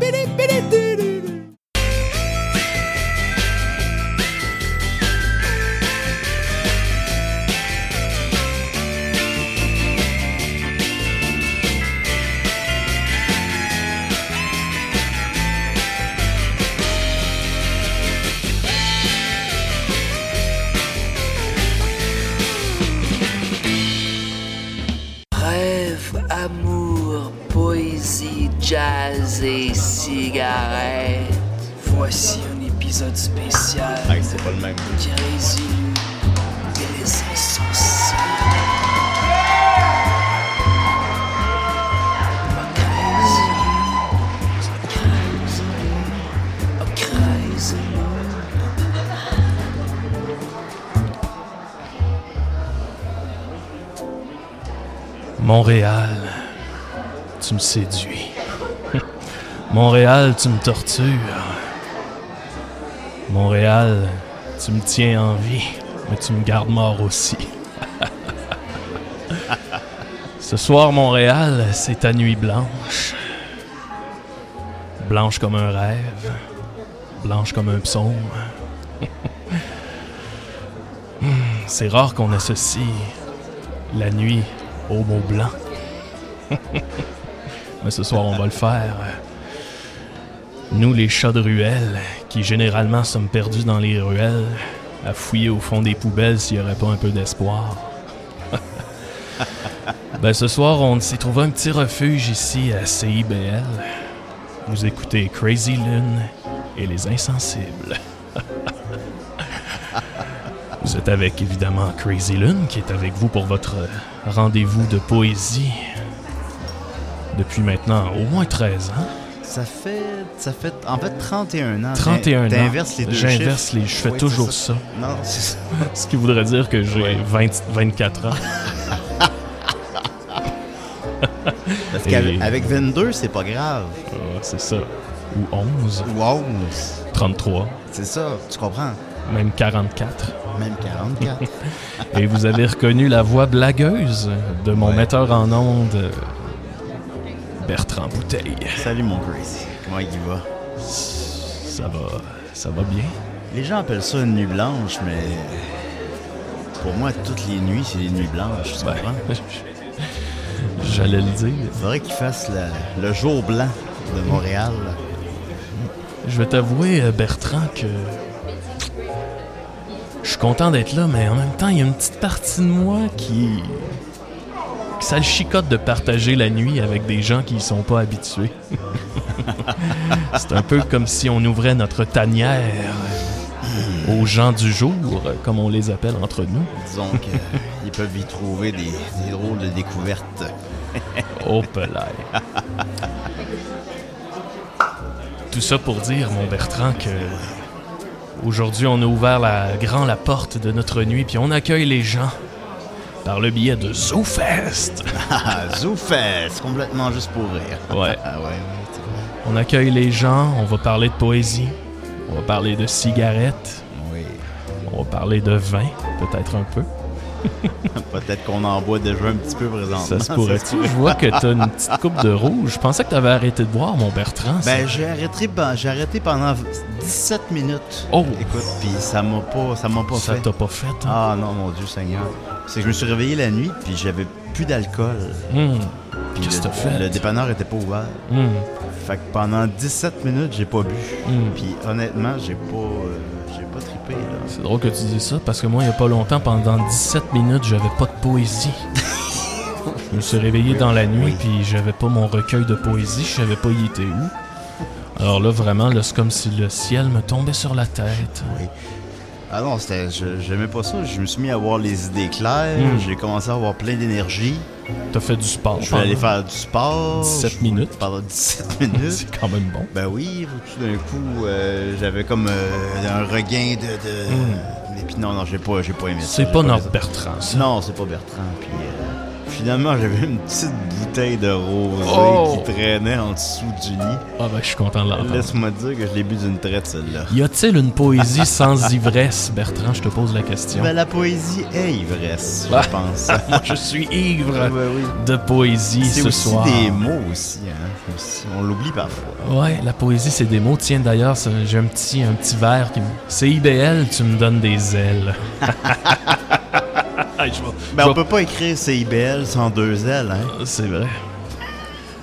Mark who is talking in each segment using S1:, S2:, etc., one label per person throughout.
S1: Bidi, bidi, didi, didi.
S2: Rêve, amour, poésie, jazz et cigarettes. Voici un épisode spécial
S3: c'est pas le même.
S2: qui résume les insouciants. Oh, crazy. Oh, crazy.
S4: Montréal, tu me séduis. Montréal, tu me tortures. Montréal, tu me tiens en vie, mais tu me gardes mort aussi. Ce soir, Montréal, c'est ta nuit blanche. Blanche comme un rêve, blanche comme un psaume. Hmm, C'est rare qu'on associe la nuit au mot blanc. Mais ce soir, on va le faire. Nous, les chats de ruelle, qui généralement sommes perdus dans les ruelles, à fouiller au fond des poubelles s'il n'y aurait pas un peu d'espoir. ben, ce soir, on s'est trouvé un petit refuge ici à CIBL. Vous écoutez Crazy Lune et les insensibles. Vous êtes avec évidemment Crazy Lune qui est avec vous pour votre euh, rendez-vous de poésie depuis maintenant au moins 13 ans.
S3: Ça fait, ça fait en fait 31 ans.
S4: 31 ans.
S3: T'inverses les deux
S4: J'inverse
S3: chiffres.
S4: les- je fais
S3: Oui,
S4: toujours
S3: c'est Non, c'est ça.
S4: Ce qui voudrait dire que j'ai 20 24 ans.
S3: Parce qu'avec
S4: Et-
S3: avec 22, c'est pas grave.
S4: Ah, c'est ça. Ou 11,
S3: Ou 11.
S4: 33,
S3: C'est ça, tu comprends?
S4: même 44.
S3: Même 44.
S4: Et vous avez reconnu la voix blagueuse de mon
S3: Ouais.
S4: metteur en ondes, euh, Bertrand Bouteille.
S3: Salut mon Crazy. Comment il va?
S4: Ça va, ça va bien.
S3: Les gens appellent ça une nuit blanche, mais pour moi, toutes les nuits, c'est des nuits blanches, tu
S4: Ben,
S3: comprends?
S4: J'allais le dire.
S3: Il faudrait qu'ils fassent la- le jour blanc de Montréal.
S4: Je vais t'avouer, euh, Bertrand, que. Je suis content d'être là, mais en même temps, il y a une petite partie de moi qui. que ça le chicote de partager la nuit avec des gens qui y sont pas habitués. C'est un peu comme si on ouvrait notre tanière aux gens du jour, comme on les appelle entre nous.
S3: Disons qu'ils peuvent y trouver des, des drôles de découvertes.
S4: Oh, pelaye. Tout ça pour dire, mon Bertrand, que aujourd'hui on a ouvert la grand la porte de notre nuit, puis on accueille les gens par le biais de ZooFest.
S3: Ah, Zoufest, complètement juste pour rire.
S4: Ouais.
S3: Ah ouais, ouais, c'est vrai.
S4: On accueille les gens, on va parler de poésie, on va parler de cigarettes,
S3: Oui.
S4: on va parler de vin, peut-être un peu.
S3: Peut-être qu'on en boit déjà un petit peu présentement.
S4: Ça se pourrait-tu? Je vois que t'as une petite coupe de rouge. Je pensais que t'avais arrêté de boire, mon Bertrand. ça.
S3: Ben, j'ai arrêté, ben, j'ai arrêté pendant 17 minutes.
S4: Oh!
S3: Écoute, puis ça m'a pas, ça m'a pas
S4: ça
S3: fait.
S4: t'a pas fait. hein?
S3: Ah non, mon Dieu Seigneur. C'est que je me suis réveillé la nuit, puis j'avais plus d'alcool.
S4: Hmm.
S3: Puis
S4: Qu'est-ce que
S3: le,
S4: t'as fait?
S3: le dépanneur était pas ouvert.
S4: Hmm.
S3: Fait que pendant 17 minutes, j'ai pas bu.
S4: Mm.
S3: Puis honnêtement, j'ai pas, euh, j'ai pas trippé, là.
S4: C'est drôle que tu dises ça parce que moi, il n'y a pas longtemps, pendant 17 minutes, j'avais pas de poésie. je me suis réveillé dans la nuit
S3: Oui.
S4: puis j'avais pas mon recueil de poésie, je savais pas il était où. Alors là, vraiment, là, c'est comme si le ciel me tombait sur la tête.
S3: Ah non, c'était, je- j'aimais pas ça. Je me suis mis à avoir les idées claires.
S4: Mm.
S3: J'ai commencé à avoir plein d'énergie.
S4: T'as fait du sport.
S3: Je
S4: pendant-
S3: voulais aller faire du sport.
S4: 17
S3: Je voulais-
S4: minutes.
S3: Pendant 17 minutes.
S4: hein? C'est quand même bon.
S3: ben oui, tout d'un coup, euh, j'avais comme euh, un regain de... de... Et puis non, non, j'ai pas, j'ai pas aimé ça.
S4: Hmm. C'est
S3: J'ai
S4: pas
S3: aimé
S4: notre
S3: ça.
S4: Bertrand, ça.
S3: Non, c'est pas Bertrand. Puis, euh, Finalement, j'avais une petite bouteille de rosée
S4: Oh!
S3: qui traînait en dessous du lit.
S4: Ah ben, je suis content de l'entendre.
S3: Laisse-moi te dire que je l'ai bu d'une traite, celle-là.
S4: Y a-t-il une poésie sans ivresse, Bertrand Je te pose la question.
S3: Ben, la poésie est ivresse,
S4: Ah.
S3: je pense.
S4: Moi, je suis
S3: Ah,
S4: ivre
S3: ben oui.
S4: de poésie
S3: C'est
S4: ce
S3: aussi
S4: soir.
S3: des mots aussi, hein. C'est aussi- On l'oublie parfois.
S4: Ouais, la poésie, c'est des mots. Tiens, d'ailleurs, ça, j'ai un petit, un petit verre qui me. C'est IBL, tu me donnes des ailes. Hey, je vais-
S3: Ben,
S4: je
S3: on
S4: vais-
S3: peut pas écrire CIBL sans deux L, hein.
S4: C'est vrai.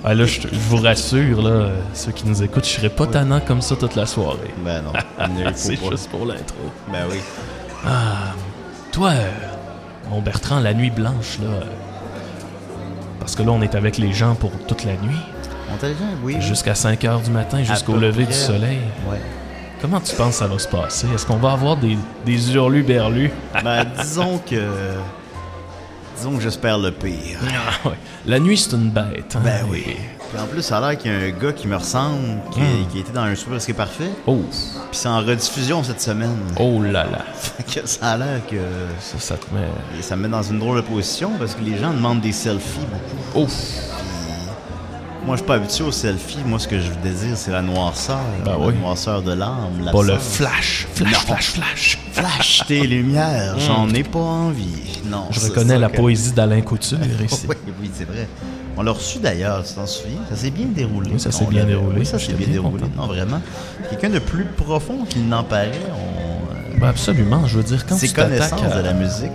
S4: Ah, là, je, te- je vous rassure, là, euh, ceux qui nous écoutent, je serai pas tannant comme ça toute la soirée.
S3: Ben non, il
S4: Ah,
S3: ne
S4: c'est
S3: faut pas.
S4: juste pour l'intro.
S3: Ben oui.
S4: Toi, euh, mon Bertrand, la nuit blanche, là. euh, Parce que là, on est avec les gens pour toute la nuit,
S3: On t'a déjà, oui. oui.
S4: jusqu'à 5 heures du matin, jusqu'au
S3: peu
S4: lever
S3: près.
S4: du soleil.
S3: Ouais.
S4: Comment tu penses que ça va se passer? Est-ce qu'on va avoir des, des hurlus-berlus?
S3: Ben, disons que. Disons que j'espère le pire.
S4: Ah, ouais. La nuit, c'est une bête. hein.
S3: Ben oui. Puis en plus, ça a l'air qu'il y a un gars qui me ressemble, qui,
S4: Hmm.
S3: qui était dans un super presque parfait,
S4: Oh,
S3: puis c'est en rediffusion cette semaine.
S4: oh là là.
S3: Fait que ça a l'air que.
S4: Ça, ça te met.
S3: Ça me met dans une drôle de position parce que les gens demandent des selfies
S4: Oh,
S3: beaucoup. Moi, je suis pas habitué aux selfies. Moi, ce que je désire, c'est la noirceur.
S4: Ben
S3: la
S4: oui.
S3: noirceur de l'âme.
S4: pas
S3: l'absence.
S4: le flash. Flash,
S3: Non.
S4: flash, flash. Hmm.
S3: Flash tes lumières. J'en ai pas envie. Non.
S4: Je
S3: c'est
S4: reconnais
S3: ça
S4: la
S3: que-
S4: poésie d'Alain Couture ici.
S3: Oui, oui, c'est vrai. On l'a reçu d'ailleurs, tu t'en souviens? Ça s'est bien déroulé.
S4: Oui, ça s'est
S3: On
S4: bien
S3: l'avait-
S4: déroulé.
S3: Oui, ça s'est
S4: J'étais
S3: bien
S4: bien
S3: déroulé.
S4: content.
S3: Non, vraiment. Quelqu'un de plus profond qu'il n'en paraît. On... euh,
S4: Ben absolument, je veux dire, quand
S3: Ses
S4: tu t'attaques
S3: connaissances
S4: à,
S3: de la musique.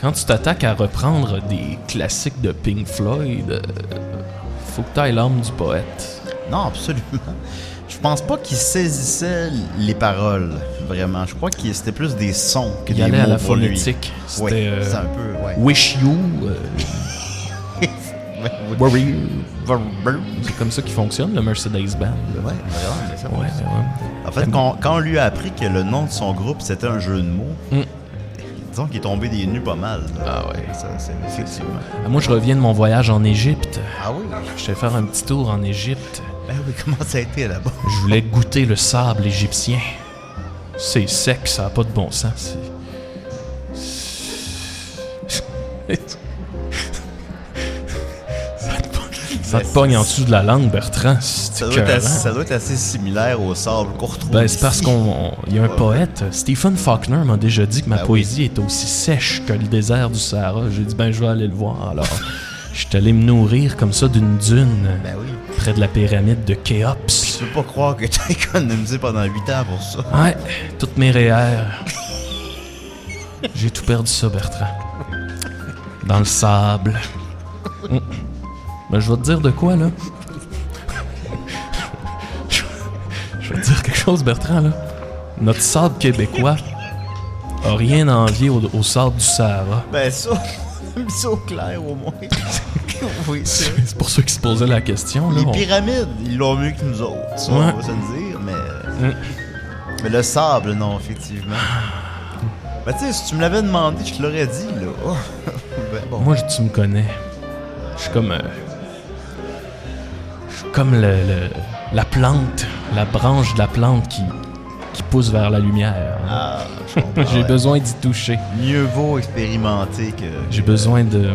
S4: quand tu t'attaques à reprendre des classiques de Pink Floyd, euh, faut que t'ailles l'âme du poète.
S3: Non, absolument. Je pense pas qu'il saisissait les paroles, vraiment. Je crois que c'était plus des sons que
S4: Il
S3: des
S4: allait
S3: mots
S4: à la
S3: pour lui.
S4: phonétique. C'était
S3: Oui,
S4: euh,
S3: c'est un peu... Ouais.
S4: Wish You, euh,
S3: Ouais, ouais.
S4: Worry.
S3: Ouais,
S4: C'est comme ça qui fonctionne, le Mercedes-Benz. là.
S3: vraiment, c'est ça.
S4: Ouais, ouais, ouais.
S3: En fait, quand, quand on lui a appris que le nom de son groupe, c'était un jeu de mots,
S4: Mm.
S3: disons qu'il est tombé des nues pas mal. là.
S4: Ah ouais.
S3: Ça, c'est effectivement.
S4: Ah, Moi, je reviens de mon voyage en Égypte.
S3: Ah oui?
S4: Je vais faire un petit tour en Égypte.
S3: Ben oui, comment ça a été là-bas?
S4: Je voulais goûter le sable égyptien. C'est sec, ça a pas de bon sens. c'est- ça te pogne en dessous de la langue, Bertrand. C'est
S3: Ça doit, être assez,
S4: écœurant.
S3: ça doit être assez similaire au sable qu'on retrouve
S4: Ben, c'est
S3: ici.
S4: parce qu'on. on- Il y a un poète, Stephen Faulkner, m'a déjà dit que ma
S3: Ben oui.
S4: poésie est aussi sèche que le désert du Sahara. J'ai dit, ben, je vais aller le voir alors. Je suis allé me nourrir comme ça d'une dune
S3: Ben oui.
S4: près de la pyramide de Khéops.
S3: Je peux pas croire que t'as économisé pendant 8 ans pour ça.
S4: Ouais, toutes mes REER. J'ai tout perdu ça, Bertrand. Dans le sable. Mm. Ben, je vais te dire de quoi, là. Je vais te dire quelque chose, Bertrand, là. Notre sable québécois a rien à envier au, au sable du Sahara.
S3: Ben ça, on a mis ça au clair au moins. oui, c'est vrai.
S4: C'est pour ceux qui se posaient la question, là.
S3: Les
S4: on-
S3: pyramides, ils l'ont mieux que nous autres, ça,
S4: Ouais.
S3: on va se le dire, mais...
S4: Mm.
S3: Mais le sable, non, effectivement.
S4: Ah.
S3: Ben tu sais, si tu me l'avais demandé, je te l'aurais dit, là. Oh. ben bon.
S4: Moi, je- tu me connais. Je suis comme. euh, je suis comme le, le- la plante, la branche de la plante qui, qui pousse vers la lumière.
S3: Ah, je comprends,
S4: J'ai
S3: ouais.
S4: besoin d'y toucher.
S3: Mieux vaut expérimenter que...
S4: J'ai besoin de, de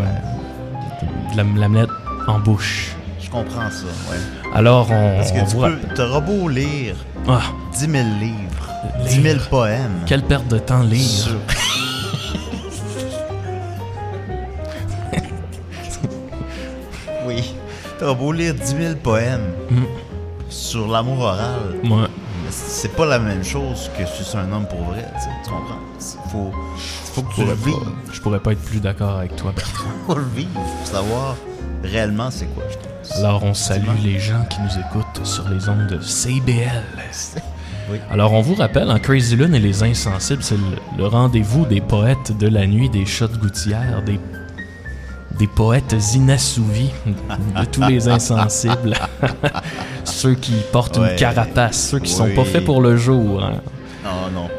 S4: la, la mettre en bouche.
S3: Je comprends ça, ouais.
S4: Alors, on,
S3: Parce que
S4: on
S3: tu
S4: voit.
S3: peux... T'auras beau lire
S4: Ah,
S3: 10 000 livres, 10 000
S4: Livres.
S3: poèmes...
S4: quelle perte de temps lire.
S3: sur- oui. T'as beau lire 10 000 poèmes sur l'amour oral,
S4: Moi,
S3: mais c'est pas la même chose que si c'est un homme pour vrai, tu sais, tu comprends? C'est- Faut, faut que
S4: je
S3: tu le
S4: pourrais
S3: vives.
S4: pas- je pourrais pas être plus d'accord avec toi, Bertrand.
S3: Faut le vivre pour savoir réellement c'est quoi, je pense.
S4: Alors, on salue les gens qui nous écoutent sur les ondes de CBL.
S3: Oui.
S4: Alors, on vous rappelle, en Crazy Lune et les Insensibles, c'est le, le rendez-vous des poètes de la nuit, des chats de gouttière, des, des poètes inassouvis, de tous les insensibles. ceux qui portent
S3: Ouais.
S4: une carapace, ceux qui sont pas
S3: Oui.
S4: faits pour le jour. hein.
S3: Non, non.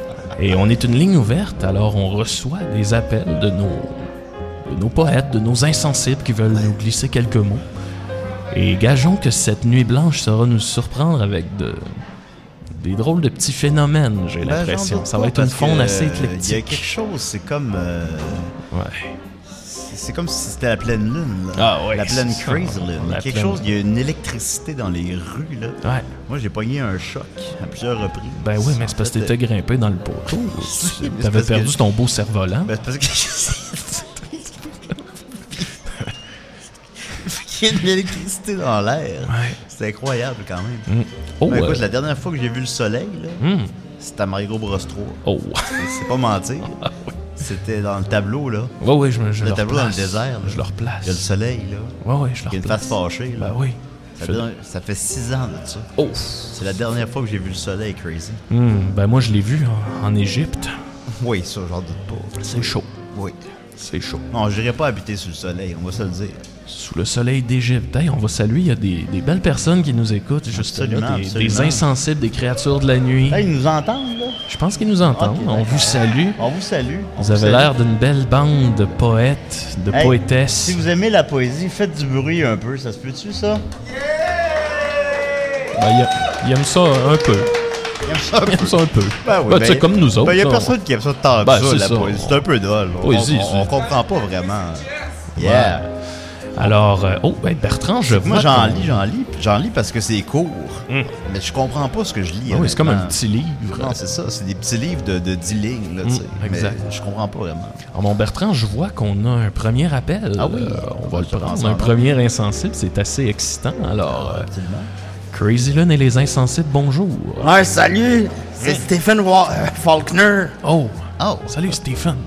S4: Et on est une ligne ouverte, alors on reçoit des appels de nos, de nos poètes, de nos insensibles qui veulent nous glisser quelques mots. Et gageons que cette nuit blanche saura nous surprendre avec de, des drôles de petits phénomènes, j'ai
S3: Ben, j'en
S4: l'impression.
S3: doute
S4: Ça
S3: pas,
S4: va être une
S3: parce que,
S4: faune assez
S3: euh, Il y a quelque
S4: éclectique.
S3: chose, c'est comme. euh,
S4: Ouais.
S3: c'est- c'est comme si c'était la pleine lune. là.
S4: Ah ouais,
S3: La pleine
S4: c'est ça.
S3: crazy lune.
S4: La
S3: Quelque
S4: pleine-
S3: chose, il y a une électricité dans les rues. Là.
S4: Ouais.
S3: Moi, j'ai pogné un choc à plusieurs reprises.
S4: Ben oui, mais c'est
S3: En
S4: parce que
S3: fait,
S4: t'étais grimpé dans le poteau.
S3: Oui, mais c'est
S4: T'avais
S3: parce que-
S4: perdu ton beau cerf-volant.
S3: Ben, c'est parce que. Il y a de l'électricité dans l'air.
S4: Ouais.
S3: C'est incroyable quand même.
S4: Oh,
S3: Ben, écoute,
S4: euh,
S3: la dernière fois que j'ai vu le soleil, là,
S4: hmm.
S3: c'était à Mario Bros 3.
S4: oh.
S3: C'est pas mentir. C'était dans le tableau, là.
S4: Ouais, ouais, je, me- Ah, je
S3: Le
S4: le
S3: tableau dans le
S4: replace.
S3: désert, là.
S4: Je le replace.
S3: Il y a le soleil, là.
S4: Ouais, ouais, je le
S3: Il y a une
S4: replace.
S3: face fâchée, là.
S4: Ben oui.
S3: Ça,
S4: Je-
S3: donne- ça fait six ans de ça.
S4: Oh.
S3: C'est la dernière fois que j'ai vu le soleil, Crazy.
S4: Hmm, ben moi, je l'ai vu en, en Égypte.
S3: Oui, ça, j'en doute pas.
S4: C'est chaud.
S3: Oui.
S4: C'est chaud.
S3: Non, j'irai pas habiter sur le soleil, on va se le dire.
S4: Sous le soleil d'Égypte. Hey, on va saluer, il y a des, des belles personnes qui nous écoutent. Juste là,
S3: Absolument,
S4: des,
S3: absolument.
S4: des insensibles, des créatures de la nuit.
S3: Là, ils nous entendent, là.
S4: Je pense qu'ils nous entendent.
S3: Ok,
S4: on
S3: d'accord.
S4: vous salue.
S3: On vous salue. On
S4: Vous avez
S3: salue.
S4: l'air d'une belle bande de poètes, de
S3: Hey,
S4: poétesses.
S3: Si vous aimez la poésie, faites du bruit un peu, ça se peut-tu, ça?
S4: Ben, il, a- il aime ça un peu.
S3: Il aime ça un
S4: Il aime
S3: peu.
S4: ça un peu.
S3: Ben oui,
S4: Ben, tu sais,
S3: ben,
S4: comme nous autres.
S3: Ben, il y a
S4: là,
S3: personne qui aime ça tant que
S4: Ben,
S3: ça,
S4: c'est
S3: la
S4: ça.
S3: poésie. C'est un peu dole. On,
S4: Poésie,
S3: on-
S4: c'est-
S3: on comprend pas vraiment. Yeah.
S4: on- Alors, euh, oh, ben, Bertrand, je
S3: Moi,
S4: vois
S3: j'en
S4: qu'on-
S3: lis, j'en lis. puis J'en lis parce que c'est court.
S4: Mm.
S3: Mais je comprends pas ce que je lis.
S4: Ah oui, c'est comme un
S3: honnêtement.
S4: petit livre.
S3: Non, c'est ça. C'est des petits livres de, de 10 lignes, là, tu sais.
S4: Mm, exact.
S3: Mais je comprends pas vraiment.
S4: Alors, mon Bertrand, je vois qu'on a un premier appel. Euh,
S3: Ah oui.
S4: on va le
S3: Ça
S4: prendre.
S3: commence
S4: Un
S3: en
S4: premier insensible, c'est assez excitant. Alors, euh,
S3: Absolument.
S4: Crazy Lune et les insensibles, bonjour.
S5: Ouais, salut, c'est Stephen Wa- euh, Faulkner.
S4: Oh,
S3: Oh,
S4: salut Stéphane.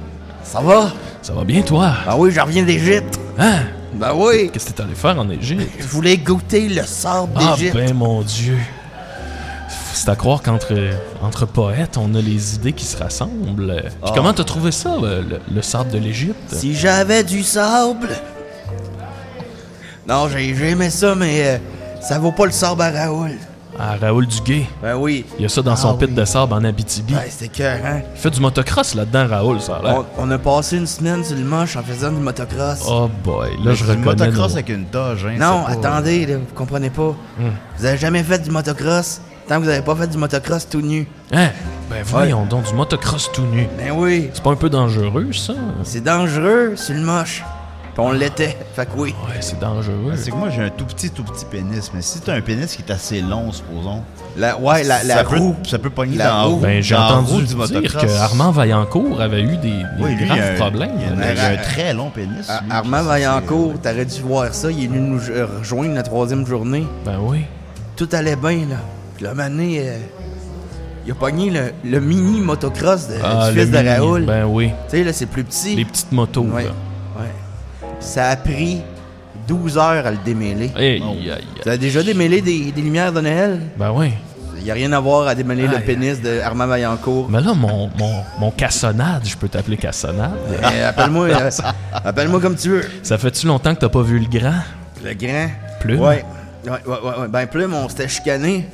S5: Ça va?
S4: Ça va bien, toi?
S5: Ben oui, je reviens d'Égypte.
S4: Hein?
S5: Ben oui.
S4: Qu'est-ce que t'es allé faire en Égypte?
S5: Je voulais goûter le sable
S4: Ah
S5: d'Égypte.
S4: ben mon Dieu. C'est à croire qu'entre entre poètes, on a les idées qui se rassemblent. Puis comment t'as trouvé ça, le, le- le sable de l'Égypte?
S5: Ah. Si j'avais du sable. Non, j'ai j'ai aimé ça, mais euh, ça vaut pas le sable à Raoul.
S4: À Raoul Duguay.
S5: Ben oui.
S4: Il y a ça dans son
S5: Ah
S4: pit
S5: oui.
S4: de sable en Abitibi.
S5: Ben, c'était que, hein.
S4: Il fait du motocross là-dedans, Raoul, ça a l'air.
S5: On, on a passé une semaine sur le manche en faisant du motocross.
S4: Oh boy, là je
S3: C'est du
S4: reconnais.
S3: motocross
S4: nos-
S3: avec une doge, hein.
S5: non,
S3: c'est pas-
S5: attendez, là, vous comprenez pas. Vous avez jamais fait du motocross tant que vous avez pas fait du motocross tout nu.
S4: Hein? Ben voyons donc, du motocross tout nu.
S5: Ben oui.
S4: C'est pas un peu dangereux, ça?
S5: C'est dangereux sur le moche. Puis on l'était. Fait que oui.
S4: Ouais, c'est dangereux.
S3: C'est que moi, j'ai un tout petit, tout petit pénis. Mais si t'as un pénis qui est assez long, supposons.
S5: La, ouais, la, la
S3: ça
S5: roue.
S3: Peut, ça peut pogner
S5: La
S3: dans la
S5: roue.
S3: roue.
S4: Ben j'ai
S3: dans la roue
S4: entendu
S3: du
S4: dire
S3: motocross.
S4: que Armand Vaillancourt avait eu des, des
S3: Oui, lui, il a
S4: graves
S3: un-
S4: problèmes. Ben,
S3: Il a, un-
S5: Mais
S3: il a un
S5: Ar-
S3: très long pénis.
S5: Ah,
S3: lui,
S5: Armand
S3: puis
S5: Vaillancourt, t'aurais dû voir ça. Il est venu nous euh, rejoindre la troisième journée.
S4: Ben oui.
S5: Tout allait bien, là. Puis la mané, euh, il a pogné le, le mini motocross de,
S4: Ah,
S5: du fils
S4: le
S5: de
S4: mini,
S5: Raoul.
S4: Ben oui.
S5: Tu sais, là, c'est plus petit.
S4: Les petites motos,
S5: Ouais.
S4: là.
S5: ouais. Ça a pris 12 heures à le démêler.
S4: Aïe, aïe, aïe.
S5: Tu as déjà démêlé des, des lumières de Noël?
S4: Ben oui.
S5: Il n'y a rien à voir à démêler
S4: Aïe.
S5: le pénis de Armand Vaillancourt.
S4: Mais là, mon, mon, mon cassonade, je peux t'appeler cassonade.
S5: Euh, appelle-moi, euh, appelle-moi comme tu veux.
S4: Ça fait-tu longtemps que t'as pas vu le grand?
S5: Le grand.
S4: Plume?
S5: Ouais. Ouais, ouais, ouais, ouais. Ben, Plume, on s'était chicané.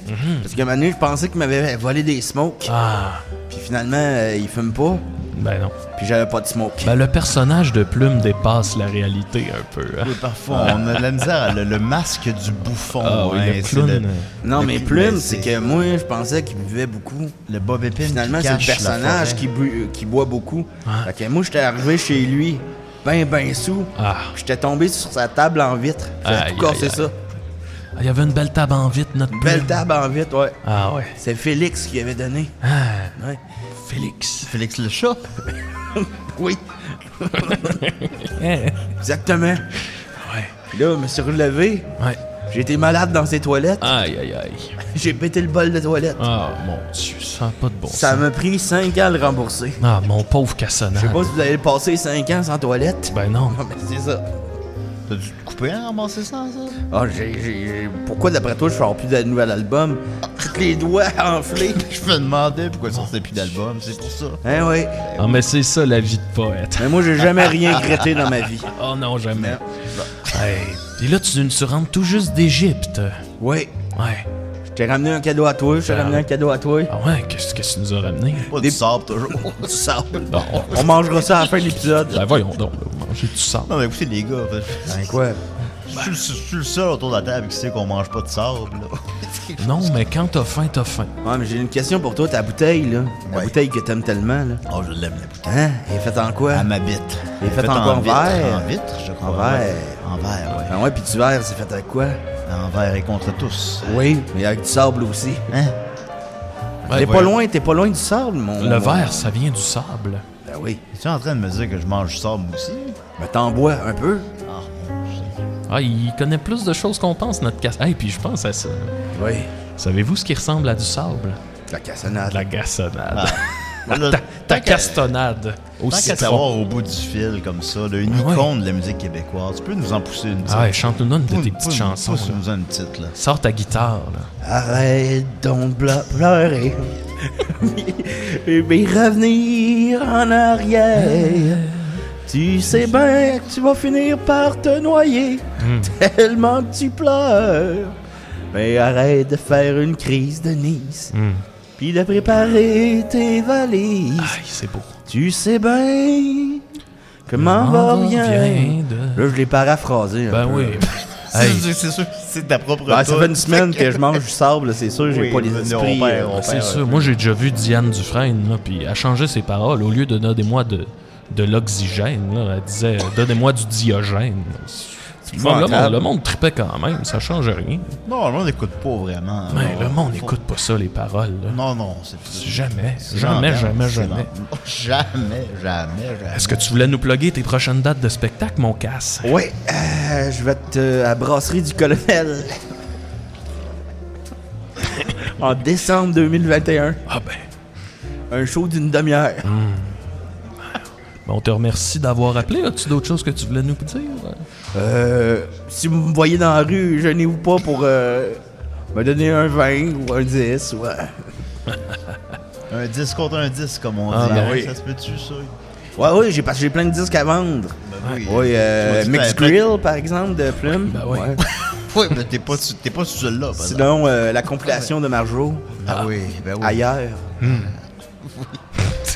S5: Parce que Manu, je pensais qu'il m'avait volé des smokes.
S4: Ah,
S5: Puis finalement, euh, il fume pas.
S4: ben non.
S5: Puis j'avais pas de smoke.
S4: Ben le personnage de Plume dépasse la réalité un peu. hein.
S3: Oui, parfois, on a de la misère. Le, le masque du bouffon.
S4: Ah oui,
S3: hein,
S4: le
S3: c'est
S4: clown.
S5: non,
S3: le-
S5: mais Plume,
S3: mais
S5: ben, c'est
S3: c'est-
S5: que moi, je pensais qu'il buvait beaucoup.
S3: Le Bob Épine
S5: Finalement,
S3: qui
S5: c'est le
S3: cache la
S5: personnage
S3: forêt.
S5: qui, bu- euh, qui boit beaucoup.
S4: Ouais.
S5: Fait que moi, j'étais arrivé chez lui, ben, ben sous.
S4: Ah.
S5: J'étais tombé sur sa table en vitre. J'ai
S4: Aïe,
S5: tout cassé
S4: aïe,
S5: ça.
S4: Ah, Il y avait une belle table en vite, notre Plume.
S5: Belle table en vitre, ouais.
S4: Ah ouais.
S5: C'est Félix qui avait donné.
S4: Ah,
S5: Ouais.
S4: Félix.
S3: Félix le chat.
S5: Oui,
S4: Eh,
S5: exactement.
S4: Ouais.
S5: Puis là, je me suis relevé.
S4: Ouais.
S5: J'ai été malade dans ses toilettes.
S4: Aïe, aïe, aïe.
S5: J'ai pété le bol de toilette.
S4: Ah, mon Dieu, ça a pas de bon
S5: Ça
S4: sens.
S5: m'a pris 5 ans à le rembourser.
S4: Ah, mon pauvre
S5: Je sais
S4: cassonade.
S5: pas si vous allez passer 5 ans sans toilette.
S4: Ben non.
S5: Non, mais c'est ça.
S3: T'as dû te couper à ramasser ça, ça?
S5: Ah, j'ai, j'ai- j'ai- Pourquoi, d'après toi, je sors plus de nouvel album? Toutes les doigts enflés.
S3: Je me demandais pourquoi il sortait plus d'album. C'est pour ça.
S5: Hein, ouais.
S4: Ah, mais c'est ça la vie de poète.
S5: Mais moi, j'ai jamais rien regretté dans ma vie.
S4: Oh non, jamais. Hey. Puis là, tu tu rentres tout juste d'Égypte.
S5: Ouais.
S4: Ouais.
S5: Je t'ai ramené un cadeau à toi. Je t'ai
S4: Ben,
S5: ramené un cadeau à toi.
S4: Ah ouais, qu'est-ce que tu nous as ramené?
S3: Pas
S5: Des-
S3: du sable, toujours.
S5: Du sable.
S4: Bon.
S5: On mangera ça à la fin de l'épisode.
S4: Ben voyons donc, là, manger du sable.
S3: Non, mais écoutez, les gars,
S5: Ben, quoi?
S3: Je suis- je suis le seul autour de la table qui sait qu'on mange pas de sable. là.
S4: Non, mais quand t'as faim, t'as faim.
S5: Ouais, mais j'ai une question pour toi, ta bouteille, là. La
S3: Ouais.
S5: bouteille que t'aimes tellement, là.
S3: Oh, je l'aime la bouteille.
S5: Hein? Elle est faite en quoi?
S3: Ah, Elle m'habite.
S5: Elle est faite en quoi, en
S3: vitre.
S5: verre?
S3: En vitre, je crois.
S5: En verre.
S3: ouais. En verre, ouais.
S5: Ben ouais, puis du verre, c'est fait avec quoi?
S3: En verre et contre tous.
S5: Oui. Mais avec du sable aussi.
S3: Hein?
S5: T'es
S4: Ouais,
S5: pas loin, t'es pas loin du sable, mon.
S4: Le verre, ça vient du sable.
S5: Ben oui.
S3: Es-tu en train de me dire que je mange du sable aussi?
S5: Mais t'en bois un peu.
S3: Ah, mon Dieu.
S4: Ah, il connaît plus de choses qu'on pense, notre casse. Hey, puis je pense à ça.
S5: Oui.
S4: Savez-vous ce qui ressemble à du sable? Ah.
S5: De La cassonade.
S4: De La gassonade.
S3: Là,
S4: Ta, ta
S3: tant qu'à-
S4: castonnade. Au
S3: Tant qu'à
S4: citron.
S3: savoir au bout du fil comme ça, là, une
S4: Ouais.
S3: icône de la musique québécoise, tu peux nous en pousser une petite?
S4: Ah, ouais, chante-nous une de tes
S3: Pousse-
S4: petites
S3: pousse-
S4: chansons. là.
S3: Pousse-nous une petite, là.
S4: Sors ta guitare, là.
S5: Arrête donc de ble- pleurer. Mais revenir en arrière. Tu sais bien que tu vas finir par te noyer.
S4: Hmm.
S5: Tellement que tu pleures. Mais arrête de faire une crise de Nice.
S4: Hmm.
S5: Puis de préparer tes valises.
S4: Aïe, c'est beau.
S5: Tu sais bien comment va
S4: M'en
S5: rien.
S4: vient de-
S5: Là, je l'ai paraphrasé. un
S4: Ben
S5: peu.
S4: oui. Hey,
S3: C'est- C'est sûr, c'est ta propre
S5: Ben, ça
S3: toune.
S5: fait une semaine que je mange du sable, là, c'est sûr, j'ai
S3: Oui,
S5: pas les
S3: ben,
S5: esprits.
S3: on perd,
S5: euh,
S3: on
S4: c'est
S3: perd.
S4: sûr. Moi, j'ai déjà vu Diane Dufresne, là, puis elle changeait ses paroles. Au lieu de donnez-moi de, de l'oxygène, là, elle disait euh, donnez-moi du diogène. Bon, le, monde,
S5: épouvantable.
S4: le monde tripait quand même, ça change rien.
S3: Non, le monde n'écoute pas vraiment.
S4: Mais
S3: Non,
S4: le monde
S3: faut-
S4: n'écoute pas ça, les paroles. là.
S3: Non, non, c'est
S4: Jamais,
S3: c'est
S4: jamais,
S3: l'ambiance,
S4: jamais,
S3: c'est
S4: jamais.
S3: l'ambiance. Jamais, jamais, jamais.
S4: Est-ce que tu voulais nous plugger tes prochaines dates de spectacle, mon casse?
S5: Ouais, euh, je vais être euh, à Brasserie du Colonel. en décembre 2021,
S4: Ah ben,
S5: un show d'une demi-heure.
S3: Mm.
S4: ben, on te remercie d'avoir appelé. As-tu d'autres choses que tu voulais nous dire?
S5: Euh, si vous me voyez dans la rue, gênez-vous pas pour euh, me donner un 20 ou un 10. Ouais.
S3: Un 10 contre un 10, comme on
S4: Ah,
S3: dit.
S4: ben
S3: hein,
S4: oui.
S3: Ça se peut-tu, ça? Ben
S5: Ouais, ouais, j'ai, parce que j'ai plein de disques à vendre.
S3: oui.
S5: Oui, euh,
S3: Tu m'as dit que
S5: Mix
S3: t'avais plein-
S5: Grill, par exemple, de Plume.
S4: Ben ouais.
S3: Oui, mais t'es pas, su- t'es pas sur celui-là, par exemple.
S5: Sinon, euh, la compilation de Marjo,
S3: Ah oui, ben oui.
S5: ailleurs.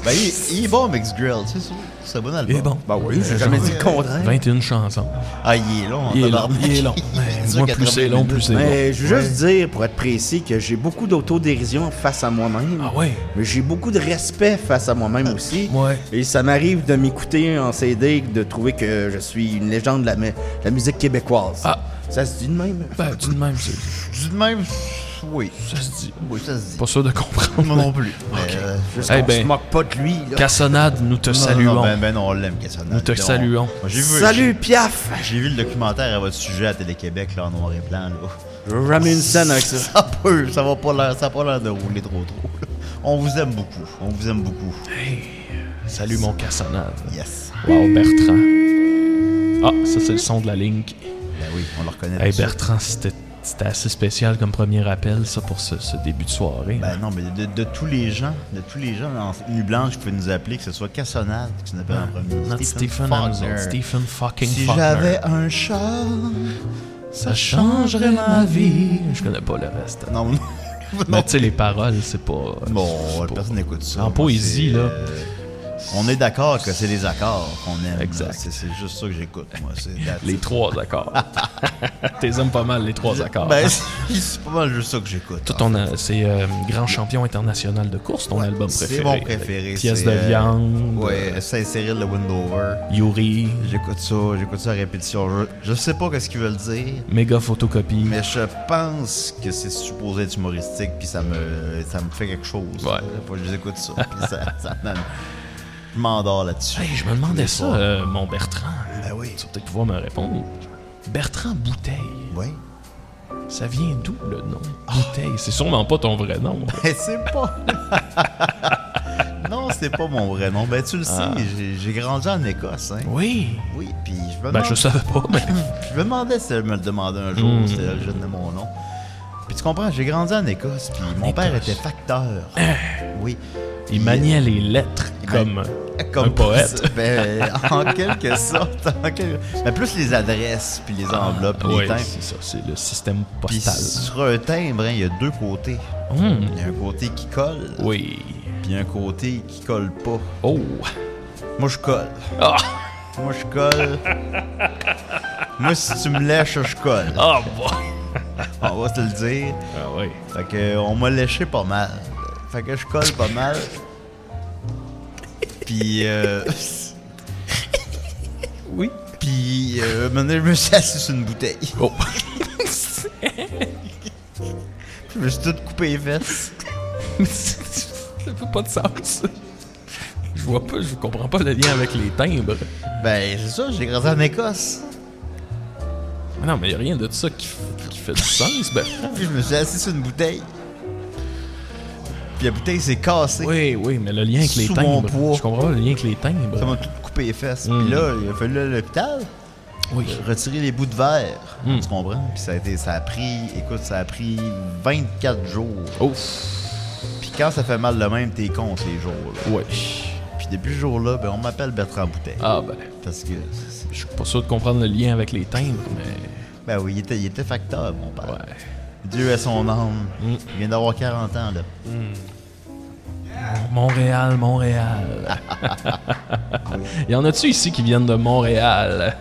S3: Ben, il, il est bon, Mix Grill, c'est sûr. C'est un bon album.
S4: Et bon,
S5: Bah oui, j'ai jamais dit le contraire.
S4: 21 chansons.
S3: Ah, il est long,
S4: Il est long,
S3: tabarnak.
S4: il est long. Ben,
S3: Il dure
S4: Moi, plus c'est
S3: 80
S4: long,
S3: minutes.
S4: plus c'est bon.
S5: Mais je veux juste dire, pour être précis, que j'ai beaucoup d'autodérision face à moi-même.
S4: Ah ouais?
S5: Mais j'ai beaucoup de respect face à moi-même aussi.
S4: Euh, Ouais.
S5: Et ça m'arrive de m'écouter en CD, de trouver que je suis une légende de la, mu- de la musique québécoise.
S4: Ah.
S5: Ça se dit de même.
S4: Ben, tout de même, c'est-
S3: Du de même, oui.
S4: ça se dit.
S3: Oui, ça se dit.
S4: Pas sûr de comprendre.
S3: Moi non plus. Mais, euh,
S5: Juste
S4: Eh
S5: qu'on
S4: ben.
S5: se moque pas de lui. là.
S4: Cassonade, nous te
S3: non, non,
S4: saluons.
S3: non, ben, ben non, on l'aime, Cassandra.
S4: Nous te
S3: Donc,
S4: saluons.
S3: moi, J'ai vu,
S5: Salut Piaf!
S3: j'ai- J'ai vu le documentaire à votre sujet à Télé-Québec, là, en noir et blanc, là.
S5: Je veux ramener une scène avec ça.
S3: Ça peut, ça va pas l'air, ça a pas l'air de rouler trop trop. là. On vous aime beaucoup, on vous aime beaucoup.
S4: Salut mon Cassonade.
S3: Yes.
S4: Wow, Bertrand. Ah, ça c'est le son de la Link.
S3: Ben oui, on le reconnaît.
S4: Hey
S3: tout ça.
S4: Bertrand, c'était c'était assez spécial comme premier appel, ça, pour ce, ce début de soirée.
S3: Ben non, mais de, de tous les gens, de tous les gens en nuit blanche qui peuvent nous appeler, que ce soit Cassonade, que tu n'appelles en premier.
S4: Notre Stephen
S3: Faulkner.
S4: Amazon, Stephen fucking
S3: Si
S4: Faulkner.
S3: j'avais un chat.
S4: Ça changerait ma vie. Je connais pas le reste.
S3: Non, non.
S4: Mais tu sais, les paroles, c'est pas. c'est
S3: Bon,
S4: pas-
S3: personne n'écoute ça.
S4: En poésie,
S3: C'est,
S4: là.
S3: euh, on est d'accord que c'est les accords qu'on aime. là.
S4: Exact.
S3: C'est c'est juste ça que j'écoute, moi. c'est that's
S4: Les
S3: it.
S4: trois accords. T'es aimes pas mal, les trois accords.
S3: Ben, c'est c'est pas mal juste ça que j'écoute.
S4: Tout
S3: en
S4: ton, euh, c'est euh, Grand Champion international de course, ton album préféré.
S3: C'est mon préféré.
S4: Pièce
S3: c'est,
S4: de
S3: euh,
S4: viande.
S3: Ouais, Saint-Cyril de Windover.
S4: Yuri,
S3: J'écoute ça, j'écoute ça à répétition. Je, je sais pas qu'est-ce qu'ils veulent dire,
S4: méga photocopie.
S3: mais je pense que c'est supposé être humoristique, puis ça me, ça me fait quelque chose.
S4: Ouais.
S3: Faut que je les écoute ça, puis ça, ça m'amène. Je m'endors là-dessus.
S4: Hey, je me demandais ça, euh, mon Bertrand.
S3: Ben oui.
S4: Tu vas peut-être pouvoir me répondre. Bertrand Bouteille,
S3: Oui.
S4: ça vient d'où le nom
S3: Ah.
S4: Bouteille, c'est sûrement pas ton vrai nom.
S3: Ben, c'est pas. non, c'est pas mon vrai nom. Ben, tu le sais,
S4: Ah.
S3: j'ai- j'ai grandi en Écosse, hein.
S4: Oui.
S3: Oui, puis je me
S4: Ben
S3: demande-
S4: je savais pas, mais
S3: Je me demandais si elle me le demandait un jour,
S4: Hmm.
S3: c'était l'origine de mon nom. Puis tu comprends, j'ai grandi en Écosse, puis mon père
S4: Écosse. Eh.
S3: était facteur. oui. Eh,
S4: il maniait les lettres comme.
S3: Comme
S4: Un poète.
S3: ben, en quelque sorte. en quelque- Mais plus les adresses, puis les enveloppes, puis
S4: Ah, Oui,
S3: les timbres.
S4: c'est ça, c'est le système
S3: Puis
S4: postal.
S3: sur un timbre, hein, il y a deux côtés.
S4: Hmm. Oh.
S3: Il y a un côté qui colle,
S4: Oui.
S3: puis un côté qui colle pas.
S4: Oh.
S3: Moi, je colle.
S4: Ah.
S3: Moi, je colle. Moi, si tu me lèches, je colle.
S4: Ah, boy.
S3: On va te le dire.
S4: Ah, oui.
S3: Fait que, on m'a léché pas mal. Fait que je colle pas mal. Puis, euh...
S4: Oui.
S3: Puis, euh, maintenant, je me suis assis sur une bouteille.
S4: Oh.
S3: Je me suis tout coupé les fesses.
S4: ça fait pas de sens. Je vois pas, je comprends pas le lien avec les timbres.
S3: Ben, c'est ça, j'ai grandi en Écosse.
S4: Mais non, mais y a rien de ça qui, f- qui fait du sens. Ben,
S3: Puis je me suis assis sur une bouteille. Puis la bouteille s'est cassée.
S4: oui, oui, mais le lien avec les
S3: Sous mon
S4: timbres.
S3: poids.
S4: Je comprends pas le lien avec les
S3: Ça
S4: timbres.
S3: m'a tout coupé les fesses.
S4: Mm.
S3: Puis là, il a fallu aller à l'hôpital.
S4: Oui.
S3: Retirer les bouts de verre.
S4: Mm.
S3: Tu comprends? Puis ça a, été, ça a pris, écoute, ça a pris 24 jours.
S4: Ouf.
S3: Puis quand ça fait mal de même, t'es contre les jours. là.
S4: Ouais.
S3: Puis depuis ce jour-là, ben, on m'appelle Bertrand Bouteille.
S4: Ah, ben,
S3: Parce que,
S4: je suis pas sûr de comprendre le lien avec les timbres, mais.
S3: ben oui, il était, il était facteur, mon père.
S4: Ouais. Hmm.
S3: Dieu est son âme. Il vient d'avoir 40 ans, là.
S4: Montréal, Montréal. y en a-tu ici qui viennent de Montréal?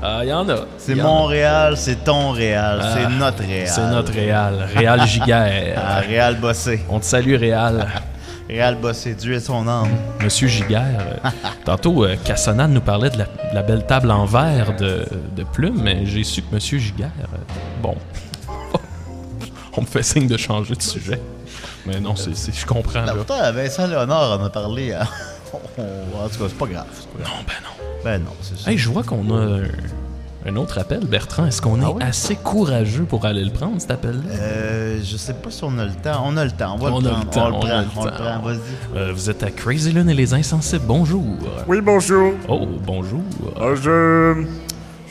S4: Ah, y en a.
S3: C'est
S4: Y en a. Ah.
S3: Montréal, c'est ton Réal, c'est notre Réal.
S4: C'est notre Réal. Réal Giguère.
S3: Ah, Réal bossé.
S4: On te salue, Réal.
S3: Réal bossé, Dieu est son âme.
S4: Monsieur Giguère. euh, Tantôt, euh, Cassanane nous parlait de la, de la belle table en verre de, de plumes, mais j'ai su que Monsieur Giguère. euh, Bon. On me fait signe de changer de sujet. Mais non, c'est, c'est- je comprends. Là.
S3: Ah,
S4: Non,
S3: Pourtant, Vincent Léonard en a parlé. hein. en tout cas, c'est pas grave. c'est pas grave.
S4: ben non.
S3: Ben non, c'est ça.
S4: Hey, je vois qu'on a un, un autre appel, Bertrand. Est-ce qu'on est assez courageux pour aller le prendre, cet appel-là?
S3: Euh, je sais pas si on a le temps. On a le temps. On va
S4: On
S3: le
S4: a le
S3: prendre.
S4: temps, on
S3: on le
S4: a
S3: prend.
S4: le
S3: On le
S4: temps.
S3: prend. Vas-y.
S4: Euh, vous êtes à Crazy Lune et les Insensibles. Bonjour.
S6: Oui, bonjour.
S4: Oh, bonjour.
S6: Euh, je...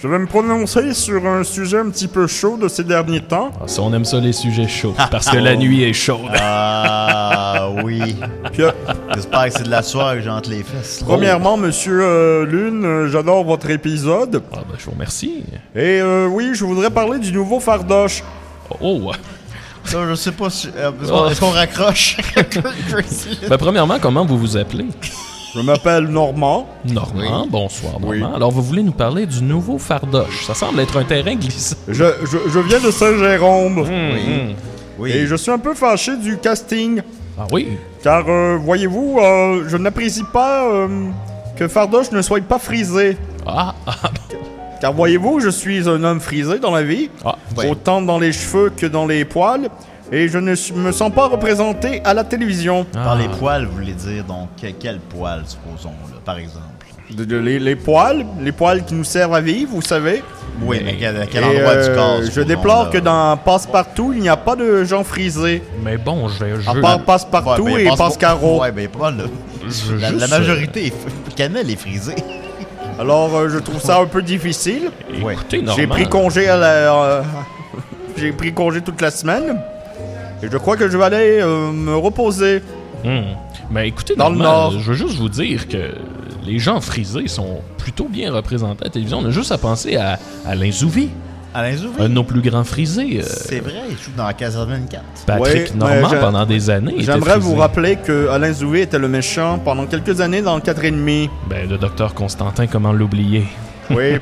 S6: je vais me prononcer sur un sujet un petit peu chaud de ces derniers temps.
S4: Ah, ça, on aime ça, les sujets chauds. Parce que la nuit est chaude.
S3: Ah oui.
S6: Puis, euh,
S4: Oh.
S3: J'espère que c'est de la soirée que j'ai entre les fesses. là.
S6: premièrement, monsieur euh, Lune, euh, j'adore votre épisode.
S4: Ah, ben, je vous remercie.
S6: Et euh, oui, je voudrais parler du nouveau fardoche.
S4: Oh,
S3: Ça, je sais pas si. euh, est-ce qu'on- Est-ce qu'on raccroche? Crazy.
S4: Ben, premièrement, comment vous vous appelez?
S6: Je m'appelle Normand.
S4: Normand, bonsoir, Normand. Alors, vous voulez nous parler du nouveau fardoche. Ça semble être un terrain glissant.
S6: Je, je, je viens de Saint-Jérôme. Et
S3: Oui.
S6: je suis un peu fâché du casting.
S4: Ah oui?
S6: Car, euh, voyez-vous, euh, je n'apprécie pas euh, que fardoche ne soit pas frisé.
S4: Ah, ah,
S6: Car voyez-vous, je suis un homme frisé dans la vie,
S4: ah.
S3: Ouais.
S6: autant dans les cheveux que dans les poils, et je ne s- me sens pas représenté à la télévision.
S3: Par les
S4: Ah.
S3: poils, vous voulez dire donc que- quel poil, supposons, là, par exemple?
S6: De- de- les, les poils, les poils qui nous servent à vivre, vous savez.
S3: Oui, mais à quel
S6: Et,
S3: endroit
S6: euh,
S3: du corps?
S6: Je
S3: supposons,
S6: déplore
S3: là?
S6: que dans Passe-Partout, il n'y a pas de gens frisés.
S4: Mais bon, je vais.
S6: À
S4: je-
S6: part Passe-Partout
S3: Ouais, ben,
S6: et
S3: pense-
S6: Passe-Carreau.
S3: Ouais, ben, il y a pas mal de-
S4: Je-
S3: La, la
S4: juste,
S3: majorité, Canel est frisé.
S6: Alors, euh, je trouve ça un peu difficile.
S3: Ouais.
S4: euh, Écoutez, Normand.
S6: J'ai pris congé à la. euh, J'ai pris congé toute la semaine. Et je crois que je vais aller euh, me reposer.
S4: Hmm. Ben, écoutez,
S6: Dans le Nord.
S4: Normand, je veux juste vous dire que les gens frisés sont plutôt bien représentés à la télévision. On a juste à penser à Alain Zouvi,
S3: Alain
S4: un
S3: Zouvi,
S4: de nos plus grands frisés. euh,
S3: c'est vrai, il joue dans Castle 24.
S4: Patrick
S6: Ouais,
S4: Normand,
S6: mais j'a-
S4: pendant des années. était
S6: J'aimerais vous
S4: frisé.
S6: rappeler que Alain Zouvé était le méchant pendant quelques années dans le 4,5.
S4: Ben, le docteur Constantin, comment l'oublier?
S6: Oui.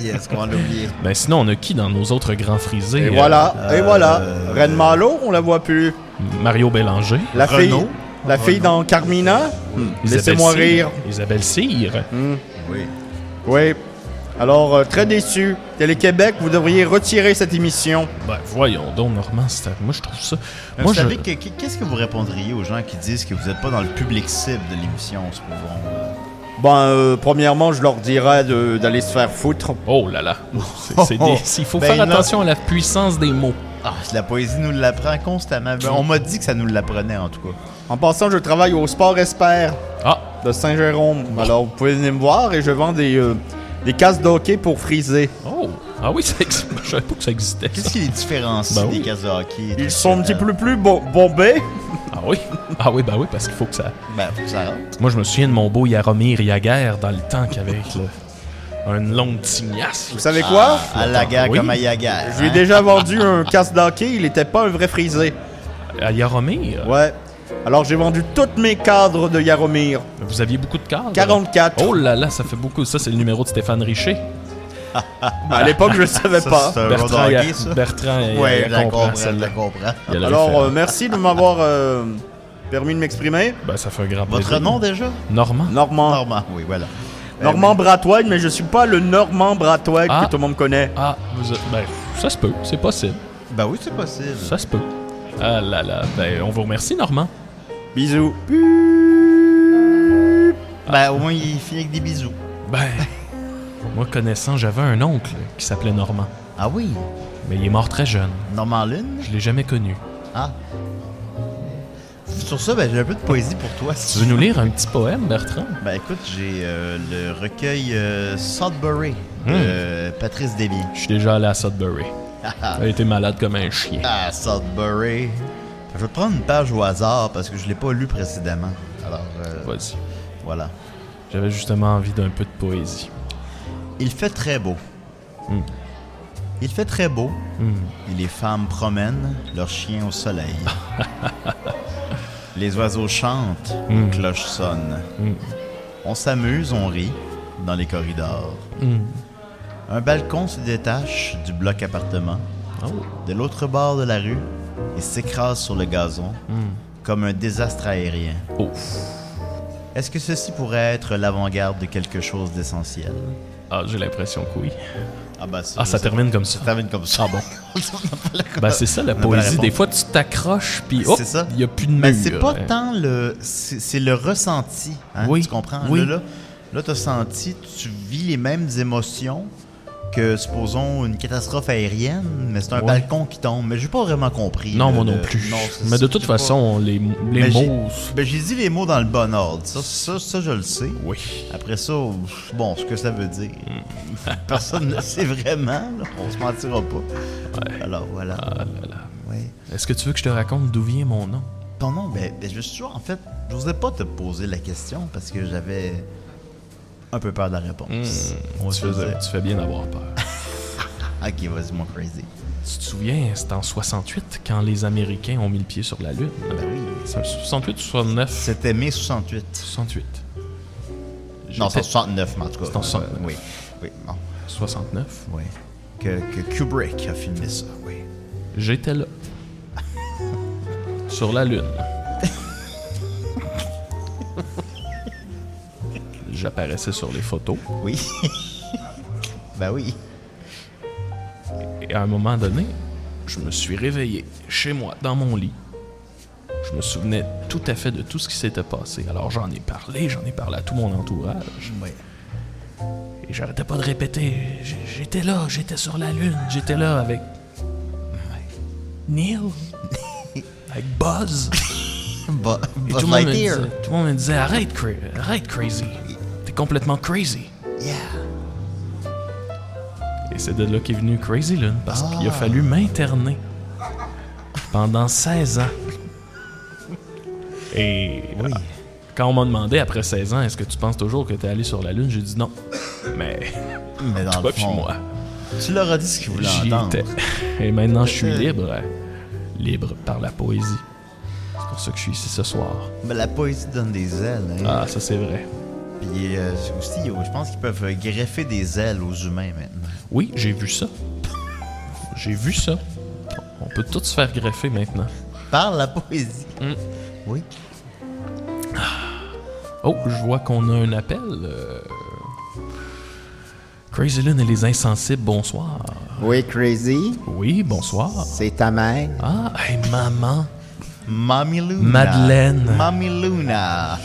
S3: Yes, qu'on l'a oublié.
S4: Ben, sinon, on a qui dans nos autres grands frisés?
S6: et
S4: Euh,
S6: voilà, et voilà.
S3: euh,
S6: Reine Malo, on la voit plus.
S4: Euh, Mario Bélanger.
S6: La
S3: Renaud.
S6: fille. La fille dans Carmina. Hmm, Laissez-moi
S4: Isabelle Cyr.
S6: rire. Hmm.
S4: Isabelle Cyr.
S3: Oui.
S6: Oui. Alors, euh, très déçu. Télé-Québec, vous devriez retirer cette émission.
S4: Ben voyons donc, Normand, c'est- moi je trouve ça.
S3: Mais
S4: moi
S3: vous
S4: je.
S3: savez, que- que- qu'est-ce que vous répondriez aux gens qui disent que vous n'êtes pas dans le public cible de l'émission, supposons? là?
S6: Ben, euh, premièrement, je leur dirais de- d'aller se faire foutre.
S4: Oh là là. C'est- c'est des- Il faut
S3: Ben
S4: faire
S3: non.
S4: attention à la puissance des mots.
S3: Ah, c'est la poésie nous l'apprend constamment. Ben, on m'a dit que ça nous l'apprenait, en tout cas.
S6: En passant, je travaille au Sport Esper
S4: Ah,
S6: de Saint-Jérôme. Alors, vous pouvez venir me voir et je vends des, euh, des casques de hockey pour friser.
S4: oh. Ah oui, ça existe. Je savais pas que ça existait.
S3: Qu'est-ce
S4: ça.
S3: qui les différencie
S4: Ben oui.
S3: des cases de hockey?
S6: Ils sont un petit peu plus bo- bombés.
S4: Ah oui. Ah oui, bah oui, parce qu'il faut que ça.
S3: Ben, faut que ça rentre.
S4: Moi je me souviens de mon beau Yaromir Yaguerre dans le temps qu'avec le. Une longue tignasse. là.
S6: Vous savez quoi
S3: À la gare
S4: Oui.
S3: comme à hein? Yagar.
S6: Ah! Je lui ai déjà vendu un casse d'hockey, il était pas un vrai frisé.
S4: À Ah, Yaromir,
S6: Ouais. Alors j'ai vendu toutes mes cadres de Yaromir.
S4: vous aviez beaucoup de cadres.
S6: 44.
S4: Oh là là, ça fait beaucoup. Ça, c'est le numéro de Stéphane Richer.
S6: À l'époque, je le savais pas.
S3: Ça, c'est un
S4: Bertrand,
S3: road hockey,
S4: il-
S3: Euh, ça.
S4: Bertrand, il-
S3: Ouais,
S4: il
S3: je la
S4: comprend
S3: comprends, je
S4: celle-là.
S3: la comprends.
S4: Il l'avait fait.
S6: Alors, euh, merci de m'avoir euh, permis de m'exprimer.
S4: Ben, ça fait un grand
S3: Votre
S4: plaisir.
S3: nom déjà
S4: Normand.
S6: Normand.
S3: Normand, oui, voilà.
S6: Ah.
S7: Eh
S6: Normand Bratoine, mais je suis pas le Normand Bratoine
S4: Ah.
S6: que tout le monde connaît.
S4: Ah, vous êtes- ben, ça se peut, c'est possible.
S3: Ben oui, c'est possible.
S4: Ça se peut. Ah là là, ben, on vous remercie, Normand.
S6: Bisous.
S3: Ben au moins, il finit avec des bisous.
S4: Ben, moi connaissant, j'avais un oncle qui s'appelait Normand,
S3: Ah oui,
S4: mais il est mort très jeune.
S3: Normand Lune.
S4: Je l'ai jamais connu.
S3: Ah. Sur ça, ben, j'ai un peu de poésie pour toi. si
S4: Tu veux nous lire un petit poème, Bertrand?
S3: Ben écoute, j'ai euh, le recueil euh, Sudbury de
S4: Hmm.
S3: euh, Patrice Demy.
S4: Je suis déjà allé à Sudbury. J'ai été malade comme un chien.
S3: Ah, Sudbury. Je vais prendre une page au hasard parce que je l'ai pas lu précédemment. Alors, euh,
S4: Vas-y.
S3: voilà.
S4: J'avais justement envie d'un peu de poésie.
S3: Il fait très beau.
S4: Hmm.
S3: Il fait très beau
S4: Hmm.
S3: et les femmes promènent leurs chiens au soleil. les oiseaux chantent,
S4: Hmm.
S3: les cloches sonnent.
S4: Hmm.
S3: On s'amuse, on rit dans les corridors.
S4: Hmm.
S3: Un balcon se détache du bloc appartement
S4: Oh.
S3: de l'autre bord de la rue et s'écrase sur le gazon
S4: Hmm.
S3: comme un désastre aérien.
S4: Ouf.
S3: Est-ce que ceci pourrait être l'avant-garde de quelque chose d'essentiel?
S4: Ah, j'ai l'impression que oui.
S3: Ah, bah,
S4: Ah, ça termine comme ça. Ah
S3: Ça termine comme ça. bon.
S4: Ben, c'est ça la
S3: On a pas la
S4: poésie. Des
S3: réponse.
S4: fois, tu t'accroches, puis hop,
S3: C'est ça.
S4: il n'y a plus de mur.
S3: Mais c'est pas
S4: hein.
S3: tant le. C'est c'est le ressenti. hein,
S4: Oui,
S3: Tu comprends?
S4: oui.
S3: Là, là, là, t'as senti, tu vis les mêmes émotions que, supposons, une catastrophe aérienne, mais c'est un
S4: Ouais.
S3: balcon qui tombe. Mais j'ai pas vraiment compris.
S4: Euh, Non,
S3: là,
S4: moi
S3: le-
S4: non plus.
S3: Non, c'est
S4: Mais
S3: ça,
S4: de toute
S3: j'ai pas-
S4: façon, les, les
S3: Mais j'ai-
S4: mots...
S3: Ben, j'ai dit les mots dans le bon ordre. Ça, ça, ça je le sais.
S4: Oui.
S3: Après ça, pff, bon, ce que ça veut dire, personne ne sait vraiment. là. On se mentira pas. Alors voilà.
S4: Ah là là.
S3: Ouais.
S4: Est-ce que tu veux que je te raconte d'où vient mon nom?
S3: Ton nom, ben, ben, je suis sûr, en fait, je n'osais pas te poser la question parce que j'avais un peu peur de la réponse. On
S4: Hmm. tu,
S3: se
S4: fais,
S3: faisait.
S4: tu fais bien d'avoir peur.
S3: Ok, vas-y, mon crazy.
S4: tu te souviens, c'était en 68 quand les Américains ont mis le pied sur la Lune.
S3: Ben oui.
S4: C'est un 68 ou 69?
S3: C'était mai 68.
S4: 68.
S3: Non,
S4: J'étais-
S3: c'est 69, mais en tout cas.
S4: C'est en 69.
S3: Euh, oui, oui, bon,
S4: 69.
S3: oui. Que, que Kubrick a filmé ça, oui.
S4: J'étais là. Sur la Lune. J'apparaissais sur les photos.
S3: Oui. ben oui.
S4: Et à un moment donné, je me suis réveillé chez moi, dans mon lit. Je me souvenais tout à fait de tout ce qui s'était passé. Alors j'en ai parlé, j'en ai parlé à tout mon entourage.
S3: Oui.
S4: Et j'arrêtais pas de répéter. J- J'étais là, j'étais sur la Lune, j'étais là avec. Neil. avec Buzz.
S3: Bah,
S4: Et
S3: Buzz
S4: tout, le monde me disait,
S3: Lightyear.
S4: tout le monde me disait arrête, cra- arrête crazy. T'es complètement crazy.
S3: Yeah.
S4: Et c'est de là qu'est venu Crazy Lune, parce qu'il
S3: Ah.
S4: a fallu m'interner pendant 16 ans. Et euh, quand on m'a demandé après 16 ans, est-ce que tu penses toujours que t'es allé sur la Lune, j'ai dit non. Mais
S3: Mais dans
S4: toi
S3: le
S4: puis
S3: fond,
S4: moi,
S3: tu leur as dit ce qu'ils voulaient
S4: j'y
S3: entendre.
S4: étais. Et maintenant, je suis
S3: Euh.
S4: libre. euh, Libre par la poésie. C'est pour ça que je suis ici ce soir.
S3: Mais Ben, la poésie donne des ailes. Hein.
S4: Ah, ça c'est vrai.
S3: Puis euh, aussi, je pense qu'ils peuvent euh, greffer des ailes aux humains maintenant.
S4: Oui, j'ai vu ça. J'ai vu ça. On peut tous se faire greffer maintenant.
S3: Par la poésie.
S4: Mm.
S3: Oui.
S4: Oh, je vois qu'on a un appel. euh. Crazy Lune et les insensibles, bonsoir.
S7: Oui, Crazy,
S4: Oui, bonsoir.
S7: c'est ta mère.
S4: Ah, hey, maman,
S3: Mommy Luna.
S4: Madeleine.
S3: Mommy Luna.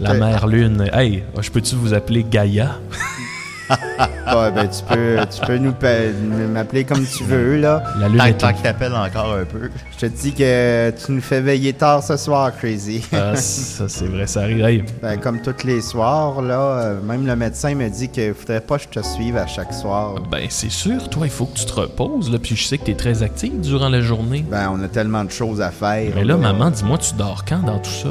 S4: la mère lune. Hey, je peux-tu vous appeler Gaïa?
S7: Ah, ben, tu peux, tu peux nous pa- m'appeler comme tu veux, là.
S4: La lune
S3: Tant,
S4: est
S3: tant
S4: un...
S3: que t'appelles encore un peu.
S7: Je te dis que tu nous fais veiller tard ce soir, Crazy.
S4: Ah, ça, c'est vrai, ça arrive. Hey,
S7: Ben, comme tous les soirs, là, euh, même le médecin me dit qu'il faudrait pas que je te suive à chaque soir.
S4: ben, c'est sûr, toi, il faut que tu te reposes, là, puis je sais que t'es très active durant la journée.
S7: Ben, on a tellement de choses à faire.
S4: Mais là, maman, dis-moi, tu dors quand dans tout ça?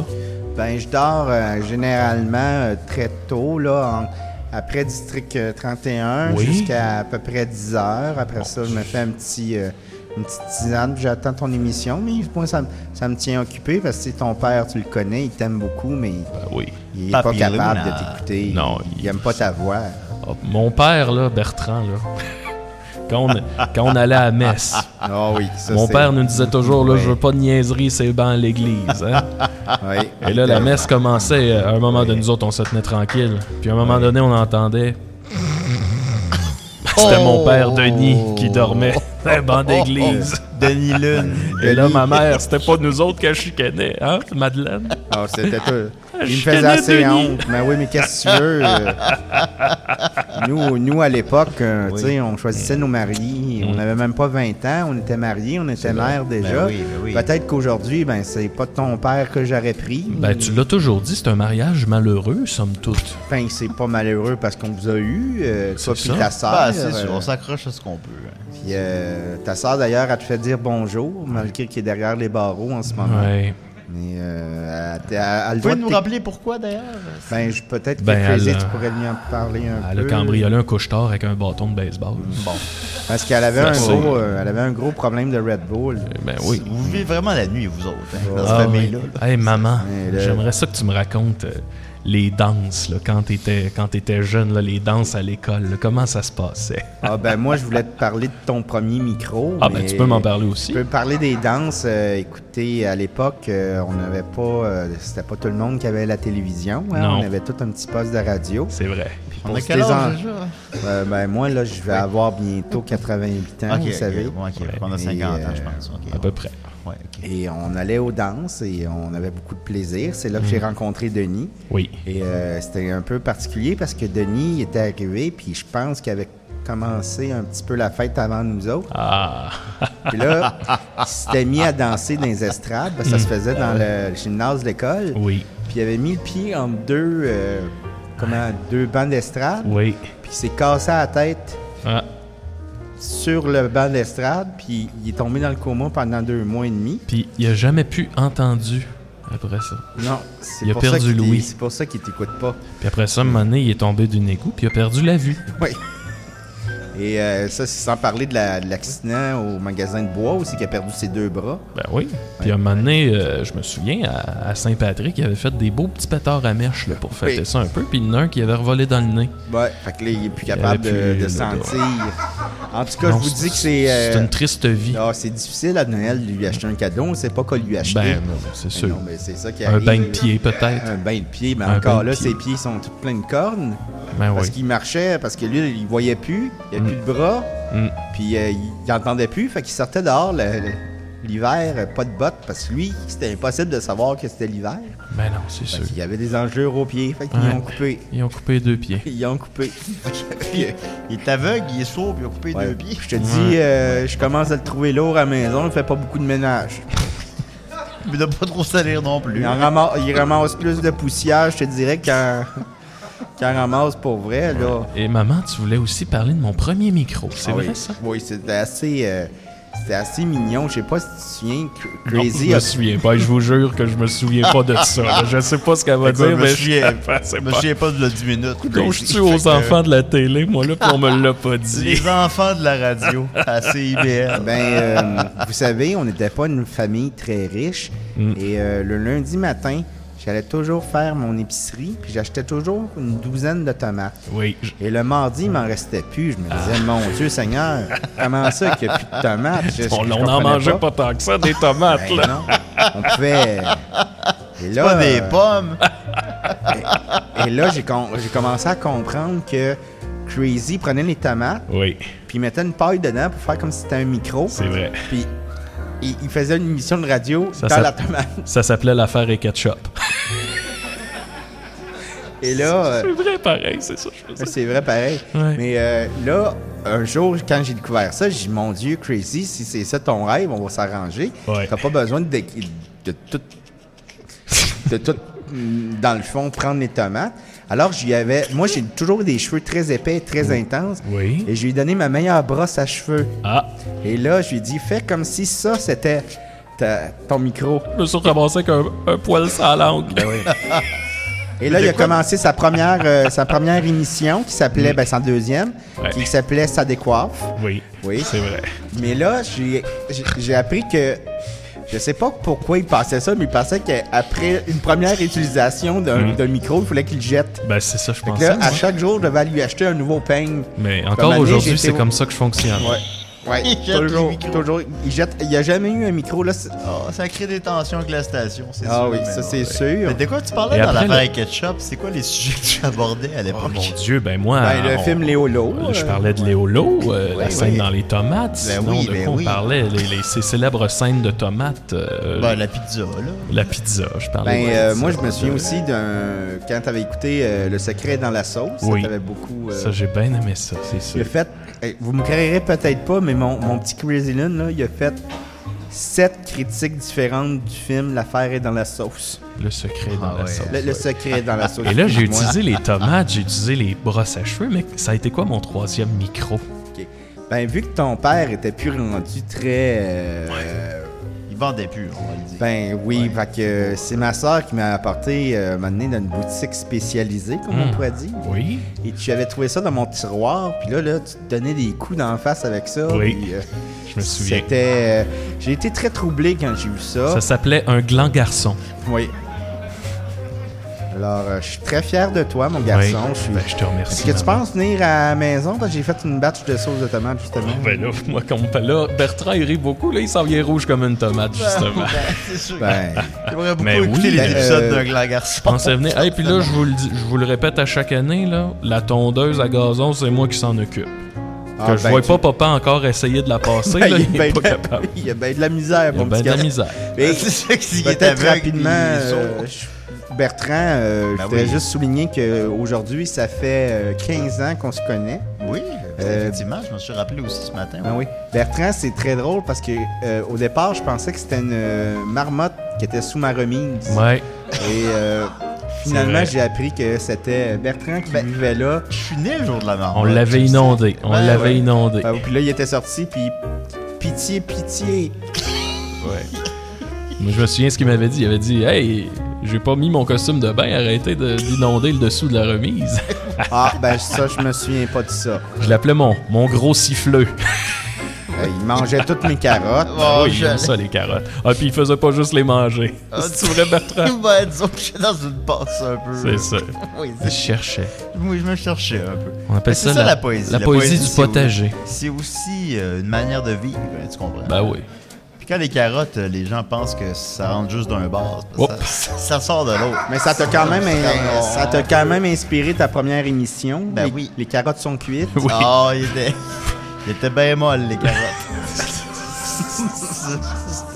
S7: Ben, je dors euh, généralement euh, très tôt, là, en- après District euh, 31,
S4: Oui.
S7: jusqu'à à peu près 10 heures. Après ça, je me fais un petit, euh, une petite tisane, puis j'attends ton émission. Mais moi, ça, me- ça me tient occupé parce que tu sais, ton père, tu le connais, il t'aime beaucoup, mais
S4: Ben oui.
S7: il est
S3: Papy
S7: pas capable
S3: Luna.
S7: de t'écouter.
S4: Non,
S7: il
S4: il-
S7: aime pas ta voix.
S4: Ah, Ah, mon père, là, Bertrand, là, quand on, quand on allait à Metz,
S5: Ah oui, ça
S4: mon
S5: c'est-
S4: père nous disait toujours, là,
S5: Ouais.
S4: je veux pas de niaiserie, c'est ben à l'église. hein.
S5: Oui.
S4: Et là, la messe commençait. euh, À un moment donné, nous autres, on se tenait tranquille. Puis à un moment donné, on entendait.
S3: Oh.
S4: C'était mon père, Denis, qui dormait dans un banc d'église.
S3: oh. Denis Lune.
S4: Et là, ma mère, c'était pas nous autres qu'elle chicanait, hein, Madeleine?
S5: Ah, c'était tout. Il me
S4: Je
S5: faisait
S4: connais
S5: assez
S4: Denis.
S5: honte. Mais oui, mais qu'est-ce que tu veux? euh, Nous, nous à l'époque, euh, tu sais, on choisissait nos maris.
S4: Mm.
S5: On n'avait même pas 20 ans. On était mariés, on était mères déjà.
S3: oui, ben oui.
S5: Peut-être qu'aujourd'hui, ben, c'est pas ton père que j'aurais pris.
S4: Ben, tu l'as toujours dit, c'est un mariage malheureux, somme toute.
S5: Enfin, c'est pas malheureux parce qu'on vous a eu, euh, toi
S4: C'est
S5: puis
S4: ça.
S5: ta sœur.
S3: Ah, c'est sûr,
S5: euh,
S3: on s'accroche à ce qu'on peut. hein.
S5: puis, euh, ta sœur, d'ailleurs, elle te fait dire bonjour, malgré qu'il est derrière les barreaux en ce moment.
S4: Ouais.
S5: Mais euh, elle, elle- elle
S3: Vous
S5: doit
S3: pouvez nous
S5: t'éc-
S3: rappeler pourquoi d'ailleurs
S5: Ben, je- peut-être que
S4: Ben,
S5: Crazy,
S4: elle,
S5: tu pourrais lui en parler un
S4: Elle
S5: peu.
S4: a cambriolé un couche-tard avec un bâton de baseball. Bon.
S5: Parce qu'elle avait, un
S4: Merci.
S5: gros, euh, elle avait un gros problème de Red Bull.
S4: Ben oui.
S3: Vous vivez vraiment la nuit, vous autres, hein, dans
S4: Ah,
S3: cette famille-là.
S4: oui. Hey, maman,
S5: Mais là-
S4: j'aimerais ça que tu me racontes euh, les danses là, quand t'étais quand t'étais jeune, là, les danses à l'école. là, comment ça se passait?
S5: Ah ben moi, je voulais te parler de ton premier micro.
S4: Ah ben
S5: mais
S4: tu peux m'en parler aussi.
S5: Je peux parler des danses. Euh, écoutez, à l'époque, euh, on n'avait pas... euh, C'était pas tout le monde qui avait la télévision. hein.
S4: Non.
S5: On avait tout un petit poste de radio.
S4: C'est vrai.
S3: On
S5: Pour
S3: a quel
S5: tes en-
S3: âge déjà
S7: hein,
S5: Euh, ben moi, là, je vais avoir bientôt 88 ans,
S3: Ok,
S5: vous
S3: ok,
S5: savez.
S3: bon, ok,
S4: Ouais.
S3: on a
S5: Et,
S3: 50 ans,
S5: euh,
S3: je pense. ok.
S4: À peu près.
S3: Ouais, ok.
S5: Et on allait aux danses et on avait beaucoup de plaisir. C'est là que
S4: Mhm.
S5: j'ai rencontré Denis.
S4: Oui.
S5: Et euh, c'était un peu particulier parce que Denis était arrivé, puis je pense qu'il avait commencé un petit peu la fête avant nous autres.
S4: Ah.
S5: Puis là, il s'était mis à danser dans les estrades, parce que ça se faisait dans le gymnase de l'école.
S4: Mm. Oui.
S5: Puis il avait mis le pied entre deux, euh, comment, deux bancs d'estrade,
S4: Oui.
S5: puis il s'est cassé la tête
S4: Ah.
S5: sur le banc d'estrade, puis il est tombé dans le coma pendant deux mois et demi.
S4: Puis il a jamais plus entendu après ça.
S5: Non, c'est
S4: Il a
S5: pour, ça
S4: perdu
S5: qu'il
S4: l'ouïe.
S5: t'é- c'est pour ça qu'il t'écoute pas.
S4: Puis après ça, un moment donné, il est tombé d'une égout puis il a perdu la vue.
S5: Oui. Et euh, ça, c'est sans parler de la- de l'accident au magasin de bois aussi qui a perdu ses deux bras.
S4: Ben oui. Puis à un moment donné, euh, je me souviens, à, à Saint-Patrick, il avait fait des beaux petits pétards à mèche là, pour fêter
S5: Oui.
S4: ça un peu. Puis il y en a un qui avait revolé dans le nez.
S5: Ouais. Fait que là, il est plus
S4: avait
S5: capable de,
S4: plus
S5: de
S4: le
S5: sentir. En tout cas,
S4: Non,
S5: je vous
S4: c'est-
S5: dis que c'est. euh,
S4: C'est une triste vie.
S5: ah, c'est difficile à Noël de lui acheter un cadeau. On sait pas quoi lui acheter.
S4: Ben, non, c'est
S5: Mais
S4: sûr.
S5: non, mais c'est ça qui
S4: Un
S5: arrive.
S4: bain de pied, peut-être.
S5: Un bain de pied. Mais
S4: Un
S5: encore
S4: bain de
S5: là,
S4: pied.
S5: ses pieds sont tout pleins de cornes.
S4: Ben
S5: euh, Parce
S4: oui.
S5: qu'il marchait, parce que lui, il voyait plus. Il n'y avait plus de bras.
S4: Mm.
S5: Puis euh, il n'entendait plus, fait qu'il sortait dehors le- le- l'hiver, euh, pas de bottes, parce que lui, c'était impossible de savoir que c'était l'hiver.
S4: Ben non, c'est sûr.
S5: Il y avait des enjeux aux pieds, fait qu'ils
S4: Ouais.
S5: ont coupé.
S4: Ils ont coupé les deux pieds.
S5: Ils ont coupé. Puis, euh,
S3: Il est aveugle, il est sourd, puis il a coupé
S5: ouais.
S3: deux pieds.
S5: Je te dis, euh, je commence à le trouver lourd à la maison, il fait pas beaucoup de ménage.
S3: Mais il n'a pas trop salir non plus.
S5: Il, en ramasse, il ramasse plus de poussière, je te dirais, qu'en qu'en ramasse pour vrai, là.
S4: Et maman, tu voulais aussi parler de mon premier micro, c'est
S5: Ah
S4: vrai
S5: oui.
S4: ça?
S5: Oui, c'était assez, euh, c'était assez mignon. Je sais pas si tu te souviens, Cr-
S4: Non,
S5: Crazy
S4: je
S5: a
S4: me souviens pas, je vous jure que je me souviens pas de ça. là. Je sais pas ce qu'elle va
S3: Fait que moi,
S4: dire,
S3: je me
S4: mais
S3: souviens-
S4: c'est
S3: Je me
S4: pas-
S3: souviens pas de la 10 minutes.
S4: Donc, je tue aux enfants de la télé, moi là, puis on me l'a pas dit.
S3: euh, Les enfants de la radio à CIBL.
S5: Ben, euh, vous savez, on n'était pas une famille très riche.
S4: Mm.
S5: Et euh, le lundi matin, j'allais toujours faire mon épicerie, puis j'achetais toujours une douzaine de tomates.
S4: Oui, je-
S5: Et le mardi, il m'en restait plus. Je me
S4: Ah.
S5: disais, mon Dieu Seigneur, comment ça qu'il n'y a plus de tomates? Je- je-
S4: on
S5: je
S4: n'en
S5: comprenais
S4: mangeait pas. tant que ça, des tomates,
S5: Ben
S4: là.
S5: non, on pouvait... Et là,
S3: pas des
S5: euh,
S3: pommes.
S5: et là j'ai con- j'ai commencé à comprendre que Crazy prenait les tomates,
S4: Oui,
S5: puis il mettait une paille dedans pour faire comme si c'était un micro.
S4: c'est vrai.
S5: Puis il, il faisait une émission de radio
S4: Ça,
S5: dans
S4: ça-
S5: la tomate.
S4: Ça s'appelait l'affaire et ketchup.
S5: Et là, euh,
S4: C'est vrai, pareil, c'est ça que je faisais.
S5: c'est vrai pareil.
S4: Ouais.
S5: Mais euh, là, un jour, quand j'ai découvert ça, j'ai dit Mon Dieu, Crazy, si c'est ça ton rêve, on va s'arranger.
S4: Ouais.
S5: T'as pas besoin de, de, de tout. de tout, mm, dans le fond, prendre les tomates. Alors, j'y avais. Moi, j'ai toujours des cheveux très épais, très intenses.
S4: Oui.
S5: Et je lui ai donné ma meilleure brosse à cheveux.
S4: Ah,
S5: Et là, je lui ai dit Fais comme si ça, c'était ta- ton micro.
S4: je me suis ramassé avec un, un poil sans langue.
S5: Ben Et là, il a commencé sa première, euh, sa première émission qui s'appelait, ben, sa deuxième,
S4: Mm. Ouais.
S5: qui s'appelait Ça décoiffe.
S4: Oui,
S5: Oui.
S4: c'est vrai.
S5: Mais là, j'ai j'ai- j'ai appris que Je sais pas pourquoi il pensait ça, mais il pensait qu'après une première utilisation d'un d'un micro, il fallait qu'il le jette.
S4: Ben, c'est Mhm. ça, je
S5: Fait que
S4: pensais.
S5: là, à
S4: moi.
S5: chaque jour, je devais lui acheter un nouveau peigne.
S4: Mais
S5: un moment
S4: encore
S5: donné,
S4: aujourd'hui,
S5: j'étais
S4: c'est
S5: au-
S4: comme ça que je fonctionne.
S5: Ouais. Ouais,
S3: Il jette les
S5: toujours,
S3: micros.
S5: toujours. Il jette. Il y a jamais eu un micro là. c'est-
S3: Ah, ça crée des tensions avec la station, c'est
S5: Ah
S3: sûr,
S5: oui,
S3: mais
S5: ça
S3: ouais.
S5: c'est sûr.
S3: Mais de quoi tu parlais
S4: Et
S3: dans
S4: après,
S3: l'affaire
S4: le-
S3: avec Ketchup? C'est quoi les sujets que tu abordais à
S4: Oh
S3: l'époque?
S4: mon dieu, ben moi.
S5: Ben, le
S4: on-
S5: film euh, Léolo.
S4: Là, je parlais de Léolo, euh, la
S3: Oui,
S4: scène
S3: oui.
S4: dans les tomates.
S3: Ben
S4: sinon,
S3: oui,
S4: de
S3: ben
S4: quoi on
S3: oui.
S4: parlait les, les- Ces célèbres scènes de tomates. euh,
S3: Ben, la pizza, là.
S4: La pizza, je parlais.
S5: Ben,
S4: de la
S5: euh,
S4: pizza,
S5: moi, je me souviens
S4: de-
S5: aussi d'un. Quand t'avais écouté euh, Le secret dans la sauce,
S4: Oui.
S5: ça t'avait beaucoup. euh,
S4: Ça, j'ai bien aimé ça, c'est
S5: il
S4: sûr.
S5: a fait. eh, Vous me créerez peut-être pas, mais mon, mon petit Crazy Lynn, là, il a fait sept critiques différentes du film L'affaire est dans la sauce.
S4: Le secret dans
S3: Ah
S4: la
S3: ouais.
S4: sauce.
S5: Le, le secret est dans la sauce.
S4: Et là, j'ai
S5: Excuse-moi.
S4: utilisé les tomates, j'ai utilisé les brosses à cheveux, mais ça a été quoi mon troisième micro?
S5: Ok. Ben, vu que ton père était plus rendu très. euh,
S3: Il vendait plus, on va le dire.
S5: Ben oui,
S3: Ouais.
S5: fait que c'est ma soeur qui m'a apporté, euh, m'a amené dans une boutique spécialisée, comme on
S4: Hmm.
S5: pourrait dire.
S4: Oui.
S5: Et tu avais trouvé ça dans mon tiroir, puis là, là, tu te donnais des coups d'en face avec ça.
S4: Oui,
S5: puis, euh,
S4: Je me souviens.
S5: C'était. euh, j'ai été très troublé quand j'ai vu ça.
S4: Ça s'appelait un gland garçon.
S5: Oui. Alors, euh, je suis très fier de toi, mon garçon.
S4: Oui.
S5: Je suis-
S4: Ben, je te remercie.
S5: Est-ce que tu
S4: maman.
S5: penses venir à la maison? Parce que j'ai fait une batch de sauce de tomate, justement.
S4: Ben là, moi, comme là, Bertrand, il rit beaucoup, là, il s'en vient rouge comme une tomate, justement.
S3: c'est sûr.
S5: Ben,
S3: J'aimerais beaucoup
S4: Mais
S3: écouter
S4: oui,
S3: les
S5: ben,
S3: épisodes
S5: euh,
S3: d'un gland garçon.
S4: pensais venir. Et puis là, je vous, le dis- je vous le répète à chaque année, là, la tondeuse à gazon, c'est moi qui s'en occupe.
S5: ah,
S4: que je
S5: ben,
S4: vois
S5: tu-
S4: pas papa encore essayer de la passer,
S5: ben,
S4: là, il
S5: il y a
S4: est
S5: ben
S4: pas
S5: de la-
S4: capable.
S5: il y a ben de la misère,
S4: Il a
S5: mon
S4: ben
S5: petit
S4: de la
S5: garçon.
S4: misère.
S5: Mais-
S3: C'est sûr que s'il est
S5: Peut-être
S3: aveugle,
S5: rapidement,
S3: il est sourd.
S5: euh, je- Bertrand, euh,
S3: Ben
S5: je voudrais
S3: oui.
S5: juste souligner qu'aujourd'hui, ça fait euh, 15 ans qu'on se connaît.
S3: Oui,
S5: Euh,
S3: effectivement, je m'en suis rappelé aussi ce matin.
S5: Ben oui. Bertrand, c'est très drôle parce que euh, au départ, je pensais que c'était une euh, marmotte qui était sous ma remise.
S4: Ouais.
S5: Et euh,
S4: C'est
S5: finalement,
S4: vrai.
S5: j'ai appris que c'était Bertrand
S3: Ben.
S5: qui vivait là.
S3: Je suis né le jour de la mort.
S4: On l'avait inondé. On
S3: Ben
S4: l'avait
S3: ouais.
S4: inondé.
S5: Ben oui, puis là, il était sorti, puis pitié, pitié.
S4: Ouais. Moi, je me souviens ce qu'il m'avait dit. Il avait dit Hey, j'ai pas mis mon costume de bain, arrêtez de- d'inonder le dessous de la remise.
S5: Ah, ben ça, je me souviens pas de ça.
S4: Je l'appelais mon, mon gros siffleux.
S5: Euh, il mangeait toutes mes carottes.
S3: Oh,
S4: oui, il aime ça, les carottes. Ah, puis il faisait pas juste les manger.
S3: Ah,
S4: C'est vrai, Bertrand.
S3: Ben, disons que je suis dans une passe un peu.
S4: C'est ça.
S3: Oui,
S4: Je
S3: c'est-
S4: cherchais.
S3: moi, je me cherchais un peu.
S4: On appelle
S3: Mais c'est
S4: ça,
S3: ça, la poésie.
S4: La,
S3: La
S4: poésie,
S3: poésie,
S4: du
S3: c'est où-
S4: potager.
S3: C'est aussi euh, une manière de vivre, hein, tu comprends?
S4: Ben oui.
S3: Puis quand les carottes, euh, les gens pensent que ça rentre juste d'un bar.
S4: Oh.
S3: Ça, ça- ça sort de l'autre.
S5: Mais ça t'a quand même,
S3: C'est
S5: euh,
S3: comme-
S5: ça t'a quand même inspiré ta première émission.
S3: Ah, Ben
S5: les,
S3: oui.
S5: les carottes sont cuites.
S4: Oui.
S3: Ah, il était, il était bien molle, les carottes.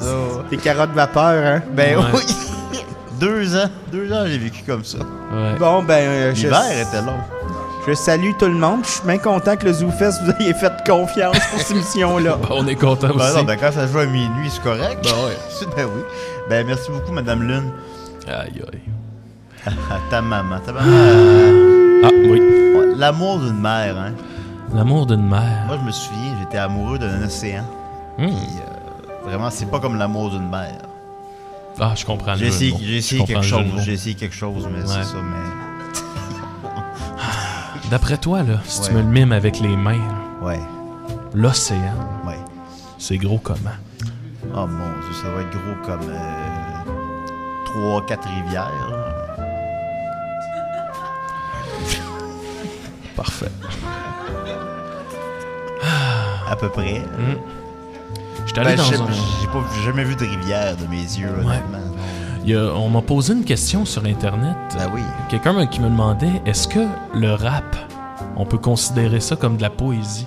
S3: Oh.
S5: Les carottes vapeur, hein.
S3: Ben
S4: Ouais.
S3: oui! Deux ans, deux ans, j'ai vécu comme ça.
S4: Ouais.
S5: Bon, ben, euh, je,
S3: L'hiver était long.
S5: je salue tout le monde. Je suis bien content que le ZooFest vous ayez fait confiance pour cette émission-là.
S4: Ben, on est content aussi.
S3: Ben non, ben quand ça joue à minuit, c'est correct.
S4: Ben ouais.
S3: Ben oui. Ben merci beaucoup, Madame Lune.
S4: Aïe, aïe.
S3: À ta maman. Ta maman. euh,
S4: Ah, oui.
S3: ouais, L'amour d'une mère, hein.
S4: L'amour d'une mère.
S3: Moi, je me souviens, j'étais amoureux d'un océan.
S4: Hmm.
S3: Puis, euh, vraiment, c'est pas comme l'amour d'une mère.
S4: Ah, je comprends le
S3: J'ai
S4: jeu de
S3: essayé,
S4: mots.
S3: j'ai
S4: Je
S3: essayé
S4: comprends
S3: quelque
S4: le jeu de
S3: chose.
S4: mots.
S3: J'ai essayé quelque chose, mais
S4: Ouais.
S3: c'est ça. Mais
S4: D'après toi, là, si tu
S3: Ouais.
S4: me le mimes avec les mains, là,
S3: ouais,
S4: l'océan,
S3: ouais.
S4: c'est gros comment?
S3: Oh mon dieu, ça va être gros comme euh, trois, quatre rivières. là.
S4: Parfait.
S3: à peu près.
S4: J'étais allé
S3: Ben,
S4: dans
S3: j'ai
S4: un...
S3: j'ai pas j'ai jamais vu de rivière de mes yeux, honnêtement.
S4: Il y a- on m'a posé une question sur Internet. euh,
S3: Ben oui.
S4: Quelqu'un me- qui me demandait est-ce que le rap, on peut considérer ça comme de la poésie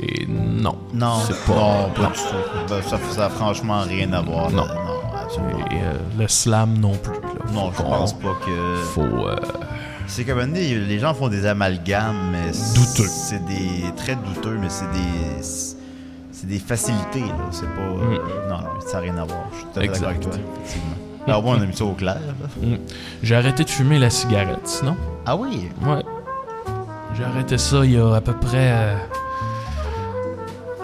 S4: Et non.
S3: Non,
S4: C'est pas.
S3: non, pas du tout. Ben, ça, ça a franchement rien à voir. là. non absolument.
S4: Et euh, le slam non plus. là. Faut
S3: Non, je
S4: qu'on-
S3: pense pas que.
S4: Faut. euh,
S3: C'est comme un moment donné, les gens font des amalgames, mais c-
S4: Douteux.
S3: C'est des très douteux, mais c'est des c'est des facilités. là. C'est pas euh, non, non, ça n'a rien à voir. Je suis tout à fait
S4: Mm. Exact.
S3: d'accord avec toi. Effectivement. Alors moi, on a mis ça au clair. là.
S4: J'ai arrêté de fumer la cigarette, sinon.
S3: Ah oui.
S4: Ouais. J'ai arrêté ça il y a à peu près. euh,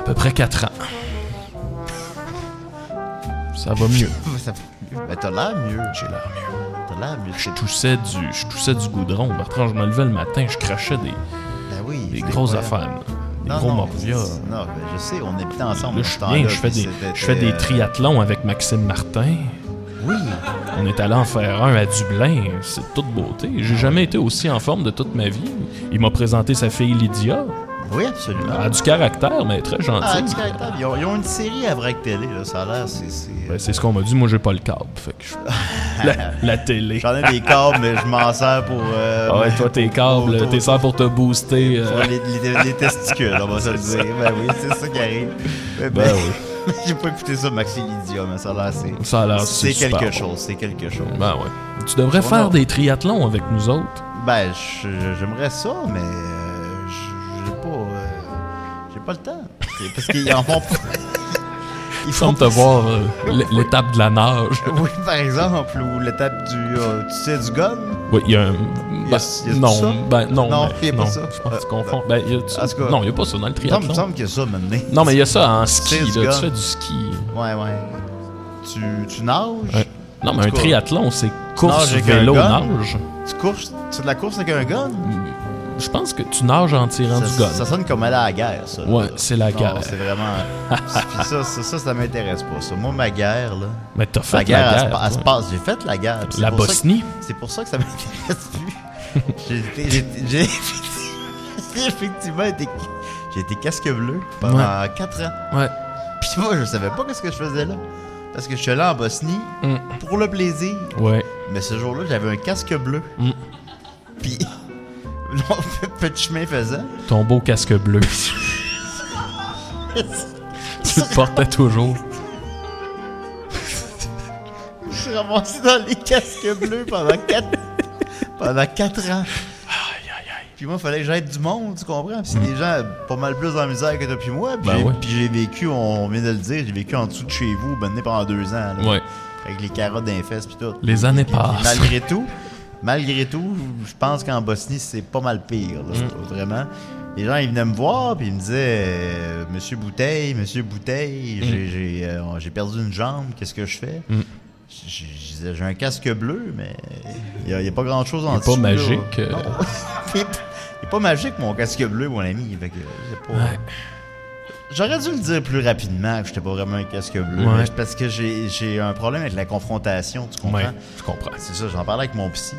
S4: à peu près 4 ans. Ça va mieux.
S3: Ça- Ben, t'as l'air mieux.
S4: J'ai l'air mieux.
S3: T'as l'air mieux.
S4: Je toussais du, je toussais du goudron. Bertrand, je me levais le matin, je crachais des,
S3: Ben oui.
S4: des
S3: c'est
S4: grosses
S3: incroyable.
S4: affaires. là. Les
S3: Non,
S4: gros
S3: non,
S4: morvia.
S3: c'est- Non, mais je sais, on habitait ensemble.
S4: Là, je
S3: dans ce
S4: suis
S3: temps-là,
S4: bien, je fais,
S3: puis
S4: des,
S3: c'était,
S4: je fais des
S3: euh,
S4: triathlons avec Maxime Martin.
S3: Oui.
S4: On est allé en faire un à Dublin. C'est de toute beauté. J'ai jamais été aussi en forme de toute ma vie. Il m'a présenté sa fille Lydia.
S3: Oui, absolument.
S4: Elle a du caractère, mais très gentille.
S3: Ah, du caractère. Ils ont, ils ont une série à Vrac Télé, là. Ça a l'air, c'est. c'est-
S4: Ben, c'est ce qu'on m'a dit. Moi, j'ai pas le câble. Fait que je- la, la télé.
S3: J'en ai des câbles, mais je m'en sers pour. euh,
S4: Ah ouais, toi, tes câbles,
S3: Pour-
S4: t'es ça pour te booster. euh,
S3: pour les, les- les testicules, on va se le dire. Ben oui, c'est ça qui arrive. Ben, oui. J'ai pas écouté ça, Maxi Lydia, mais ça a l'air, c'est.
S4: Ça a l'air
S3: C'est
S4: super
S3: quelque
S4: bon.
S3: chose, c'est quelque chose.
S4: Ben ouais. Tu devrais faire des triathlons avec nous autres.
S3: Ben, je- je- j'aimerais ça, mais euh, je- j'ai pas, euh, j'ai pas le temps. C'est Parce qu'ils en font pas. Ils
S4: Il semble te
S3: pas ça.
S4: voir euh, l- l'étape de la nage.
S3: Oui, par exemple, ou l'étape du, euh, tu sais, du gun.
S4: Oui, il y a un.
S3: Il y a-
S4: ben,
S3: il y a
S4: non,
S3: ça?
S4: ben non.
S3: Non,
S4: mais-
S3: il y a pas
S4: non,
S3: ça.
S4: Je pense que tu
S3: Euh,
S4: confonds. Ben, il y a
S3: en
S4: ça.
S3: tout cas,
S4: non, il n'y a pas ça dans le
S3: Il me semble- il
S4: triathlon.
S3: me semble qu'il y a ça, maintenant.
S4: Non, mais il y a ça en ski.
S3: C'est du
S4: Là,
S3: gun.
S4: tu fais du ski.
S3: Ouais, ouais. Tu, tu nages,
S4: Ouais. Non, mais
S3: En
S4: un
S3: tout cas,
S4: triathlon, c'est course,
S3: nage avec un
S4: vélo,
S3: gun.
S4: nage.
S3: tu courses, tu fais de la course avec un gun.
S4: Je pense que tu nages en tirant
S3: Ça,
S4: du gun.
S3: ça sonne comme aller à la guerre, ça. là.
S4: Ouais, c'est la
S3: Non,
S4: guerre.
S3: C'est vraiment. Puis ça, ça, ça, ça m'intéresse pas. Ça. Moi, ma guerre, là.
S4: mais t'as fait
S3: la guerre, elle se pa- elle, se
S4: toi.
S3: passe. J'ai fait la guerre. puis c'est
S4: La
S3: pour ça que-
S4: Bosnie.
S3: C'est pour ça que ça m'intéresse plus. J'ai été- j'ai été- J'ai j'ai effectivement été. J'ai été casque bleu pendant 4 ans.
S4: Ouais.
S3: Puis moi, je savais pas ce que je faisais là. Parce que je suis allé en Bosnie
S4: Mm.
S3: pour le plaisir.
S4: Ouais.
S3: Mais ce jour-là, j'avais un casque bleu.
S4: Mm.
S3: Puis. Non, petit chemin faisant.
S4: Ton beau casque bleu. tu le portais toujours.
S3: Je suis ramassé dans les casques bleus pendant 4 pendant quatre ans. Puis moi, il fallait que j'aide du monde, tu comprends? Puis c'est des gens pas mal plus en misère que toi puis moi. Puis
S4: Mm. Ben
S3: j'ai-
S4: ouais.
S3: puis j'ai vécu, on vient de le dire, j'ai vécu en dessous de chez vous, ben pendant deux ans. là.
S4: Ouais.
S3: Avec les carottes d'un fesses puis tout.
S4: Les années
S3: Puis
S4: passent.
S3: malgré tout, malgré tout, je pense qu'en Bosnie, c'est pas mal pire, là,
S4: Mm.
S3: vraiment. Les gens, ils venaient me voir, puis ils me disaient euh, Monsieur Bouteille, Monsieur Bouteille,
S4: Mm.
S3: j'ai- j'ai euh, j'ai perdu une jambe, qu'est-ce que je fais Je- je- je disais, J'ai un casque bleu, mais il n'y a, pas grand-chose en
S4: Il est pas
S3: dessous, là.
S4: magique, euh.
S3: Non. il est pas- il est pas magique, mon casque bleu, mon ami. Fait que, c'est pas-
S4: Ouais.
S3: J'aurais dû le dire plus rapidement que j'étais pas vraiment un casque bleu,
S4: Ouais.
S3: mais c'est parce que j'ai j'ai un problème avec la confrontation, tu comprends
S4: Ouais, je comprends.
S3: Ah, c'est ça, j'en parlais avec mon psy.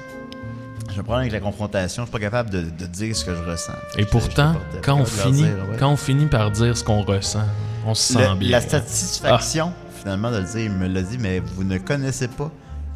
S3: J'ai un problème avec la confrontation, je suis pas capable de, de dire ce que je ressens.
S4: Et
S3: Je- je
S4: pourtant,
S3: suis pas capable
S4: quand on,
S3: de leur
S4: finit,
S3: dire, ouais.
S4: quand on finit par dire ce qu'on ressent, on se sent
S3: Le-
S4: bien. hein.
S3: la satisfaction, finalement, de le dire, il me l'a dit, mais vous ne connaissez pas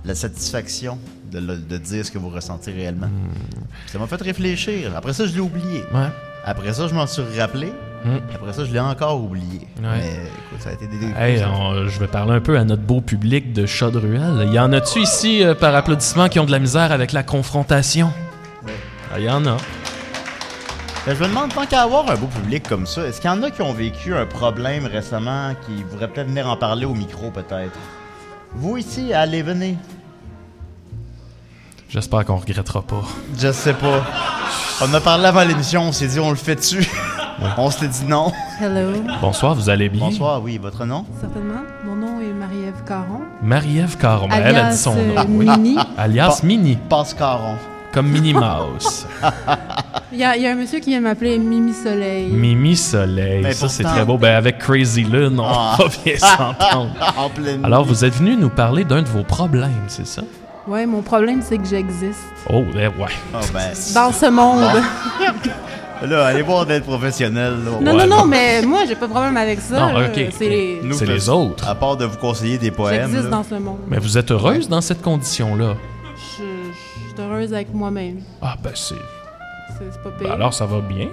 S3: la satisfaction de, le- de dire ce que vous ressentez réellement.
S4: Hmm.
S3: Ça m'a fait réfléchir. Après ça, je l'ai oublié.
S4: Ouais.
S3: Après ça, je m'en suis rappelé.
S4: Mm.
S3: Après ça, je l'ai encore oublié. Mais écoute, ça a été des des-
S4: Hey, on- je vais parler un peu à notre beau public de Chaudruel. Il y en a-tu ici, euh, par applaudissement, qui ont de la misère avec la confrontation? Ah, Il y en a.
S3: Ben, je me demande, tant qu'à avoir un beau public comme ça, est-ce qu'il y en a qui ont vécu un problème récemment qui voudraient peut-être venir en parler au micro, peut-être? Vous ici, allez, venez.
S4: J'espère qu'on regrettera pas.
S3: Je sais pas. On a parlé avant l'émission, on s'est dit on le fait dessus. On s'était dit non.
S8: Hello,
S4: Bonsoir, vous allez bien?
S3: Bonsoir, oui, votre nom?
S8: certainement. Mon nom est Marie-Ève Caron.
S4: Marie-Ève Caron. Ben, Elle a dit son nom.
S8: euh, Mini.
S4: Alias Mini,
S3: Pascaron.
S4: comme Minnie Mouse.
S8: Il y, a- il y a un monsieur qui vient m'appeler Mimi Soleil.
S4: Mimi Soleil,
S3: Mais
S4: ça c'est
S3: pourtant-
S4: très beau. Ben avec Crazy Lune, on
S3: Ah.
S4: va bien s'entendre.
S3: En pleine
S4: Alors vous êtes venu nous parler d'un de vos problèmes, c'est ça?
S8: Ouais, mon problème, c'est que j'existe
S4: Oh, ben ouais.
S3: Ah, ben,
S8: dans ce monde.
S3: là, allez voir d'être professionnel. là.
S8: Non,
S4: Ouais.
S8: non, non, mais moi, j'ai pas de problème avec ça.
S4: Non,
S8: là.
S4: ok.
S8: C'est les-
S3: Nous,
S4: C'est
S3: fait-
S4: les autres.
S3: À part de vous conseiller des poèmes.
S8: J'existe
S3: là.
S8: dans ce monde.
S4: Mais vous êtes heureuse dans cette condition-là?
S8: Je, je suis heureuse avec moi-même.
S4: Ah ben c'est...
S8: C'est c'est pas
S4: ben
S8: pire.
S4: alors ça va bien.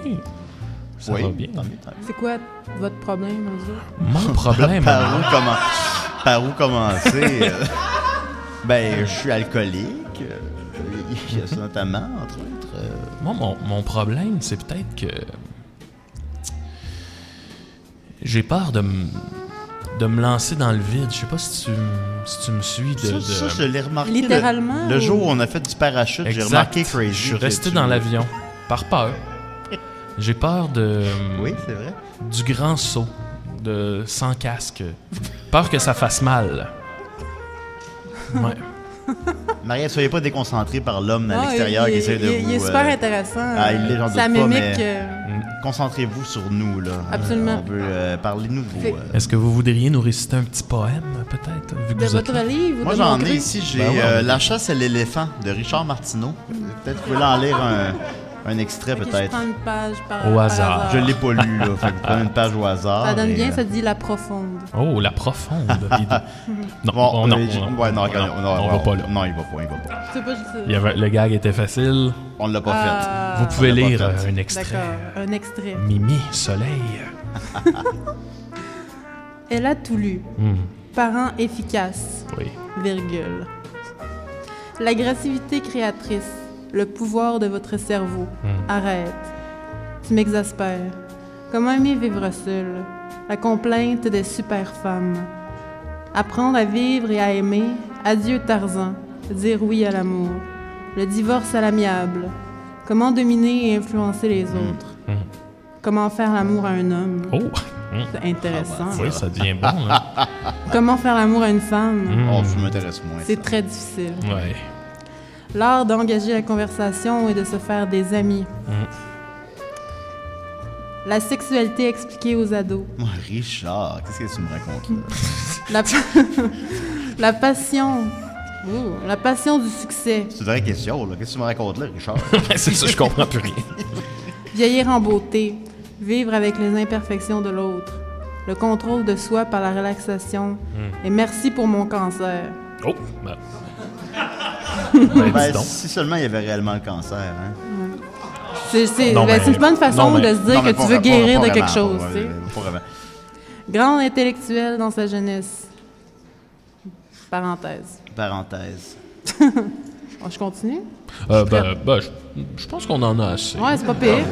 S4: Ça
S3: Oui,
S4: va bien.
S3: tant mieux, tant mieux.
S8: C'est quoi votre problème, eux autres?
S4: Mon problème, hein.
S3: Par où, commen- par où commencer? euh, ben, je suis alcoolique, euh, il y a ça notamment, entre autres. euh,
S4: moi, mon, mon problème, c'est peut-être que... J'ai peur de me... De me lancer dans le vide. Je sais pas si tu, m- si tu me suis. De, de-
S3: Ça, ça, je l'ai remarqué. le-
S8: Littéralement,
S3: Le,
S8: ou-
S3: jour où on a fait du parachute, j'ai
S4: Exact.
S3: remarqué Crazy.
S4: Je suis
S3: que
S4: resté
S3: tu-
S4: dans l'avion. Par peur. J'ai peur de.
S3: Oui, c'est vrai.
S4: Du grand saut. De sans casque. Peur que ça fasse mal. Ouais.
S3: Maria, soyez pas déconcentrée par l'homme à
S8: Ah,
S3: l'extérieur
S8: il-
S3: qui essaie de
S8: il-
S3: vous.
S8: Il est super
S3: euh,
S8: intéressant.
S3: ah, il est, j'en
S8: Ça
S3: doute pas,
S8: mimique.
S3: mais-
S8: euh,
S3: concentrez-vous sur nous, là.
S8: Absolument.
S3: On veut euh, parler nous de vous.
S8: Fait-
S3: euh,
S4: Est-ce que vous voudriez nous réciter un petit poème, peut-être, vu que
S8: De
S4: vous êtes
S8: votre
S4: là?
S8: livre ou
S3: Moi,
S8: de
S3: j'en
S8: mon
S3: ai
S8: cru?
S3: ici. J'ai
S4: Ben ouais.
S3: euh, La chasse à l'éléphant de Richard Martineau. Peut-être que vous voulez en lire un, un extrait,
S8: Ok, Je
S3: peut-être.
S8: prends une page par
S4: Au
S8: par
S4: hasard.
S3: Je l'ai pas lu, là. Fait que vous prenez une page au hasard.
S4: Ah,
S8: Ça donne
S3: et,
S8: bien,
S3: euh,
S8: ça dit la profonde.
S4: Oh, la profonde. idée. non,
S3: Bon,
S4: on- non,
S3: euh, j-
S4: on-
S3: ouais, non, regardez,
S4: on-
S3: on,
S4: on va pas là.
S3: Non, il va pas, il va pas.
S8: Je sais pas, je sais-
S4: Il y avait- le gag était facile.
S3: On l'a pas
S8: Ah,
S4: vous pouvez
S3: on l'a pas
S4: lire
S3: fait.
S4: euh, un extrait.
S8: D'accord, un extrait.
S4: Mimi, soleil.
S8: Elle a tout lu.
S4: Hmm,
S8: Parent efficace,
S4: oui.
S8: virgule. L'agressivité créatrice, le pouvoir de votre cerveau.
S4: Hmm.
S8: Arrête. Tu m'exaspères. Comment aimer vivre seul? La complainte des super femmes. Apprendre à vivre et à aimer. Adieu Tarzan. Dire oui à l'amour. Le divorce à l'amiable. Comment dominer et influencer les autres.
S4: Mm.
S8: Comment faire l'amour à un homme.
S4: Oh, hmm,
S8: C'est intéressant.
S4: oui, ça devient bon, là.
S8: Comment faire l'amour à une femme.
S4: Hmm,
S3: Oh, je m'intéresse moins.
S8: C'est
S3: ça.
S8: très difficile.
S4: ouais.
S8: L'art d'engager la conversation et de se faire des amis.
S3: Mm.
S8: La sexualité expliquée aux ados.
S3: Moi, Richard, qu'est-ce que tu me racontes, là?
S8: La, pa- la passion. Ouh, la passion du succès.
S3: C'est une vraie question, là. Qu'est-ce que tu me racontes, là, Richard?
S4: C'est ça, je comprends plus rien.
S8: Vieillir en beauté. Vivre avec les imperfections de l'autre. Le contrôle de soi par la relaxation.
S3: Mm.
S8: Et merci pour mon cancer.
S4: Oh, ben. Ben, dis
S3: Ben,
S4: donc.
S3: si seulement il y avait réellement le cancer, hein.
S8: C'est c'est-
S4: Non,
S8: ben,
S4: mais-
S8: c'est une bonne façon
S4: non, mais-
S8: de se dire
S3: Non, mais
S8: que
S3: pas-
S8: tu veux
S3: pas-
S8: guérir
S3: pas
S8: de quelque
S3: vraiment,
S8: chose.
S3: pas-
S8: tu sais.
S3: pas vraiment.
S8: Grand intellectuel dans sa jeunesse. Parenthèse.
S3: Parenthèse.
S8: Bon, je continue?
S4: Euh, ben, ben, je, je pense qu'on en a assez.
S8: Ouais, c'est pas pire.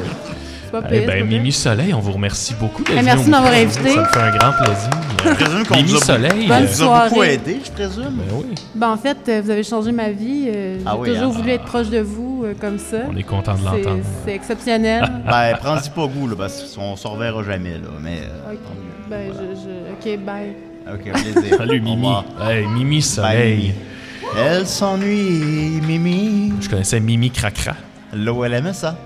S8: C'est pas pire.
S4: Eh
S8: c'est pas
S4: ben,
S8: pire.
S4: Mimi Soleil, on vous remercie beaucoup d'être
S8: Eh,
S4: venu
S8: merci
S4: au
S8: de m'avoir
S4: micro.
S8: invité.
S4: Ça me fait un grand plaisir.
S3: Je présume qu'on
S4: Mimi
S3: vous a-
S4: Soleil.
S8: Bonne
S4: euh,
S3: vous a beaucoup
S8: soirée.
S3: aidé, je présume.
S4: ben oui,
S8: Ben, en fait, euh, vous avez changé ma vie. euh, J'ai
S3: Ah oui,
S8: toujours
S3: hein?
S8: voulu être proche de vous euh, comme ça.
S4: on est content de
S8: C'est-
S4: l'entendre.
S8: C'est exceptionnel.
S4: ah,
S3: Ben, prends-y pas goût, là, parce qu'on s'en reverra jamais, là. Mais. euh,
S8: Ok, ben, je- je- ok, bye.
S3: OK, plaisir.
S4: Salut
S3: Au
S4: Mimi.
S3: revoir.
S4: Hey, Mimi
S3: Bye,
S4: Soleil.
S3: Mimi. Elle s'ennuie, Mimi.
S4: Je connaissais Mimi Cracra.
S3: L'eau, elle aimait ça.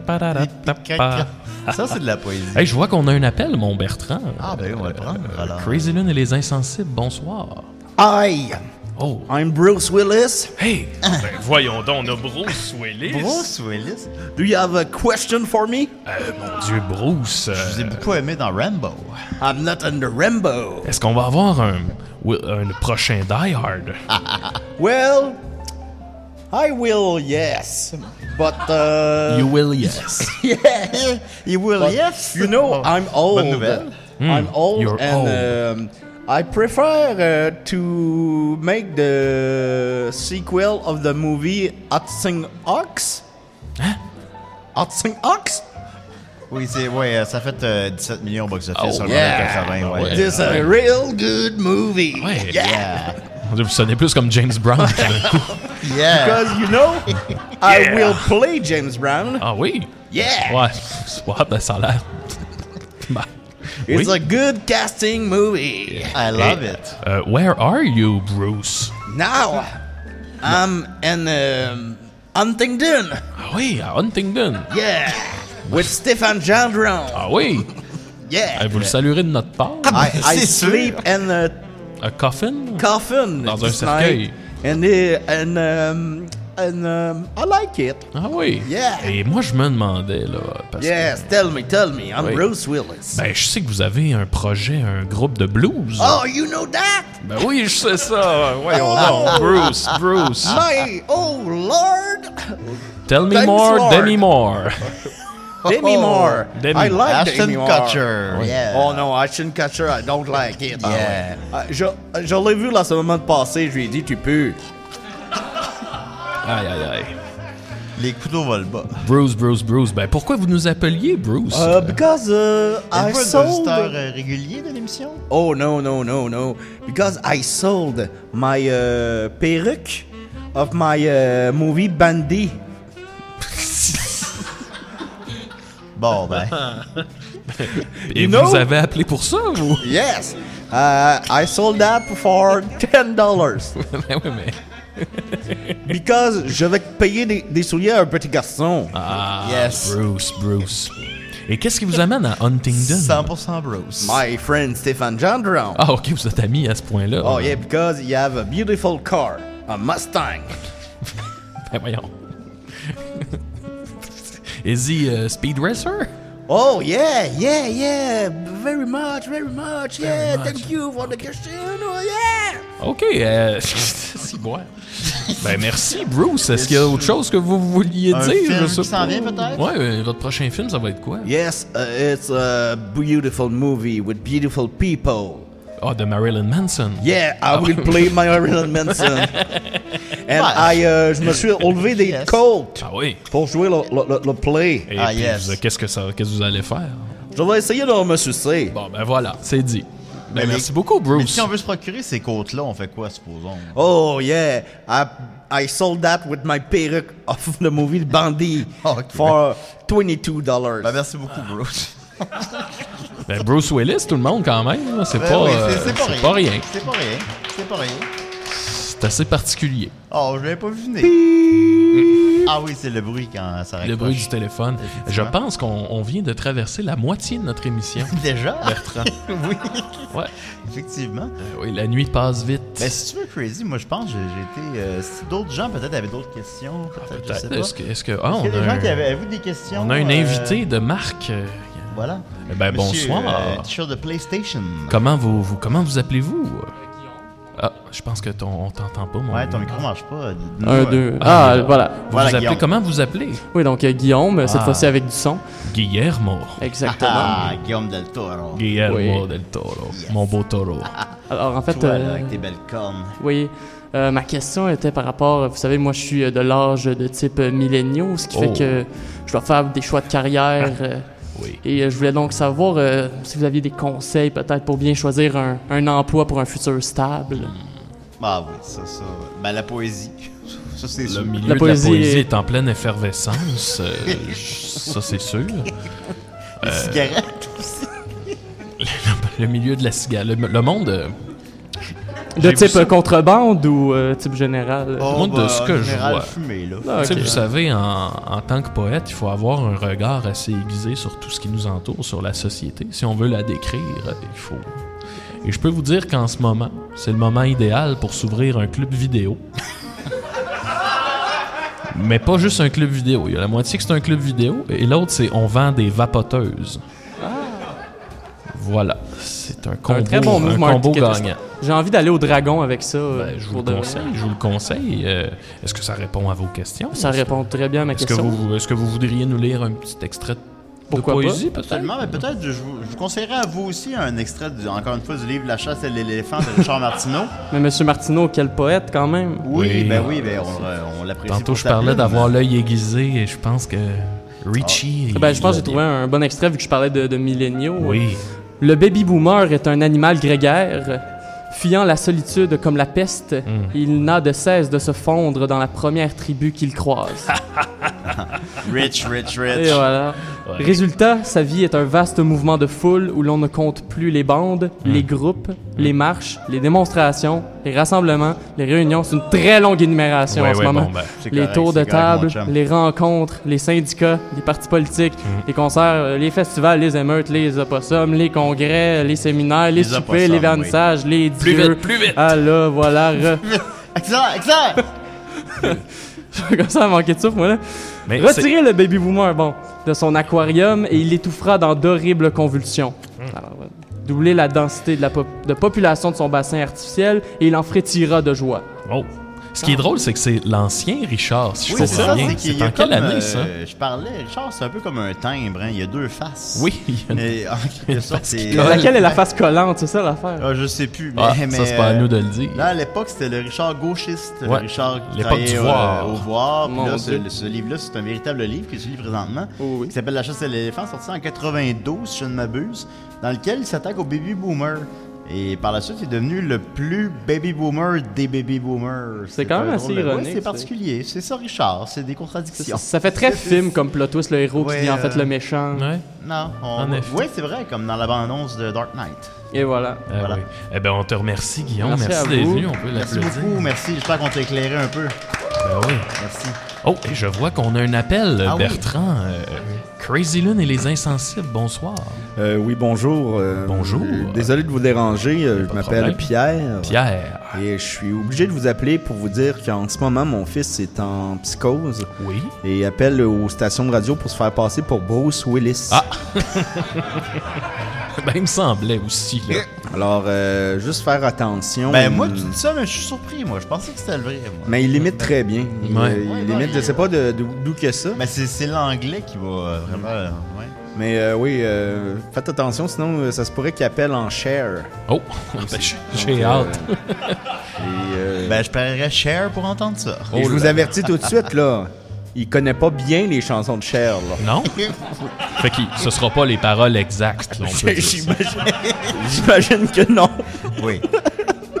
S4: Patatatataparatatapa.
S3: Ça, c'est de la poésie.
S4: Hey, je vois qu'on a un appel, mon Bertrand. Euh,
S3: Ah, ben, on va le prendre, alors.
S4: Crazy Lune et les Insensibles, bonsoir.
S5: Hi,
S4: Oh,
S5: I'm Bruce Willis.
S4: hey! Ben, voyons donc, on a Bruce Willis.
S3: Ah. Bruce Willis.
S5: Do you have a question for me?
S4: Euh, mon Dieu, Bruce. euh,
S3: Je vous ai beaucoup aimé dans Rambo.
S5: I'm not under Rambo.
S4: Est-ce qu'on va avoir un, oui, un prochain Die Hard?
S3: Ah.
S5: Well, I will, yes. But, uh.
S4: you will, yes.
S5: yeah.
S3: Il will,
S5: But, You know, I'm old.
S3: Bonne nouvelle.
S5: I'm old
S4: you're
S5: and Um, I prefer uh, to make the sequel of the movie Hatsing Ox. Huh? Hatsing Ox?
S3: Oui, c'est, ouais, euh, ça fait euh, 17 millions au box-office.
S4: Oh,
S3: on
S5: yeah.
S3: en a 80, ouais.
S5: This is a real good movie.
S4: Ouais.
S3: Yeah.
S4: Mon Dieu, Vous sonnez plus comme James Brown. tout d'un coup.
S3: Yeah.
S5: Because, you know, I will play James Brown.
S4: ah oui?
S5: Yeah.
S4: Ouais, c'est pas ben, ça a l'air. Ben,
S5: It's
S4: oui.
S5: a good casting movie.
S3: I love
S4: Hey,
S3: it.
S4: euh, where are you, Bruce?
S5: Now, I'm in um, Huntington.
S4: Ah oui, à Huntington.
S5: Yeah. With Stéphane Gendron.
S4: Ah oui.
S5: Yeah.
S4: Eh, vous le saluerez de notre part.
S5: I, I
S3: C'est sûr.
S5: sleep in a
S4: A coffin?
S5: coffin.
S4: Dans un
S5: this
S4: cercueil.
S5: night. And, uh, and, um, and um, I like it.
S4: Ah oui.
S5: Yeah.
S4: Et moi, je me demandais, là, parce
S5: Yes, tell me, tell me. I'm
S4: Oui.
S5: Bruce Willis.
S4: que... Ben, je sais que vous avez un projet, un groupe de blues.
S5: Oh, you know that?
S4: Ben oui, je sais ça. Voyons donc. Bruce, Bruce.
S5: My, oh, Lord.
S4: Tell me
S5: Thanks,
S4: more,
S5: Lord.
S4: Demi more.
S5: Oh, Demi Moore.
S4: Demi.
S5: I like
S3: Ashton
S5: Demi Moore.
S3: Kutcher. Yeah.
S5: Oh non, Ashton Kutcher, I don't like it.
S3: Yeah.
S5: Ah, je je l'ai vu la semaine passée, je lui ai dit, tu peux.
S4: Aïe, aïe, aïe.
S3: Les couteaux volent bas.
S4: Bruce, Bruce, Bruce. Ben, pourquoi vous nous appeliez Bruce?
S3: Euh,
S5: Uh, because uh, I
S3: Êtes-vous un
S5: sold.
S3: visiteur euh, régulier de l'émission?
S5: Oh no, no, no, no. Because I sold my uh, perruque of my uh, movie Bandy.
S3: Bon, ben.
S4: Et
S5: you
S4: vous
S5: know-
S4: avez appelé pour ça, vous?
S5: Yes. Uh, I sold that for $10.
S4: ben oui, mais...
S6: Because je vais te payer des, des souliers à un petit garçon.
S4: Ah,
S3: Yes.
S4: Bruce, Bruce. Et qu'est-ce qui vous amène à Huntingdon?
S3: 100% Bruce.
S6: My friend Stefan Gendron.
S4: Ah, ok, vous êtes amis à ce point-là.
S6: Oh yeah, because you have a beautiful car, a Mustang.
S4: Ben voyons. Is he a speed racer?
S6: Oh yeah, yeah, yeah, very much, very much, yeah,
S4: much.
S6: thank you for the question, oh yeah!
S4: Ok, euh, c'est bon. Ben merci, Bruce. Est-ce qu'il y a autre chose que vous vouliez
S3: Un
S4: dire?
S3: film
S4: Je sais
S3: qui s'en
S4: pas.
S3: vient, peut-être?
S4: Ouais, euh, votre prochain film, ça va être quoi?
S6: Yes, uh, it's a beautiful movie with beautiful people.
S4: Ah, de Marilyn Manson.
S6: Yeah,
S5: Ah,
S6: I will play Marilyn Manson. And
S3: Ouais.
S6: I, euh, je me suis enlevé des
S3: Yes.
S6: côtes
S4: Ah oui.
S6: pour jouer le, le- le- le play.
S4: Et
S3: Ah,
S4: puis,
S3: yes.
S4: vous- qu'est-ce que ça, qu'est-ce que vous allez faire?
S6: Je vais essayer de me sucer.
S4: Bon, ben voilà, c'est dit. Ben,
S3: Mais-
S4: merci beaucoup,
S3: Mais
S4: Bruce.
S3: si on veut se procurer ces côtes-là, on fait quoi, supposons?
S6: Oh yeah, I, I sold that with my perruque of the movie Bandit
S3: Ok.
S6: for $22.
S3: Ben, merci beaucoup, Bruce.
S4: Ben, Bruce Willis, tout le monde, quand même. là, C'est
S3: Ben
S4: pas,
S3: oui,
S4: euh,
S3: c'est- c'est pas
S4: c'est
S3: rien.
S4: pas rien.
S3: C'est pas rien. C'est pas rien.
S4: C'est assez particulier.
S3: Oh, je l'avais pas vu venir. Ah oui, c'est le bruit quand ça raccroche.
S4: Le bruit du téléphone. Je
S3: Effectivement.
S4: pense qu'on on vient de traverser la moitié de notre émission.
S3: Déjà?
S4: Bertrand.
S3: oui,
S4: Ouais.
S3: effectivement.
S4: Euh, oui, la nuit passe vite.
S3: Mais si tu veux, Crazy, moi je pense que j'ai j'ai été. euh, si d'autres gens peut-être avaient d'autres questions, peut-être, je sais
S4: Ah, Peut-être.
S3: pas.
S4: Est-ce que, est-ce que- ah,
S3: Est-ce qu'il y
S4: on,
S3: a des
S4: a
S3: gens qui
S4: un,
S3: avaient vous des questions?
S4: on a un
S3: euh,
S4: invité de marque. euh,
S3: Voilà.
S4: Eh ben,
S3: Monsieur,
S4: bonsoir.
S3: euh, T-shirt de PlayStation.
S4: Comment vous, vous comment vous appelez-vous Ah, je pense que ton on t'entend pas mon.
S3: Ouais, ton micro marche pas. dis-nous,
S9: Un,
S3: euh,
S9: deux.
S4: Ah,
S9: Ah,
S4: voilà.
S9: voilà.
S4: Vous
S3: Voilà,
S4: vous appelez
S3: Guillaume.
S4: comment vous appelez
S9: Oui, donc euh, Guillaume, cette
S4: Ah.
S9: fois-ci avec du son.
S4: Guillermo.
S9: Exactement.
S3: Ah, Guillaume Del Toro.
S4: Guillermo
S9: Oui.
S4: del Toro, mon beau taureau.
S9: Alors, en fait,
S3: Toi, là,
S9: euh,
S3: avec tes belles cornes.
S9: oui, euh, ma question était par rapport, vous savez, moi, je suis euh, de l'âge de type euh, milléniaux, ce qui
S4: Oh. Ah.
S9: fait que je dois faire des choix de carrière. euh,
S4: Oui.
S9: et euh, je voulais donc savoir euh, si vous aviez des conseils peut-être pour bien choisir un, un emploi pour un futur stable.
S4: Hmm.
S3: Ah oui, ça, ça. Ben, la poésie. Ça, c'est
S4: Le
S3: sûr.
S4: milieu
S9: La
S4: de
S9: poésie
S4: la poésie
S9: est-
S4: est en pleine effervescence, euh, je- ça c'est sûr.
S3: Les cigarettes.
S4: Le milieu de la cigale, le, le monde, euh, J'ai
S9: De
S4: vu
S9: type
S4: ça. Oh.
S9: euh, contrebande ou euh, type général?
S4: Moi, de ce
S3: bah, en
S4: que je
S3: général,
S4: vois. Bah,
S3: fumée, là.
S9: Ah,
S4: tu sais,
S9: ok.
S4: vous savez, en, en tant que poète, il faut avoir un regard assez aiguisé sur tout ce qui nous entoure, sur la société. Si on veut la décrire, euh, il faut. Et je peux vous dire qu'en ce moment, c'est le moment idéal pour s'ouvrir un club vidéo. Mais pas juste un club vidéo. Il y a la moitié que c'est un club vidéo et l'autre, c'est on vend des vapoteuses. Ah. Voilà. C'est un combo,
S9: un très bon
S4: un
S9: mouvement
S4: combo
S9: articuliste.
S4: gagnant.
S9: J'ai envie d'aller au dragon avec ça. euh,
S4: Ben, je vous
S9: pour
S4: le
S9: de-
S4: conseille. Je vous le conseille. Euh, Est-ce que ça répond à vos questions?
S9: Ça répond très bien à ma
S4: Est-ce que,
S9: question.
S4: vous, est-ce que vous voudriez nous lire un petit extrait de
S9: Pourquoi pas?
S4: poésie, peut-être?
S3: Absolument, mais peut-être je vous, je vous conseillerais à vous aussi un extrait, du, encore une fois, du livre La chasse et l'éléphant de Richard Martineau.
S9: Mais Monsieur Martineau, quel poète quand même.
S3: Oui,
S4: Oui.
S3: ben oui, ben on, le- on l'apprécie.
S4: Tantôt,
S3: pour
S4: je
S3: sa
S4: parlais
S3: plume.
S4: d'avoir l'œil aiguisé et je pense que
S3: Ah.
S4: Richie...
S3: Eh
S9: Ben, je pense que
S4: il-
S9: j'ai trouvé un bon extrait vu que je parlais de, de milléniaux.
S4: Oui.
S9: Le baby boomer est un animal grégaire. Fuyant la solitude comme la peste,
S4: Hmm.
S9: il n'a de cesse de se fondre dans la première tribu qu'il croise.
S4: Ah,
S3: Rich, rich,
S9: Et
S3: rich.
S9: voilà.
S4: Ouais.
S9: Résultat, sa vie est un vaste mouvement de foule où l'on ne compte plus les bandes,
S4: Hmm.
S9: les groupes, les marches, les démonstrations, les rassemblements, les réunions. C'est une très longue énumération
S4: Ouais,
S9: en ce
S4: ouais,
S9: moment.
S4: bon, ben,
S3: C'est
S9: les
S3: correct,
S9: tours de
S3: c'est correct, mon
S9: table,
S3: chum. Mm.
S9: les rencontres, les syndicats, les partis politiques, les concerts, euh, les festivals, les émeutes, les opossums, les congrès, les séminaires, les,
S3: Les
S9: soupers,
S3: opossums,
S9: les
S3: oui.
S9: vernissages, les
S4: Plus
S9: dieux.
S4: vite, plus vite!
S9: Ah là, voilà, re...
S3: Excellent, excellent!
S9: comme ça, à manquer de souffle, moi là.
S4: Mais c'est-
S9: Retirez le baby boomer, bon, de son aquarium et il l'étouffera dans d'horribles convulsions.
S4: Mm.
S9: Alors, voilà. Doublez la densité de la pop- de population de son bassin artificiel et il en frétira de joie.
S4: Oh. Ce qui est drôle, c'est que c'est l'ancien Richard, si je
S3: Oui, c'est
S4: comprends
S3: ça,
S4: bien.
S3: c'est qu'il
S4: C'est
S3: y a
S4: en quelle
S3: comme,
S4: année,
S3: euh,
S4: ça?
S3: Je parlais, Richard, c'est un peu comme un timbre, hein, il y a deux faces.
S4: Oui, il y a une-
S3: Et, en quelque sorte, c'est.
S9: Mais laquelle est la face collante, c'est ça l'affaire?
S3: Ah, je sais plus, mais.
S4: Ah,
S3: mais,
S4: ça, c'est pas à
S3: euh,
S4: nous de le dire.
S3: Là, à l'époque, c'était le Richard gauchiste, le
S4: Ouais.
S3: Richard qui
S4: L'époque du
S3: travaillait, euh,
S4: voir.
S3: au voir. Puis
S9: Mon
S3: là, ce,
S9: Dieu.
S3: ce livre-là, c'est un véritable livre qui se lit présentement,
S9: Oh oui.
S3: qui s'appelle La chasse à l'éléphant, sorti en 92, si je ne m'abuse, dans lequel il s'attaque au baby boomer. Et par la suite, il est devenu le plus baby boomer des baby boomers.
S9: C'est quand
S3: un
S9: même assez
S3: drôle de- Ouais,
S9: ironique,
S3: c'est
S9: c'est-
S3: particulier. C'est ça, Richard. C'est des contradictions.
S9: Ça, ça fait très film comme plot twist, le héros
S3: Ouais,
S9: qui devient en fait
S3: euh,
S9: le méchant.
S4: Ouais.
S3: Non, on...
S4: En effet.
S3: Ouais, c'est vrai, comme dans la bande-annonce de Dark Knight.
S9: Et voilà.
S4: Ah
S3: Voilà.
S4: oui. Eh bien, on te remercie, Guillaume.
S9: Merci
S4: Merci,
S9: à
S4: d'être
S9: vous.
S4: venu. On peut
S3: Merci
S4: l'applaudir.
S3: beaucoup, merci. J'espère qu'on t'a éclairé un peu.
S4: Ben oui.
S3: Merci.
S4: Oh, et je vois qu'on a un appel,
S3: Ah oui.
S4: Bertrand. Euh, Crazy Lune et les Insensibles, bonsoir.
S5: Euh, oui, bonjour. euh,
S4: Bonjour.
S5: euh, désolé de vous déranger.
S4: Pas
S5: euh, je
S4: de
S5: m'appelle
S4: problème.
S5: Pierre.
S4: Pierre.
S5: Et je suis obligé de vous appeler pour vous dire qu'en ce moment, mon fils est en psychose
S4: ah Oui.
S5: et appelle aux stations de radio pour se faire passer pour Bruce Willis.
S4: Ah. Ben, il me semblait aussi, là.
S5: Alors, euh, juste faire attention.
S3: Ben, moi,
S5: Hum,
S3: tu dis ça, mais je suis surpris, moi. Je pensais que c'était le vrai, moi.
S5: Mais il limite très bien. Il,
S4: Ouais.
S5: euh, il
S3: Ouais, non,
S5: limite,
S3: il-
S5: je sais pas de- d'où d'où que ça.
S3: Mais c'est c'est l'anglais qui va euh,
S5: Mm.
S3: vraiment. euh, ouais.
S5: Mais euh, oui, euh, faites attention, sinon euh, ça se pourrait qu'il appelle en share.
S4: Oh, ben, j'ai- j'ai hâte.
S5: Euh.
S3: Ben, je paierais cher pour entendre ça.
S5: Et je vous avertis tout de suite, là. Il connaît pas bien les chansons de Cher, là.
S4: Non? fait que ce sera pas les paroles exactes, là, on peut
S5: Ben,
S4: dire ça.
S5: J'imagine que non.
S3: Oui.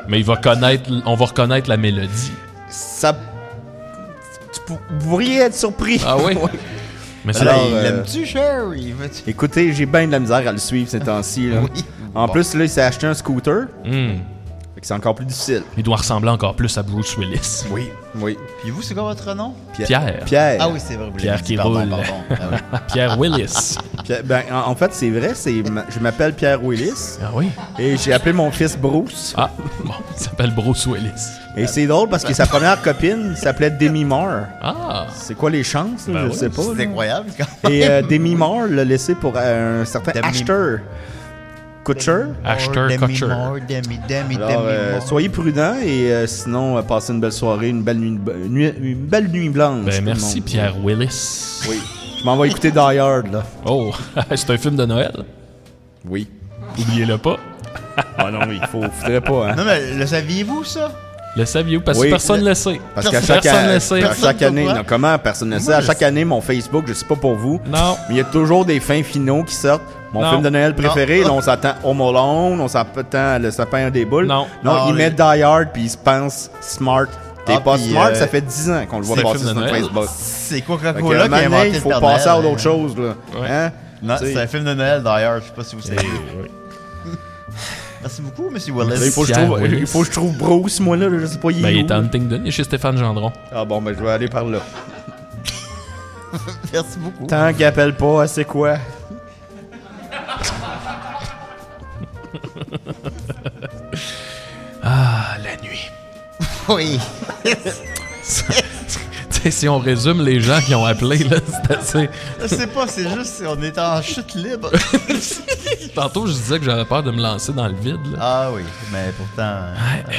S4: Mais il va connaître, on va reconnaître la mélodie.
S5: Ça. tu pour- Vous pourriez être surpris.
S4: Ah oui? Mais ça,
S5: Alors,
S3: il
S5: euh,
S3: l'aime-tu, Cher? Il veut-tu-
S5: Écoutez, j'ai bien de la misère à le suivre ces temps-ci, là. En plus, là, il s'est acheté un scooter.
S4: Hmm.
S5: Fait que c'est encore plus difficile.
S4: il doit ressembler encore plus à Bruce Willis.
S5: Oui. Oui.
S3: Puis vous, c'est quoi votre nom?
S4: Pierre.
S5: Pierre.
S3: Ah oui, c'est vrai. vous l'avez
S4: Pierre
S3: dit,
S4: qui
S3: pardon,
S4: roule.
S3: pardon. Ah oui.
S4: Pierre Willis.
S5: Pierre- ben, en, en fait, c'est vrai, c'est ma- je m'appelle Pierre Willis.
S4: Ah oui?
S5: Et j'ai appelé mon fils Bruce.
S4: Ah, bon, il s'appelle Bruce Willis.
S5: Et c'est drôle parce que sa première copine s'appelait Demi Moore.
S4: Ah!
S5: C'est quoi les chances? là?
S4: Ben
S5: je
S4: oui,
S5: sais pas.
S3: C'est
S5: là.
S3: incroyable. quand-
S5: Et euh, Demi Moore l'a laissé pour euh, un certain
S3: Demi-
S5: acheteur. Kutcher.
S4: Acheteur,
S3: Demi
S4: cocher.
S3: Moore, Demi, Demi,
S5: Alors,
S3: Demi
S5: euh,
S3: Moore.
S5: soyez prudents et euh, sinon, euh, passez une belle soirée, une belle nuit, une nuit- une belle nuit blanche. tout
S4: Ben
S5: le
S4: merci
S5: monde.
S4: Pierre Willis.
S5: Oui. Je m'en vais écouter Die Hard, là.
S4: Oh, c'est un film de Noël.
S5: Oui.
S4: Oubliez-le pas.
S5: Ah non, il faut, faudrait pas, hein.
S3: Non, mais le saviez-vous, ça?
S4: Le saviez-vous? Parce que
S5: Oui,
S4: personne ne le sait.
S5: Parce qu'à chaque,
S4: personne
S5: à-
S4: ne le sait.
S5: à chaque
S3: Personne
S5: année,
S3: pourquoi?
S5: non, comment personne ne sait? À chaque année, mon Facebook, je sais pas pour vous,
S4: Non.
S5: mais il y a toujours des fins finaux qui sortent. Mon
S4: Non.
S5: film de Noël préféré, là, on s'attend Home Alone, on s'attend Le sapin des boules.
S4: Non.
S5: Non,
S3: Ah,
S5: ils
S3: oui.
S5: mettent Die Hard puis ils se pensent smart. T'es
S3: Ah,
S5: pas
S3: puis,
S5: smart,
S3: euh,
S5: ça fait 10 ans qu'on le voit
S4: c'est le
S5: passer
S4: film
S5: sur
S4: de
S5: notre
S4: Noël.
S5: Facebook.
S3: C'est
S5: Fait que,
S3: Coca-Cola qui a
S5: maintenant,
S3: inventé
S5: il
S3: le
S5: faut
S3: Père
S5: passer à
S3: Noël,
S5: d'autres
S3: hein.
S5: choses, là.
S4: Ouais.
S5: Hein?
S3: Non,
S5: Tu sais. Eh
S3: c'est un film de Noël d'ailleurs, je sais pas si vous savez. Merci beaucoup, Monsieur
S5: Là, il,
S3: Wallace.
S5: faut que je
S4: Pierre
S5: trouve,
S4: Willis.
S5: il faut que je trouve Bruce, moi, là, je sais pas, il est
S4: Ben, il
S5: où,
S4: est à
S5: là.
S4: Huntington, il est chez Stéphane Gendron.
S5: Ah bon, ben, je vais aller par là.
S3: Merci beaucoup.
S5: Tant qu'il appelle pas, c'est quoi?
S4: Ah, la nuit.
S3: Oui.
S4: Tu sais, si on résume les gens qui ont appelé, là, c'est assez...
S3: Je sais pas, c'est juste, on est en chute libre.
S4: Tantôt, je disais que j'avais peur de me lancer dans le vide, là.
S3: Ah oui, mais pourtant. euh, voilà.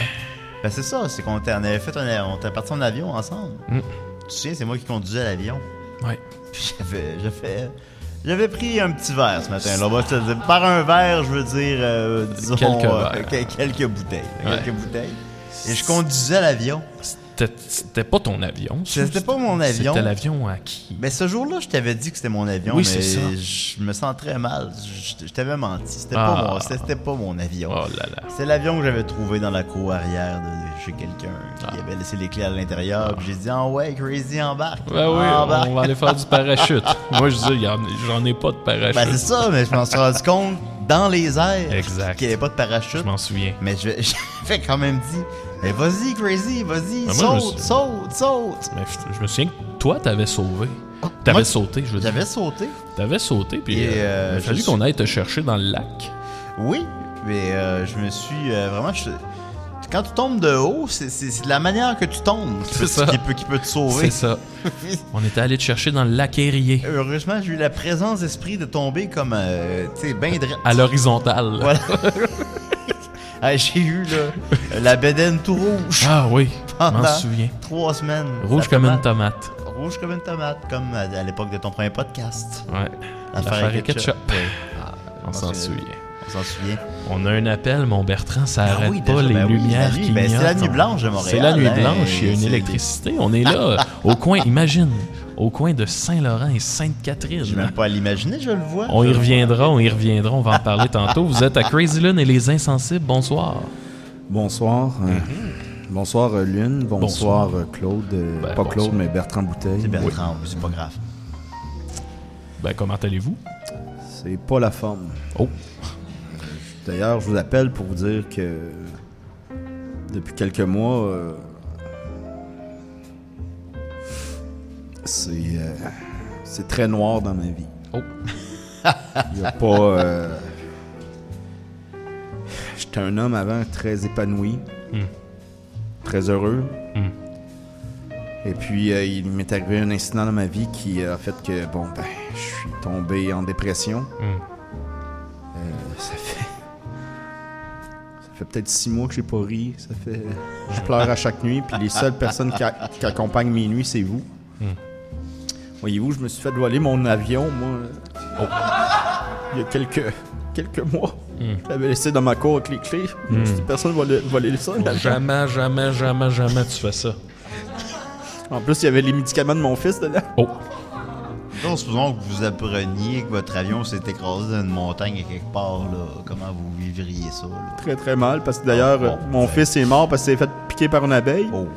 S3: Ben c'est ça, c'est qu'on était- on avait fait un, on était parti en avion ensemble.
S4: Mm.
S3: Tu te souviens, c'est moi qui conduisais l'avion.
S4: Ouais.
S3: Puis J'avais, j'avais, j'avais pris un petit verre ce matin. Là, Moi, je te dis, par un verre, je veux dire, euh, disons,
S4: Quelques
S3: euh,
S4: verres.
S3: que- quelques bouteilles,
S4: Ouais.
S3: quelques bouteilles. Et je conduisais l'avion.
S4: C'était- C'était pas ton avion. ça.
S3: C'était pas mon avion.
S4: C'était l'avion à qui?
S3: Mais ce jour-là, je t'avais dit que c'était mon avion,
S4: Oui, c'est
S3: mais
S4: ça.
S3: je me sens très mal. Je, je t'avais menti. C'était
S4: Ah.
S3: pas mon, c'était pas mon avion.
S4: Oh là là.
S3: C'est l'avion que j'avais trouvé dans la cour arrière de, de chez quelqu'un qui
S4: Ah.
S3: avait laissé les clés à l'intérieur. puis J'ai dit ah ouais, Crazy embarque. Ah,
S4: Ben oui,
S3: embarque.
S4: on va aller faire du parachute. Moi, je dis, il y en- j'en ai pas de parachute.
S3: Ben c'est ça, mais je m'en suis rendu compte dans les airs
S4: Exact.
S3: qu'il n'y avait pas de
S4: je
S3: parachute.
S4: m'en souviens.
S3: Mais je- j'avais quand même dit, mais vas-y Crazy, vas-y,
S4: Ben moi, je
S3: saute,
S4: me suis-
S3: saute, saute.
S4: Mais je, je me souviens que toi, t'avais sauvé. T'avais
S3: moi,
S4: sauté, je veux dire.
S3: J'avais sauté.
S4: T'avais sauté, puis
S3: Et,
S4: euh,
S3: euh,
S4: il a
S3: je
S4: fallu
S3: suis-
S4: qu'on aille te chercher dans le lac.
S3: Oui, mais euh, je me suis euh, vraiment. je- Quand tu tombes de haut, c'est- c'est c'est de la manière que tu tombes qui
S4: C'est
S3: peut-
S4: ça.
S3: Qui, peut, qui peut te
S4: C'est
S3: sauver.
S4: ça. On était allé te chercher dans le lac Érié,
S3: Heureusement, j'ai eu la présence d'esprit de tomber comme, euh, tu sais, bien droit.
S4: à l'horizontale.
S3: Voilà. Ah, j'ai eu là, la bédaine tout rouge
S4: Ah oui, je m'en
S3: Pendant-
S4: souviens.
S3: trois semaines.
S4: Rouge
S3: La
S4: comme une
S3: tomate-
S4: tomate.
S3: Rouge comme une tomate, comme euh, à, à l'époque de ton premier podcast.
S4: Ouais. L'affaire est ketchup. On s'en souvient.
S3: On s'en souvient.
S4: On a un appel, mon Bertrand, ça
S3: Ah
S4: arrête
S3: oui,
S4: pas
S3: déjà,
S4: les
S3: ben oui,
S4: lumières
S3: la nuit.
S4: qui
S3: Ben, c'est la
S4: clignotent.
S3: nuit blanche de Montréal,
S4: C'est la nuit
S3: hein,
S4: blanche, il y a une
S3: c'est-
S4: électricité. On est là, euh, au coin, imagine. au coin de Saint-Laurent et Sainte-Catherine.
S3: J'ai même pas à l'imaginer, je le vois.
S4: On y reviendra, on y reviendra, on va en parler tantôt. Vous êtes à Crazy Lune et les Insensibles, bonsoir.
S5: Bonsoir. euh, Bonsoir euh, Lune, bonsoir, euh, Claude, euh,
S4: Mm-hmm. Ben,
S5: pas
S4: bonsoir.
S5: Claude mais Bertrand Bouteille.
S3: C'est Bertrand, c'est pas grave.
S4: Ben, comment allez-vous?
S5: C'est pas la forme.
S4: Oh.
S5: D'ailleurs, je vous appelle pour vous dire que depuis quelques mois, euh, c'est euh, c'est très noir dans ma vie.
S4: Oh.
S5: Il y a pas. euh, J'étais un homme avant très épanoui,
S4: Hmm.
S5: très heureux.
S4: Hmm.
S5: Et puis, euh, il m'est arrivé un incident dans ma vie qui a fait que, bon, ben, je suis tombé en dépression. Euh, ça fait. Ça fait peut-être six mois que j'ai pas ri. Ça fait. Je pleure à chaque nuit. Puis les seules personnes qui, a- qui accompagnent mes nuits, c'est vous. Voyez-vous, je me suis fait voler mon avion, moi. Il y a quelques. quelques mois. Je l'avais laissé dans ma cour avec les clés. Je me suis dit, personne va le- voler ça. l'avion.
S4: Jamais, jamais, jamais, jamais tu fais ça.
S5: En plus, il y avait les médicaments de mon fils dedans.
S4: Oh,
S3: Donc, supposons que vous appreniez que votre avion s'est écrasé dans une montagne à quelque part, là. Comment vous vivriez ça, là?
S5: Très, très mal. Parce que d'ailleurs,
S3: Ah,
S5: euh, mon fils est mort parce qu'il s'est fait piquer par une abeille.
S3: Oh,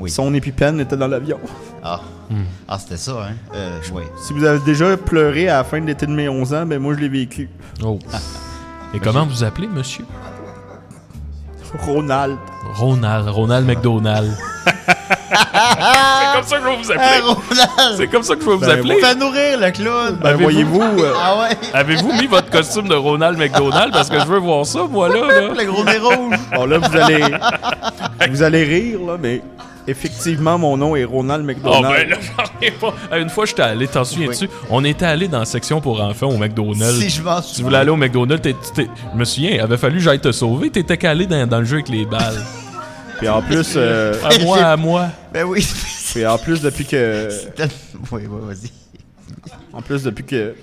S3: oui.
S5: Son épipène était dans l'avion.
S3: Ah,
S4: Hmm.
S3: ah c'était ça, hein? Euh, oui.
S5: Si vous avez déjà pleuré à la fin de l'été de mes 11 ans, ben moi je l'ai vécu.
S4: oh. Et comment vous appelez, monsieur?
S5: Ronald.
S4: Ronald, Ronald McDonald. Ah. C'est comme ça que je vais vous
S3: Ah,
S4: appeler.
S3: Ronald!
S4: C'est comme ça que je vais vous
S5: Ben,
S4: appeler.
S3: Fais nourrir le clown!
S5: Ben voyez-vous, euh,
S3: Ah ouais?
S4: Avez-vous mis votre costume de Ronald McDonald? Parce que je veux voir ça, moi, là. là.
S3: Le gros nez rouge!
S5: bon là vous allez, vous allez rire là, mais effectivement mon nom est Ronald
S4: Oh,
S5: McDonald.
S4: ben là, j'en ai pas. Euh, Une fois, j'étais allé, t'en souviens-tu? On était allé dans la section pour enfants au McDonald's.
S3: Si je m'en
S4: Tu
S3: souviens.
S4: voulais aller au McDonald's, t'es- t'es- je me souviens, il avait fallu que j'aille te sauver, t'étais calé dans, dans le jeu avec les balles.
S5: Puis en plus, euh,
S4: À moi, à moi.
S3: Ben oui.
S5: puis en plus depuis que,
S3: oui, oui, vas-y.
S5: en plus depuis que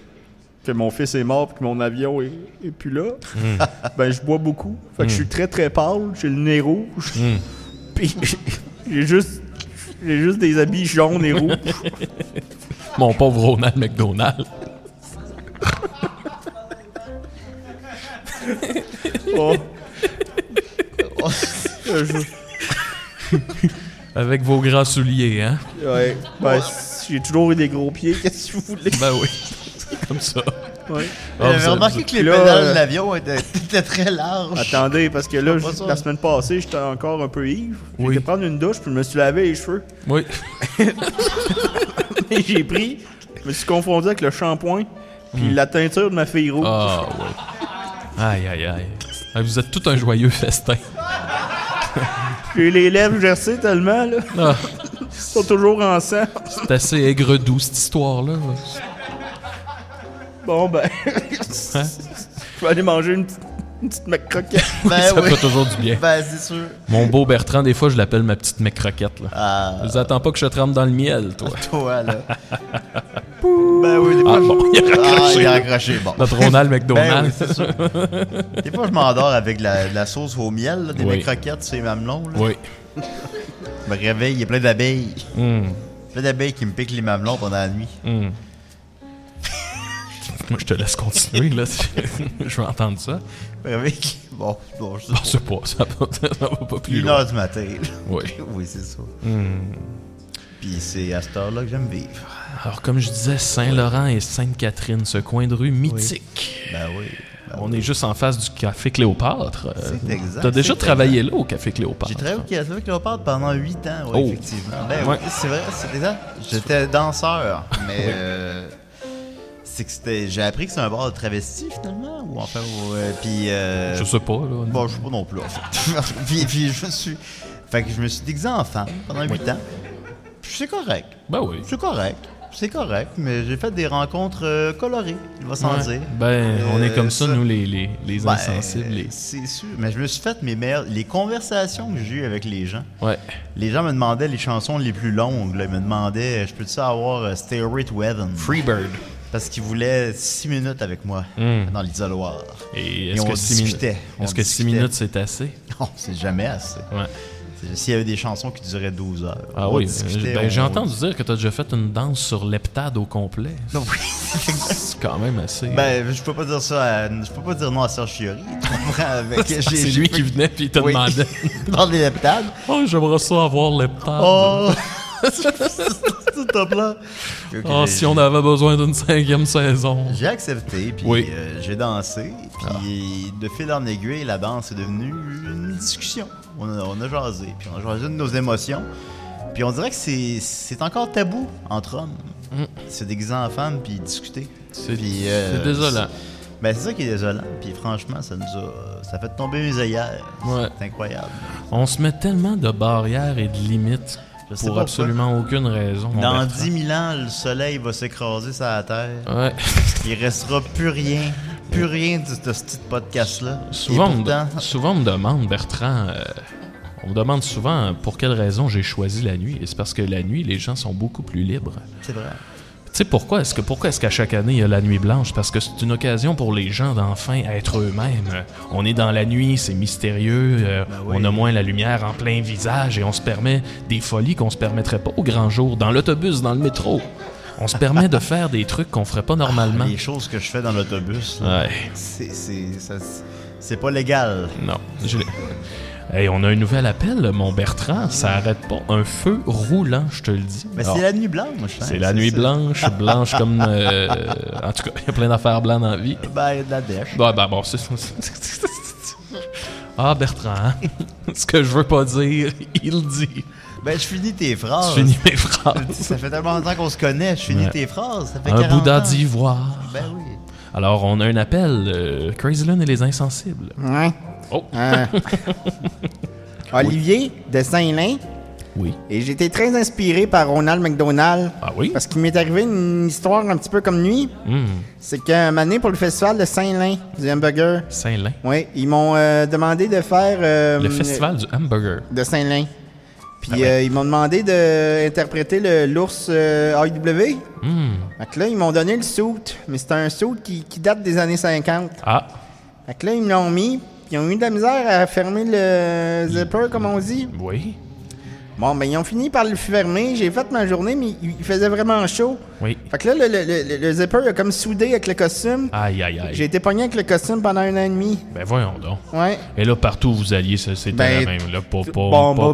S5: que mon fils est mort puis que mon avion est, est plus là,
S4: Hmm.
S5: ben je bois beaucoup. Fait que je suis très très pâle, j'ai le nez rouge.
S4: Hmm.
S5: Puis j'ai juste j'ai juste des habits jaunes et rouges.
S4: Mon pauvre Ronald McDonald.
S5: Oh. Euh, je-
S4: Avec vos grands souliers, hein?
S5: Ouais. Ben, si j'ai toujours eu des gros pieds. Qu'est-ce que vous voulez?
S4: Ben oui. Comme ça.
S5: Ouais.
S4: Ah, vous
S3: J'avais
S4: êtes-
S3: remarqué que les
S5: Là,
S3: pédales
S5: euh,
S3: de l'avion étaient, étaient très larges.
S5: Attendez, parce que là,
S3: Pas
S5: j-
S3: ça.
S5: la semaine passée, j'étais encore un peu ivre. J'ai
S4: Oui.
S5: été prendre une douche, puis je me suis lavé les cheveux.
S4: Oui.
S5: Et j'ai pris, je me suis confondu avec le shampoing, puis la teinture de ma fille rouge.
S4: Hmm. Ah, oui. Aïe, aïe, aïe. Ah, Vous êtes tout un joyeux festin.
S5: J'ai les lèvres gercées tellement, là.
S4: Ah,
S5: Ils sont toujours en sang.
S4: c'est assez aigre-doux, cette histoire-là.
S5: Bon, ben,
S4: Hein?
S5: je vais aller manger une, petite- une petite McCroquette.
S3: ben
S4: ça
S3: oui.
S4: fait toujours du bien.
S3: Ben, c'est sûr.
S4: Mon beau Bertrand, des fois, je l'appelle ma petite mec croquette, là.
S3: Ah,
S4: Je vous attends pas que je te trempe dans le miel, toi.
S3: toi, là. ben oui, des fois,
S4: Ah bon, il a
S3: je- ah, il
S4: raccroché.
S3: a accroché. Bon.
S4: Notre Ronald
S3: Ben oui,
S4: McDonald.
S3: c'est sûr. Des fois, je m'endors avec la, la sauce au miel, là, des
S4: Oui.
S3: mecs croquettes sur les mamelons. Là.
S4: oui.
S3: Je me réveille, il y a plein d'abeilles.
S4: Hum,
S3: Plein d'abeilles qui me piquent les mamelons pendant la nuit.
S4: hum. Moi, je te laisse continuer, là. je veux entendre ça.
S3: Je me réveille, qui- bon, bon, je sais
S4: Bon,
S3: pas.
S4: c'est pas, ça va, ça va pas plus
S3: Une
S4: loin.
S3: heure du matin. là.
S4: Oui. Hmm.
S3: oui, c'est ça. Puis c'est à cette heure-là que j'aime vivre.
S4: Alors, comme je disais, Saint-Laurent et Sainte-Catherine, ce coin de rue mythique.
S3: Ben oui. ben
S4: Ah, On est juste en face du Café Cléopâtre. Euh,
S3: C'est exact,
S4: T'as déjà
S3: c'est
S4: travaillé là, au Café Cléopâtre?
S3: J'ai travaillé au Café Cléopâtre pendant 8 ans, ouais,
S4: Oh.
S3: effectivement. Ben,
S4: Ouais.
S3: oui, c'est vrai, c'est exact. J'étais danseur, mais euh, c'est que c'était. J'ai appris que c'est un bar de travesti finalement, ou enfin, ou, euh, puis. euh,
S4: Je sais pas, là.
S3: bon, je sais pas non plus. En fait. puis, puis je me suis, fait que je me suis déguisé en femme pendant 8 ans. Puis c'est correct,
S4: Ben oui.
S3: c'est correct. C'est correct, mais j'ai fait des rencontres euh, colorées, il va sans
S4: Ouais.
S3: dire.
S4: Ben, on est
S3: Euh,
S4: comme ça,
S3: ça-
S4: nous, les, les, les
S3: Ben,
S4: insensibles. les-
S3: C'est sûr, mais je me suis fait mes meilleures. Les conversations que j'ai eues avec les gens,
S4: Ouais.
S3: les gens me demandaient les chansons les plus longues. là. Ils me demandaient, je peux-tu avoir euh, Stairway to Heaven?
S4: Freebird.
S3: Parce qu'ils voulaient six minutes avec moi
S4: Mm.
S3: dans l'isoloir.
S4: Et
S3: Et
S4: est-ce
S3: on
S4: que six minutes-
S3: discutait, on
S4: Est-ce que six
S3: discutait.
S4: minutes, c'est assez?
S3: Non, c'est jamais assez.
S4: Ouais.
S3: C'est S'il y avait des chansons qui duraient 12 heures.
S4: Ah
S3: On
S4: oui,
S3: discutait,
S4: euh, ben, j'ai
S3: on-
S4: entendu dire que t'as déjà fait une danse sur l'heptade au complet.
S3: Non, oui.
S4: C'est quand même assez. hein.
S3: Ben, je peux pas dire ça à- Je peux pas dire non à Serge Fiori. tu comprends, avec- j'ai-
S4: c'est
S3: j'ai-
S4: lui qui venait puis il te
S3: Oui.
S4: demandait.
S3: Dans les leptades.
S4: Oh, j'aimerais ça avoir l'heptade.
S3: Oh! Tout top là.
S4: Ah, si on avait besoin d'une cinquième saison.
S3: J'ai accepté, puis
S4: Oui. Ah.
S3: euh, j'ai dansé, puis de fil en aiguille, la danse est devenue une discussion. On a, on a jasé, puis on a jasé de nos émotions. Puis on dirait que c'est, c'est encore tabou entre hommes. Se déguiser en femme, puis discuter.
S4: Mm. C'est
S3: Puis, euh,
S4: c'est désolant.
S3: c'est- Ben, c'est ça qui est désolant, puis franchement, ça nous a... Ça fait tomber mes ailleurs.
S4: Ouais.
S3: C'est incroyable.
S4: On se met tellement de barrières et de limites
S3: Je sais
S4: pour
S3: pas
S4: absolument aucune raison. mon
S3: Dans
S4: Bertrand.
S3: 10 000 ans, le soleil va s'écraser sur la Terre.
S4: Ouais.
S3: Il restera plus rien, plus rien de de ce petit podcast-là. Et
S4: Souvent, on me-
S3: pourtant-
S4: souvent, on me demande, Bertrand, euh, on me demande souvent euh, pour quelle raison j'ai choisi la nuit. Et c'est parce que la nuit, les gens sont beaucoup plus libres.
S3: C'est vrai.
S4: Tu sais, pourquoi est-ce que pourquoi est-ce qu'à chaque année, il y a la nuit blanche? Parce que c'est une occasion pour les gens d'enfin être eux-mêmes. On est dans la nuit, c'est mystérieux, euh,
S3: Ben
S4: on a moins la lumière en plein visage et on se permet des folies qu'on se permettrait pas au grand jour, dans l'autobus, dans le métro. On se permet de faire des trucs qu'on ferait pas normalement.
S3: Ah, Les choses que je fais dans l'autobus,
S4: Hein?
S3: là,
S4: Ouais.
S3: c'est- c'est ça- c'est pas légal.
S4: Non. Je l'ai- Hey, on a un nouvel appel, mon Bertrand. Ça arrête pas. Un feu roulant, je te le dis.
S3: Mais
S4: Ah,
S3: c'est la nuit blanche. hein,
S4: c'est la nuit
S3: ça.
S4: blanche, blanche comme. euh, en tout cas, il y a plein d'affaires blanches dans la vie.
S3: Ben, il y a de la dèche.
S4: Bah, bah, bon, c'est. Ah, Bertrand, hein? ce que je veux pas dire, il dit.
S3: Ben, je finis tes
S5: Ah,
S4: Je
S3: phrases.
S4: finis mes
S3: Je dis,
S4: phrases.
S3: Ça fait tellement longtemps qu'on se connaît, je finis
S4: Ouais.
S3: tes phrases. Ça fait
S4: Un
S3: 40
S4: Bouddha
S3: ans.
S4: d'ivoire.
S3: Ben oui.
S5: Eh,
S4: Alors, on a un appel. euh, Crazy Lune et les Insensibles.
S5: Ouais.
S4: Oh.
S5: Euh, Olivier de Saint-Lin.
S4: Oui.
S5: Et j'ai été très inspiré par Ronald McDonald.
S4: Ah oui?
S5: Parce qu'il m'est arrivé une histoire un petit peu comme lui.
S4: Hum,
S5: C'est qu'un moment donné, pour le festival de Saint-Lin, du hamburger,
S4: Saint-Lin.
S5: oui, ils m'ont euh, demandé de faire. euh,
S4: Le festival du hamburger.
S5: De Saint-Lin. Puis
S4: Ah ouais.
S5: euh, ils m'ont demandé d'interpréter le- l'ours euh, AEW.
S4: Hum.
S5: Fait que là, ils m'ont donné le suit, mais c'est un suit qui, qui date des années 50.
S4: Ah,
S5: Fait que là, ils me l'ont mis, puis ils ont eu de la misère à fermer le zipper, comme on dit.
S4: oui.
S5: Bon, ben, ils ont fini par le fermer. J'ai fait ma journée, mais il il faisait vraiment chaud.
S4: Oui.
S5: Fait que là, le, le- le- le zipper a comme soudé avec le costume.
S4: Aïe, aïe, aïe.
S5: J'ai été pogné avec le costume pendant un an et demi.
S4: Ben voyons donc.
S5: Ouais.
S4: Et là, partout où vous alliez, ça, c'était
S5: Ben,
S4: la même. Là, pas, pas,
S5: Bom,
S4: pas-
S5: bom,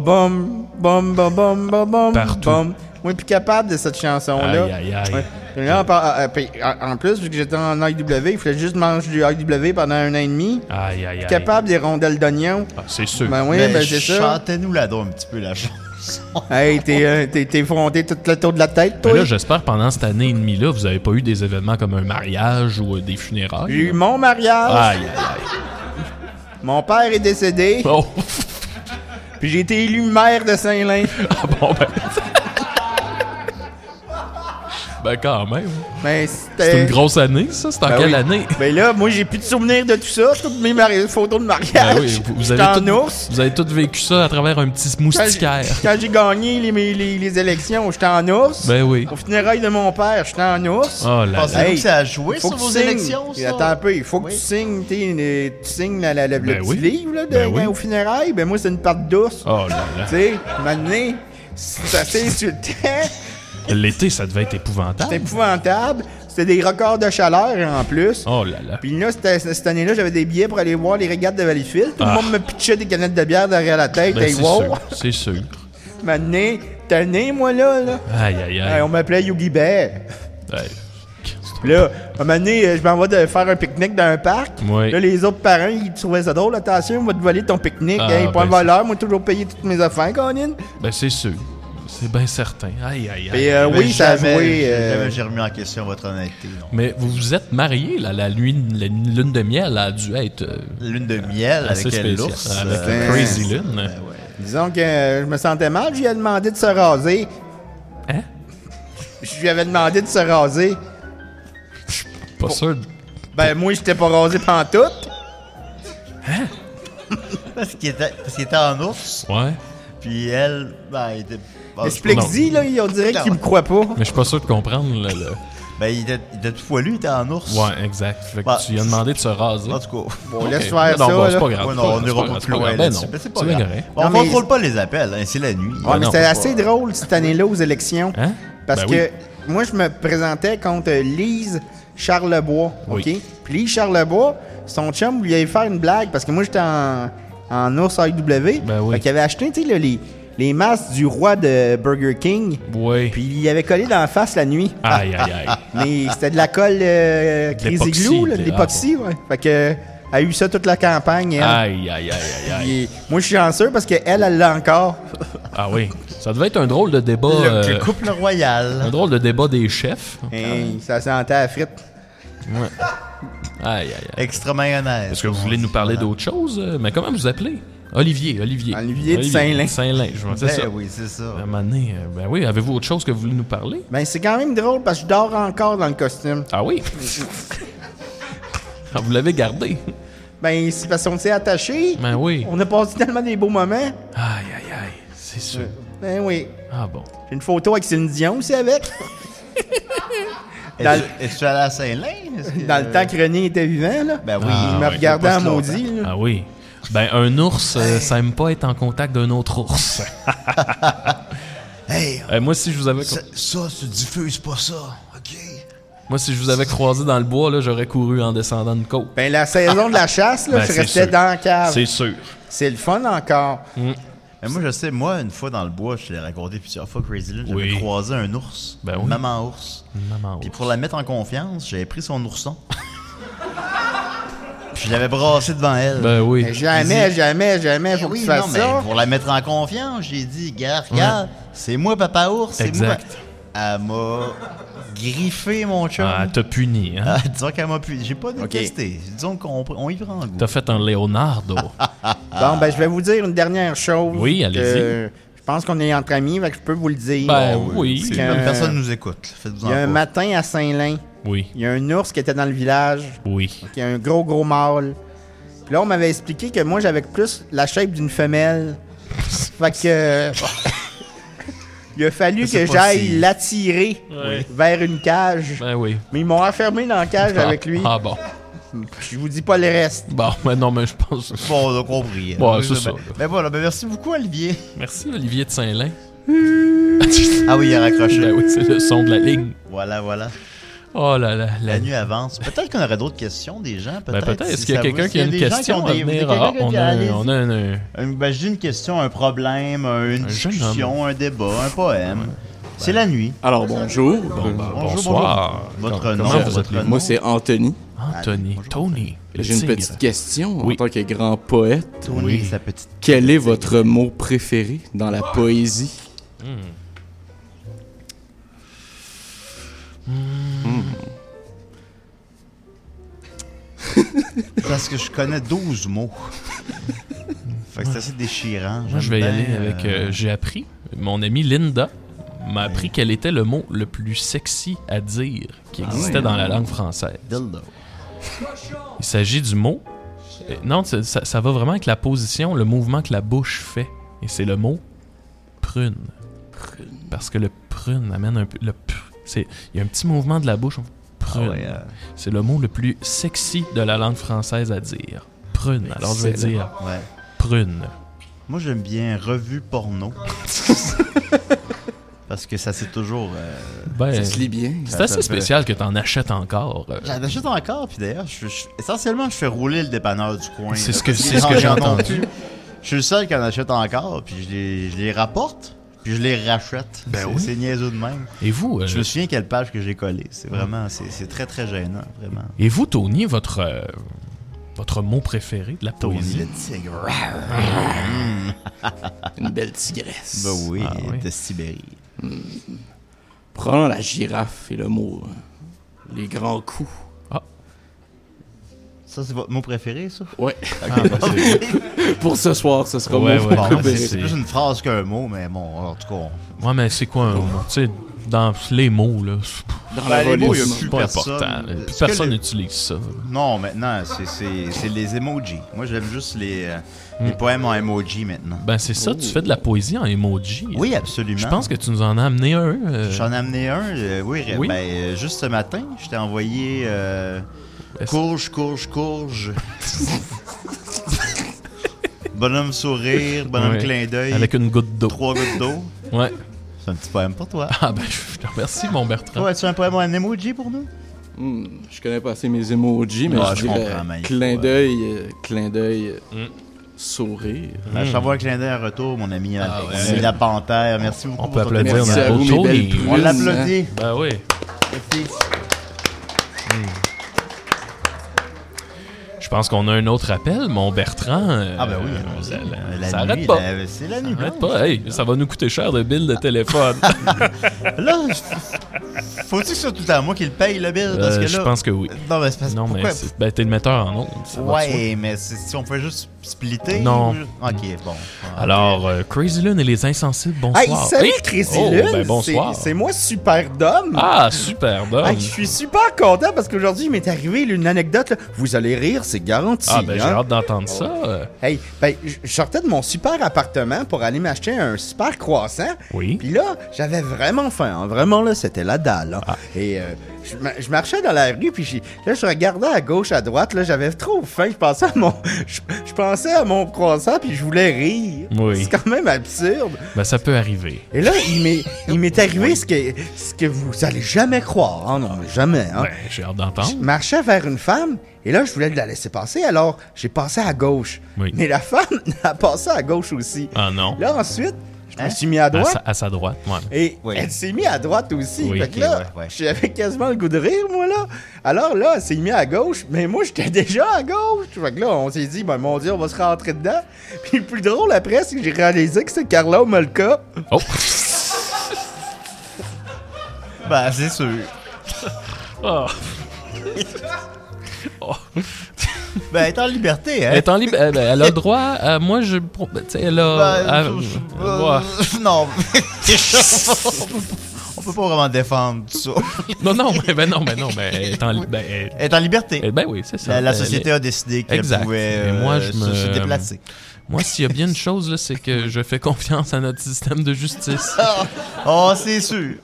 S5: bom, bom, bom, bom, bom, bom,
S4: Partout.
S5: bom. Moi, plus capable de cette chanson-là.
S4: Aïe, aïe, aïe.
S5: Ouais. Puis là, en par- euh, puis en, en plus, vu que j'étais en IW, il fallait juste manger du IW pendant un an et demi.
S4: Aïe, aïe, aïe.
S5: Capable des rondelles d'oignon.
S4: Ah, c'est sûr.
S5: Ben oui,
S3: Ben,
S5: ben c'est ça.
S3: Chantez-nous la dent un petit peu, la chanson.
S5: Hey, t'es euh, t'es- t'es fronté tout le tour de la tête,
S4: Ben
S5: toi.
S4: là, j'espère pendant cette année et demie-là, vous avez pas eu des événements comme un mariage ou euh, des funérailles.
S5: J'ai eu
S4: là.
S5: mon mariage.
S4: Aïe, Oh, aïe, aïe.
S5: Mon père est décédé.
S4: Bon,
S5: Puis j'ai été élu maire de Saint-Lin.
S4: ah, bon, ben. ben, quand même.
S5: Ben,
S4: C'est
S5: c'était.
S4: une grosse année, ça. C'est en
S5: Ben
S4: quelle
S5: oui.
S4: année?
S5: Ben là, moi, j'ai plus de souvenirs de tout ça. Toutes mes mari- photos de mariage.
S4: Ben oui, vous, vous
S5: J'étais
S4: avez
S5: en
S4: tout,
S5: ours.
S4: vous avez tout vécu ça à travers un petit
S5: Quand j'ai-
S4: moustiquaire.
S5: Quand j'ai gagné les, mes- les, les élections, j'étais en ours.
S4: Ben oui.
S5: Au funérail de mon père, j'étais en ours.
S4: Oh là là.
S3: Pensez-vous
S5: Hey,
S3: que ça a joué
S5: Faut
S3: sur
S5: que tu
S3: vos
S5: signes.
S3: élections, ça?
S5: Attends un peu, il faut que
S3: Oui.
S5: tu signes, t'es, euh, tu signes la- la- la- le
S4: Ben
S5: petit
S4: oui.
S5: livre là, de-
S4: Ben oui.
S5: au funérail. Ben moi, c'est une patte d'ours.
S4: Oh là là.
S5: Tu sais, maintenant, ça s'insultait.
S4: L'été, ça devait être épouvantable.
S5: C'était épouvantable. C'était des records de chaleur en plus.
S4: Oh là là.
S5: Puis là, c'était- cette année-là, j'avais des billets pour aller voir les régates de Valleyfield. Tout
S4: Ah.
S5: le monde me pitchait des canettes de bière derrière la tête.
S4: Ben,
S5: hey,
S4: c'est
S5: wow!
S4: sûr. C'est sûr.
S5: Maintenant, t'as né, moi, là, là.
S4: Aïe, aïe,
S5: Hey,
S4: aïe.
S5: on m'appelait Yogi Bear.
S4: Aïe.
S5: Puis Là, à un moment donné, euh, je m'en vais de faire un pique-nique dans un parc.
S4: Oui.
S5: Là, les autres parents, ils trouvaient ça drôle. Attention, on va te voler ton pique-nique.
S4: Ah,
S5: hein, pas
S4: ben,
S5: de voleur, moi, toujours payé toutes mes affaires, Conan.
S4: Ben, c'est sûr. C'est bien certain. Aïe, aïe, aïe.
S5: Puis euh,
S3: Ben,
S5: oui, ça a
S3: jamais,
S5: joué. euh,
S3: Jamais j'ai remis en question votre honnêteté. non.
S4: Mais vous vous êtes mariés, là, la, nuit, la lune de miel a dû être euh,
S3: Lune de miel
S4: assez
S3: avec
S4: spéciale.
S3: l'ours.
S4: Avec
S3: euh,
S4: la Crazy Lune.
S5: disons que euh, je me sentais mal. Je lui ai demandé de se raser.
S4: Hein?
S5: Je lui avais demandé de se raser.
S4: Pas sûr.
S5: Ben, moi, j'étais pas rasé pantoute.
S4: Ah,
S3: Parce qu'il était, parce qu'il était en ours,
S4: Ouais.
S3: puis elle, ben, elle était. ben, je-
S5: Explique-y, là, on dirait qu'il me croit pas.
S4: Mais je suis pas sûr de comprendre le, le-
S3: Ben, il était, il était tout poilu, il était en ours.
S4: Ouais, exact. Fait que
S3: Bah,
S4: tu lui as demandé de se raser.
S3: En tout cas.
S5: Bon,
S4: Ok.
S5: laisse faire
S4: non,
S5: ça.
S4: bon, c'est
S5: là.
S4: pas grave.
S3: Ouais,
S4: c'est
S3: non,
S4: pas
S3: on
S4: grave,
S3: n'ira
S4: c'est grave,
S3: pas plus loin
S4: c'est pas grave.
S3: là-dessus,
S4: Ben
S3: mais
S4: non,
S3: c'est pas
S4: bien
S3: grave.
S4: correct.
S3: Bon,
S5: Non,
S3: on
S5: mais-
S3: contrôle pas les appels, hein, c'est la nuit.
S5: Ouais, mais
S4: non,
S5: c'était
S4: faut
S5: assez drôle cette année-là aux élections.
S4: Hein?
S5: Parce
S4: Ben oui.
S5: que moi, je me présentais contre Lise Charlebois. OK?
S4: Oui.
S5: Puis Lise Charlebois, son chum lui avait fait une blague parce que moi, j'étais en, en ours AW.
S4: Ben oui.
S5: Fait qu'il avait acheté, tu sais, là, les, les masques du roi de Burger King.
S4: Oui.
S5: Puis il avait collé dans la face la nuit.
S4: Aïe, aïe, aïe.
S5: Mais c'était de la colle euh, Crazy
S4: l'époxy,
S5: Glue, là,
S4: de-
S5: de l'époxy, ouais. Fait que, euh, elle a eu ça toute la campagne. elle.
S3: Ah.
S4: Aïe, aïe, aïe, aïe, aïe.
S5: Puis, moi, je suis chanceux parce qu'elle, elle l'a encore.
S4: Ah oui. Ça devait être un drôle de débat.
S3: Le,
S4: euh,
S3: le couple
S4: un
S3: royal.
S4: drôle de débat des chefs.
S5: Hey, ça sentait à la frite.
S4: Aïe, aïe, aïe.
S3: Extra mayonnaise.
S4: Est-ce que vous voulez nous parler d'autre chose? euh, Mais comment vous appelez? Olivier, Olivier.
S5: Olivier de Saint-Lin.
S4: Saint-Lin, je vois, c'est
S3: Ben
S4: ça.
S3: oui, c'est ça.
S4: À un moment donné, euh, ben oui, avez-vous autre chose que vous voulez nous parler?
S5: Ben, c'est quand même drôle parce que je dors encore dans le costume.
S4: Ah oui? Ah, vous l'avez gardé?
S5: Ben, c'est parce qu'on s'est attaché.
S4: Ben oui.
S5: On a passé tellement des beaux moments.
S4: Aïe, aïe, aïe. C'est sûr.
S5: Ben oui.
S4: Ah bon.
S5: J'ai une photo avec Céline Dion aussi avec.
S3: Est-ce est-ce que tu es allé à Saint-Lin? Est-ce que-
S5: Dans le temps que René était vivant, là.
S3: Ben oui,
S4: Ah,
S5: il me
S4: ouais.
S5: regardait
S3: Pas
S5: en
S3: si longtemps.
S5: maudit, là.
S4: Ah oui. Ben, un ours, euh, ça aime pas être en contact d'un autre ours.
S3: Hey,
S4: Euh, moi, si je vous avais...
S3: ça, ça, tu diffuses pas ça, OK?
S4: Moi, si je vous avais croisé dans le bois, là, j'aurais couru en descendant une côte.
S5: Ben, la saison de la chasse, là,
S4: Ben,
S5: je
S4: c'est
S5: restais
S4: sûr.
S5: dans la cave.
S4: C'est sûr.
S5: C'est le fun encore.
S3: Mais moi, je sais, moi, une fois dans le bois, je te l'ai raconté plusieurs fois, Crazy Lynn, j'avais
S4: Oui.
S3: croisé un ours,
S4: Ben oui.
S3: une maman ours.
S4: Maman
S3: Puis
S4: ours.
S3: pour la mettre en confiance, j'avais pris son ourson. Puis je l'avais brassé devant elle.
S4: Ben oui.
S5: Mais jamais, jamais, jamais,
S3: Ben
S5: faut que
S3: oui,
S5: tu
S3: non,
S5: fasses
S3: mais
S5: ça.
S3: pour la mettre en confiance, j'ai dit, regarde, regarde, c'est moi, papa ours, c'est moi.
S4: Exact.
S3: Elle m'a griffé, mon chum.
S4: Ah, t'as puni, hein?
S3: Ah, disons qu'elle m'a pu. J'ai pas détesté. Disons qu'on on y prend goût.
S4: T'as fait un Leonardo.
S5: Bon,
S3: Ah.
S5: ben, je vais vous dire une dernière chose.
S4: Oui, allez-y.
S5: Euh, Je pense qu'on est entre amis, fait que je peux vous le dire.
S4: ben
S5: Bon,
S4: oui.
S5: c'est
S4: Oui.
S5: quand-
S3: Ah Comme
S5: euh,
S3: personne nous écoute. Faites-vous
S5: Il y a un
S3: en pas.
S5: matin à Saint-Lin,
S4: Oui.
S5: il y a un ours qui était dans le village.
S4: Oui.
S5: qui a un gros gros mâle. Puis là, on m'avait expliqué que moi, j'avais plus la shape d'une femelle. fait que. Il a fallu
S3: C'est pas
S5: que j'aille
S3: si-
S5: l'attirer vers une cage.
S4: Ben oui.
S5: Mais ils m'ont enfermé dans la cage avec lui.
S4: Ah bon.
S5: Je vous dis pas le reste.
S4: Bon, mais non, mais je pense.
S3: Bon, on a compris.
S4: Bon,
S3: Oui,
S4: c'est
S3: ben-
S4: ça, là.
S3: Ben voilà, ben merci beaucoup, Olivier.
S4: Merci, Olivier de Saint-Lin.
S3: Ah oui, il a raccroché.
S4: Ben oui, c'est le son de la ligne.
S3: Voilà, voilà.
S4: Oh là là, la
S3: La
S4: nuit.
S3: nuit avance. Peut-être qu'on aurait d'autres questions des gens.
S4: Ben
S3: Peut-être.
S4: peut-être,
S3: si
S4: est-ce qu'il y a
S3: ça
S4: quelqu'un
S3: vous-
S4: qui a une
S3: s'il y des gens
S4: question
S3: qui ont
S4: à
S3: des-
S4: venir?
S3: quelqu'un
S4: Ah,
S3: qui a-
S4: on a,
S3: allez-y.
S4: on a un- un-
S3: Un- ben, j'ai une question, un problème, une
S4: Un jeune
S3: discussion, un débat, un poème. C'est la nuit.
S10: Alors bonjour.
S4: Bon, ben,
S3: bonjour,
S4: bonsoir.
S3: Votre
S4: Comment-
S3: nom,
S4: comment vous
S3: votre
S4: appelez?
S10: Moi c'est Anthony.
S4: Anthony. Tony. le
S10: J'ai une
S4: tigre.
S10: petite question
S4: Oui.
S10: en tant que grand poète.
S3: Tony,
S4: Oui.
S3: sa petite.
S10: Quel est votre mot préféré dans la poésie
S3: Parce que je connais 12 mots. fait que c'est assez déchirant.
S4: Moi,
S3: J'aime
S4: je vais y
S3: bien,
S4: aller
S3: euh,
S4: avec. euh, J'ai appris, mon amie Linda m'a appris quel était le mot le plus sexy à dire
S3: Ah
S4: qui existait dans la langue française.
S3: dildo.
S4: Il s'agit du mot. euh, Non, ça, ça- ça va vraiment avec la position, le mouvement que la bouche fait. Et c'est le mot prune. Parce que le prune amène un peu. Le pr- c'est- Il y a un petit mouvement de la bouche. on fait Prune.
S10: Ah hein.
S3: Ouais, euh,
S4: C'est le mot le plus sexy de la langue française à dire. Prune. Alors je vais dire
S3: ouais.
S4: prune.
S3: Moi, j'aime bien revue porno. Parce que ça, c'est toujours. euh,
S4: Ben,
S10: Ça se lit bien.
S4: c'est assez spécial que t'en achètes encore. euh.
S3: J'en achète encore, puis d'ailleurs, je- je- essentiellement, je fais rouler le dépanneur du coin.
S4: C'est
S3: là,
S4: ce que-
S3: parce
S4: c'est ce que
S3: les
S4: j'ai
S3: gens en ont
S4: entendu.
S3: plus. Je suis le seul qui en achète encore, puis je les, je les rapporte, puis je les rachète.
S4: Ben
S3: c'est,
S4: oui.
S3: c'est niaiseux de même.
S4: Et vous, euh,
S3: Je me souviens quelle page que j'ai collée. C'est vraiment, c'est, c'est très très gênant, vraiment.
S4: et vous, Tony, votre euh, votre mot préféré de la
S3: Tony
S4: poésie
S3: le tigre.
S10: Une belle tigresse.
S3: Ben oui,
S4: Ah oui.
S3: de Sibérie.
S10: Prenons la girafe et le mot. euh, Les grands coups.
S3: Ça, c'est votre mot préféré, ça?
S10: Ouais.
S3: Ah, ben, c'est-
S10: Pour ce soir, ce sera
S4: Ouais,
S10: mon
S4: ouais.
S10: mot
S3: bon,
S10: préféré.
S3: c'est, c'est plus une phrase qu'un mot, mais bon, en tout cas, on-
S10: Oh.
S4: Ouais, mais c'est quoi un mot? Tu sais, dans les mots, là, c'est- pff,
S6: dans
S3: Ben,
S6: la
S3: les mots,
S6: volée.
S3: il y a
S6: aussi.
S3: plus
S4: pas
S3: personne.
S4: important. là. Plus
S3: Est-ce que
S4: personne
S3: le-
S4: n'utilise ça.
S3: Non, maintenant, c'est- c'est c'est les emojis. Moi, j'aime juste les, euh,
S4: Hmm.
S3: les poèmes en emoji maintenant.
S4: Ben, c'est ça, tu fais de la poésie en emoji.
S3: Oh. Oui, absolument.
S4: Je pense que tu nous en as amené un. euh,
S3: J'en ai amené un, euh, oui,
S4: Oui.
S3: ben, euh, juste ce matin, je t'ai envoyé euh,
S4: Est-ce-
S3: courge, courge, courge. bonhomme sourire, bonhomme
S4: Ouais.
S3: clin d'œil,
S4: avec une goutte d'eau.
S3: trois gouttes d'eau.
S4: Ouais.
S3: C'est un petit poème pour toi.
S4: Ah, ben, je te remercie, mon Bertrand.
S3: Toi, as-tu un poème en emoji pour nous?
S6: Hmm, je connais pas assez mes emojis, mais
S3: Ouais, je
S6: je dirais
S3: comprends, mais il
S6: clin
S3: faut, euh,
S6: d'œil, euh, clin d'œil, euh, sourire.
S4: Hmm.
S3: Ben, je t'envoie un clin d'œil en retour, mon ami. Alex. C'est la panthère. Merci beaucoup.
S4: Ah, On
S3: pour
S4: peut
S3: ton
S4: applaudir
S3: témoignage.
S6: Merci
S4: notre
S6: à vous,
S4: beau
S6: mes belles
S4: Tony.
S6: plumes,
S3: On l'applaudit.
S4: Ben oui. Hmm.
S3: Merci.
S4: Je pense qu'on a un autre appel, mon Bertrand. euh,
S3: Ah ben oui,
S4: euh,
S3: allons-y.
S4: ça-
S3: La
S4: ça
S3: nuit,
S4: arrête pas.
S3: la- Ah. c'est la nuit
S4: Ça arrête
S3: blanche.
S4: pas. Hey, ça va nous coûter cher de bill de téléphone.
S3: Là, je- faut-il que ce soit tout le temps moi qui le paye le bill? Parce
S4: Euh,
S3: que
S4: je
S3: là-
S4: pense que oui.
S3: Non, mais c'est parce
S4: Non, mais
S3: pourquoi-
S4: c'est- ben, t'es le metteur en ondes. ça va de soi.
S3: Ouais, mais c'est- si on peut juste splitter.
S4: Non.
S3: ou- Ok, bon.
S4: Alors, euh, Crazy Lune et les Insensibles, bonsoir.
S5: Hey, salut
S4: Hey!
S5: Crazy
S4: Oh,
S5: Lune!
S4: ben, bonsoir.
S5: C'est- C'est moi, Super Dom!
S4: Ah, super, Dom.
S5: Hey, je suis super content parce qu'aujourd'hui, il m'est arrivé une anecdote. là. Vous allez rire, c'est garanti.
S4: ah, ben j'ai
S5: hein.
S4: hâte d'entendre ça. euh.
S5: Hey, ben, je je sortais de mon super appartement pour aller m'acheter un super croissant.
S4: Oui.
S5: Puis là, j'avais vraiment faim. hein. Vraiment, là, c'était la dalle.
S4: Ah.
S5: hein. Et euh, je, ma- je marchais dans la rue, puis j'ai- là, je regardais à gauche, à droite. Là, j'avais trop faim. Je pensais à mon, je, je pensais à mon croissant, puis je voulais rire.
S4: Oui.
S5: C'est quand même absurde.
S4: Ben ça peut arriver.
S5: Et là, il m'est, il m'est arrivé ce que, ce que vous allez jamais croire. Oh non, mais jamais. Hein.
S4: Ben, j'ai hâte d'entendre.
S5: Je marchais vers une femme et là, je voulais la laisser passer, alors j'ai passé à gauche.
S4: Oui.
S5: Mais la femme a passé à gauche aussi.
S4: Ah non.
S5: Là, ensuite, je me suis mis à
S4: À
S5: droite
S4: sa, à sa droite, ouais.
S5: et
S3: Oui.
S5: elle s'est mise à droite aussi.
S4: Oui,
S5: fait que
S4: ok,
S5: là,
S3: ouais, ouais.
S5: j'avais quasiment le goût de rire, moi, là. Alors là, elle s'est mise à gauche, mais moi, j'étais déjà à gauche. Fait que là, on s'est dit, ben, mon Dieu, on va se rentrer dedans. Puis le plus drôle après, c'est que j'ai réalisé que c'était Carla Molka.
S4: Oh!
S3: Bah, c'est sûr.
S4: Oh.
S3: Ben, elle est en liberté, hein?
S4: Elle est en libre. Elle, elle a le droit. à- moi, je. pro- Tu sais, elle a.
S3: Ben,
S4: elle-
S3: je- je-
S4: Ah, Ouais.
S3: euh, Non. On peut pas vraiment défendre ça.
S4: Non, non, mais ben non, mais non, mais elle est en libre. Ben, elle-
S3: Elle est en liberté.
S4: elle- ben oui, c'est ça.
S3: La, la
S4: Elle-
S3: société a décidé qu'elle
S4: Exact.
S3: pouvait
S4: Et
S3: euh,
S4: moi, je
S3: se,
S4: me-
S3: se déplacer.
S4: Moi, s'il y a bien une chose, là, c'est que je fais confiance à notre système de justice.
S5: Ah,
S3: Oh, c'est sûr.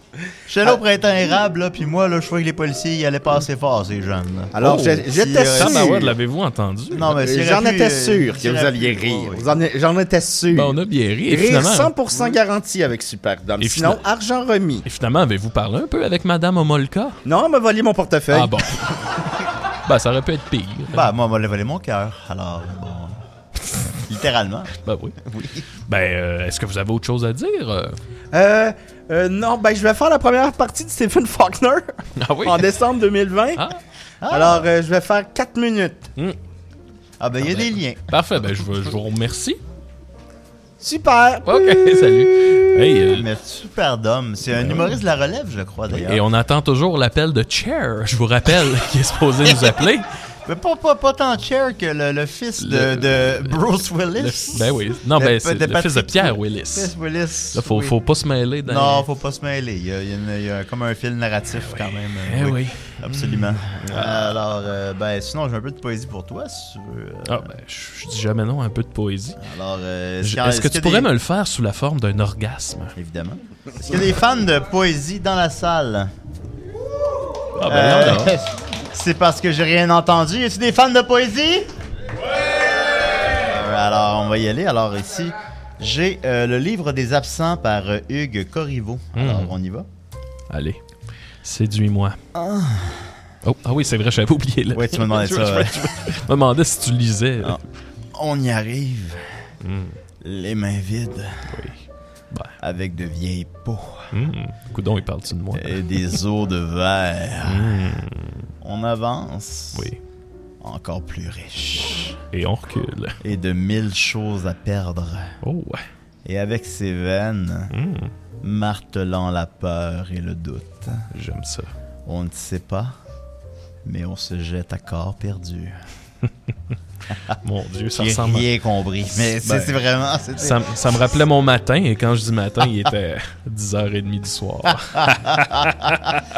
S3: J'étais
S4: Ah.
S3: là au printemps érable, là, puis moi, là, je croyais que les policiers y allaient pas assez fort, ces jeunes. là.
S5: Alors,
S4: Oh,
S5: j'ai-
S3: si,
S5: j'étais
S3: euh,
S5: sûr.
S4: Tabarouette, l'avez-vous entendu?
S3: Non, mais s'il
S5: J'en
S3: aurait pu,
S5: étais
S3: euh,
S5: sûr que
S3: s'il
S5: vous
S3: aurait pu-
S5: alliez
S3: Oh,
S5: rire.
S3: oui.
S5: Vous en- J'en étais sûr.
S4: Ben, on a bien ri. Et
S5: Rire
S4: finalement, hein.
S5: 100% garanti avec Superdome.
S4: Et
S5: Sinon,
S4: fina-
S5: argent remis.
S4: et finalement, avez-vous parlé un peu avec Madame Omolka?
S5: Non, on m'a volé mon portefeuille.
S4: Ah bon. ben, ça aurait pu être pire.
S3: Bah, moi, on m'a volé mon cœur, alors, bon. Littéralement.
S4: Ben oui. Ben, euh, est-ce que vous avez autre chose à dire? euh?
S5: Euh, euh, non, ben je vais faire la première partie de Stephen Faulkner
S4: Ah oui?
S5: en décembre 2020.
S4: Ah.
S5: Alors, euh, je vais faire 4 minutes.
S3: Ah, ben, il y a des liens.
S4: Parfait, ben je, veux- je vous remercie.
S5: Super!
S4: Ok, salut. Hey, euh,
S3: Mais super d'homme. C'est un humoriste de la relève, je crois, d'ailleurs.
S4: Ben et on attend toujours l'appel de Chair, je vous rappelle, qui est supposé nous appeler.
S3: Mais pas, pas, pas tant Cher que le, le fils de, de Bruce Willis.
S4: Le- ben oui. Non,
S3: Le
S4: ben
S3: pa-
S4: c'est
S3: de
S4: le fils de
S3: Patrick
S4: Pierre Willis.
S3: Fils Willis.
S4: Là, faut,
S3: oui.
S4: faut pas se mêler dans
S3: Non, faut pas se mêler. Il y a, il y a une- il y a comme un fil narratif quand même.
S4: Eh oui. Mm.
S3: Absolument. Alors, euh, ben, sinon, j'ai un peu de poésie pour toi, si tu veux. Euh,
S4: Ah, ben, je je dis jamais non à un peu de poésie.
S3: Alors, euh,
S4: Je-
S3: quand-
S4: Est-ce que tu
S3: qu'il y a
S4: pourrais
S3: des-
S4: me le faire sous la forme d'un orgasme?
S3: Évidemment. Est-ce qu'il y a des fans de poésie dans la salle?
S4: Ah, ben non,
S3: Euh, C'est parce que j'ai rien entendu. Y a-tu des fans de poésie? Euh, Alors, on va y aller. Alors, ici, j'ai euh, le livre des absents par euh, Hugues Corriveau.
S4: Mm.
S3: Alors, on y va.
S4: Allez, séduis-moi. Oh, ah oui, c'est vrai, j'avais oublié. Là.
S3: Oui, tu me demandais ça. euh, ouais. Ah.
S4: Je me demandais si tu lisais. là.
S3: On y arrive. Les mains vides.
S4: Hmm. Oui. Ben.
S3: Avec de vieilles peaux.
S4: Hum, Coudon, il parle-tu de moi?
S3: Et des os de verre. On avance.
S4: Hmm. Oui.
S3: Encore plus riche.
S4: Et on recule.
S3: Et de mille choses à perdre.
S4: Oh, ouais.
S3: Et avec ses veines,
S4: Hum,
S3: martelant la peur et le doute.
S4: J'aime ça.
S3: On ne sait pas, mais on se jette à corps perdu.
S4: Mon Dieu, ça
S3: J'ai
S4: ressemble. à-
S3: Ah. rien compris. Mais c'est
S4: Ben,
S3: c'est vraiment. c'était-
S4: Ça, m- ça me rappelait mon matin, et quand je dis matin, il était 10h30 du soir.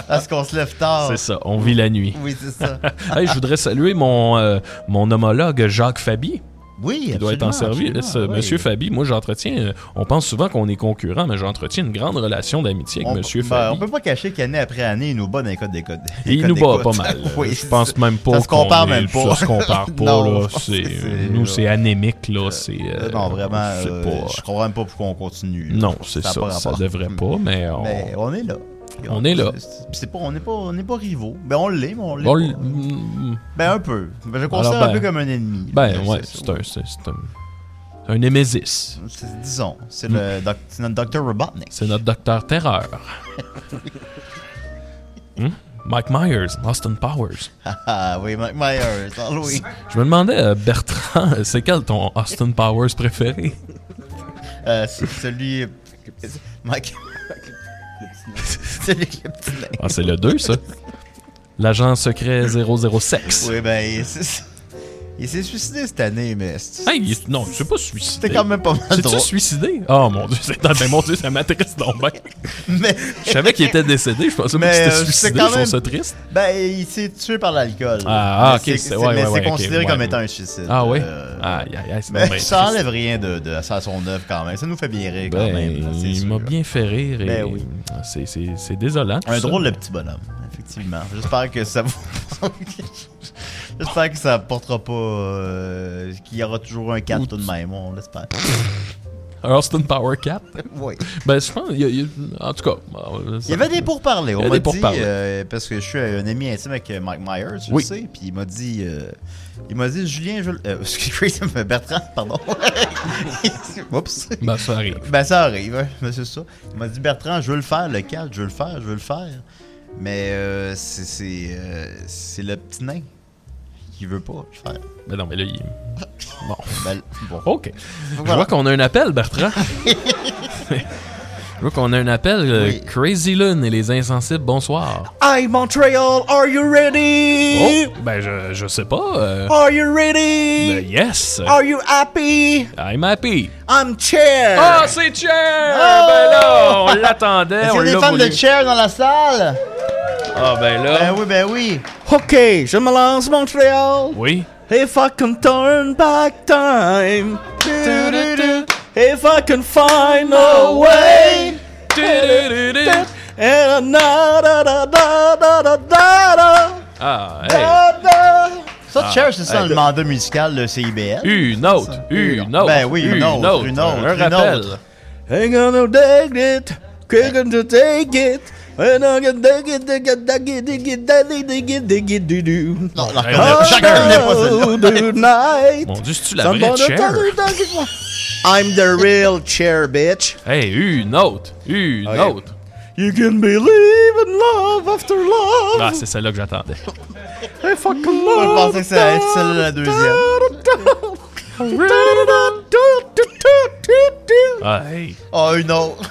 S3: Parce qu'on se lève tard.
S4: C'est ça, on vit la nuit.
S3: Oui, c'est ça.
S4: Hey, je voudrais saluer mon, euh, mon homologue Jacques Fabi,
S3: Oui,
S4: qui doit être en service. Euh,
S3: absolument, Ah, oui.
S4: Monsieur Fabi, moi j'entretiens, euh, on pense souvent qu'on est concurrents, mais j'entretiens une grande relation d'amitié avec
S3: On-
S4: Monsieur
S3: ben,
S4: Fabi.
S3: on peut pas cacher qu'année après année, il nous bat dans les codes des codes.
S4: Et il
S3: codes
S4: nous
S3: des
S4: bat pas
S3: codes.
S4: mal.
S3: oui,
S4: je pense même pas.
S3: Ça se
S4: qu'on
S3: compare
S4: est-
S3: même pas.
S4: Ça se compare pas.
S3: Non,
S4: là.
S3: je pense
S4: C'est- euh,
S3: que c'est-
S4: nous, c'est anémique. Là. c'est, euh,
S3: non, vraiment,
S4: je sais
S3: euh,
S4: pas.
S3: je comprends même pas pourquoi on continue.
S4: Non, c'est
S3: a
S4: ça.
S3: pas
S4: ça
S3: rapport. Hmm.
S4: devrait pas, mais on.
S3: Mais on est là. Puis
S4: On est là.
S3: c'est- c'est pas, on n'est pas, on n'est pas rivaux. Ben on l'est, mais on l'est.
S4: Bon,
S3: pas.
S4: l- mm,
S3: Ben un peu. Ben, je le considère
S4: Alors,
S3: un
S4: ben-
S3: peu comme un ennemi.
S4: Ben
S3: Ben,
S4: ouais,
S3: c'est-
S4: c'est un, c'est c'est un, c'est un Némésis.
S3: c'est- Disons, c'est le doc- c'est notre Dr. Robotnik.
S4: C'est notre docteur Terreur. Hmm? Mike Myers, Austin Powers.
S3: Ah oui, Mike Myers, Halloween.
S4: Je me demandais, euh, Bertrand, c'est quel ton Austin Powers préféré?
S3: Euh, c'est celui. Mike. celui avec le petit nain.
S4: Ah, c'est le 2, ça. L'agent secret 006.
S3: Oui, ben il s'est- il s'est suicidé cette année, mais c'est-
S4: Hey, Ah, il- non, c'est pas suicidé.
S3: c'était quand même pas mal
S4: C'est-tu
S3: drôle.
S4: suicidé? Oh mon dieu, c'est- ah, ben, mon dieu, ça m'attriste donc ben.
S3: Mais
S4: Je savais qu'il était décédé, je pensais pas
S3: Mais,
S4: qu'il
S3: euh,
S4: était
S3: c'est
S4: suicidé,
S3: quand
S4: je trouve
S3: même-
S4: ça triste.
S3: ben il s'est tué par l'alcool.
S4: Ah, ah, ok,
S3: Mais
S4: c'est- ouais,
S3: mais
S4: ouais, ouais, ok,
S3: considéré
S4: ouais.
S3: comme étant un suicide.
S4: Ah oui?
S3: Euh,
S4: Aïe, aïe, aïe, c'est
S3: Mais
S4: donc ben
S3: ça
S4: triste.
S3: enlève rien de, de ça à son œuvre quand même. Ça nous fait bien rire quand
S4: Ben,
S3: même. là, c'est
S4: il
S3: sûr.
S4: m'a bien fait rire et
S3: Ben oui.
S4: c'est, c'est- c'est désolant. tout
S3: Un
S4: ça.
S3: drôle de petit bonhomme, effectivement. J'espère que ça vous. J'espère que ça portera pas. euh, qu'il y aura toujours un 4 tout de même, on l'espère.
S4: Un Austin Power 4.
S3: oui.
S4: Ben, je pense. il y a- il y a- en tout cas. euh, ça-
S3: Il y avait des pourparlers.
S4: Il y
S3: On
S4: a
S3: m'a
S4: des
S3: dit,
S4: pourparlers.
S3: euh, parce que je suis un ami intime avec euh, Mike Myers, je
S4: Oui.
S3: sais, puis il m'a dit, euh, il m'a dit, Julien, je, euh, excusez-moi, Bertrand, pardon. Oups.
S4: Ben, ça arrive.
S3: Ben ça arrive, hein, mais c'est ça. Il m'a dit Bertrand, je veux le faire, le 4, je veux le faire, je veux le faire. Mais euh, c'est c'est, euh, c'est le petit nain qui veut pas le faire.
S4: Ben, non, mais là, il. Bon.
S3: Ben, bon.
S4: OK. Je
S3: Voilà.
S4: vois qu'on a un appel, Bertrand. Je vois qu'on a un appel. euh,
S3: Oui.
S4: Crazy Lune et les Insensibles, bonsoir.
S6: Hi Montreal, are you ready?
S4: Oh, ben, je, je sais pas.
S3: Oh!
S4: euh,
S6: Are you ready?
S4: ben, yes.
S6: Are you happy?
S4: I'm happy.
S3: Euh.
S6: I'm chair.
S4: Ah, c'est Cher! Ben là, on l'attendait.
S3: Oh! Est-ce
S4: on
S3: qu'il y a
S4: l'a
S3: des fans
S4: voulu.
S3: de chair dans la salle?
S4: Ah, ben là.
S3: Ben oui, ben oui.
S6: Ok, je me lance Montréal.
S4: Oui.
S6: If I can turn back time. If I can find a way. And da da da da da da da da
S4: Ah,
S3: Oh!
S4: hey.
S6: da.
S3: Ça, chair, c'est
S4: Ah,
S3: ça le mandat musical de CIBL.
S4: Une autre, une autre.
S3: Ben oui, une autre, une autre,
S4: Un
S3: une
S4: rappel.
S3: autre.
S6: Ain't gonna take it. Ain't gonna take it. Ain't gonna take it. Take it. Take it. Take it. Take it. Take it. Do do.
S3: Non, non,
S4: Hey,
S3: non,
S4: on a-
S3: chacun connaît pas celle-là.
S6: Oh, tonight.
S4: Mon dieu, c'est-tu la vraie
S6: Somebody
S4: chair?
S6: tell me take it. I'm the real chair, bitch.
S4: Hey, une autre, une
S3: Oh,
S4: autre.
S6: You can believe in love after love.
S4: Ah, c'est celle-là que j'attendais.
S6: I fucking
S3: Je
S6: love.
S3: pensais que ça allait être celle de la deuxième.
S4: Ah, hey.
S3: Oh, une autre.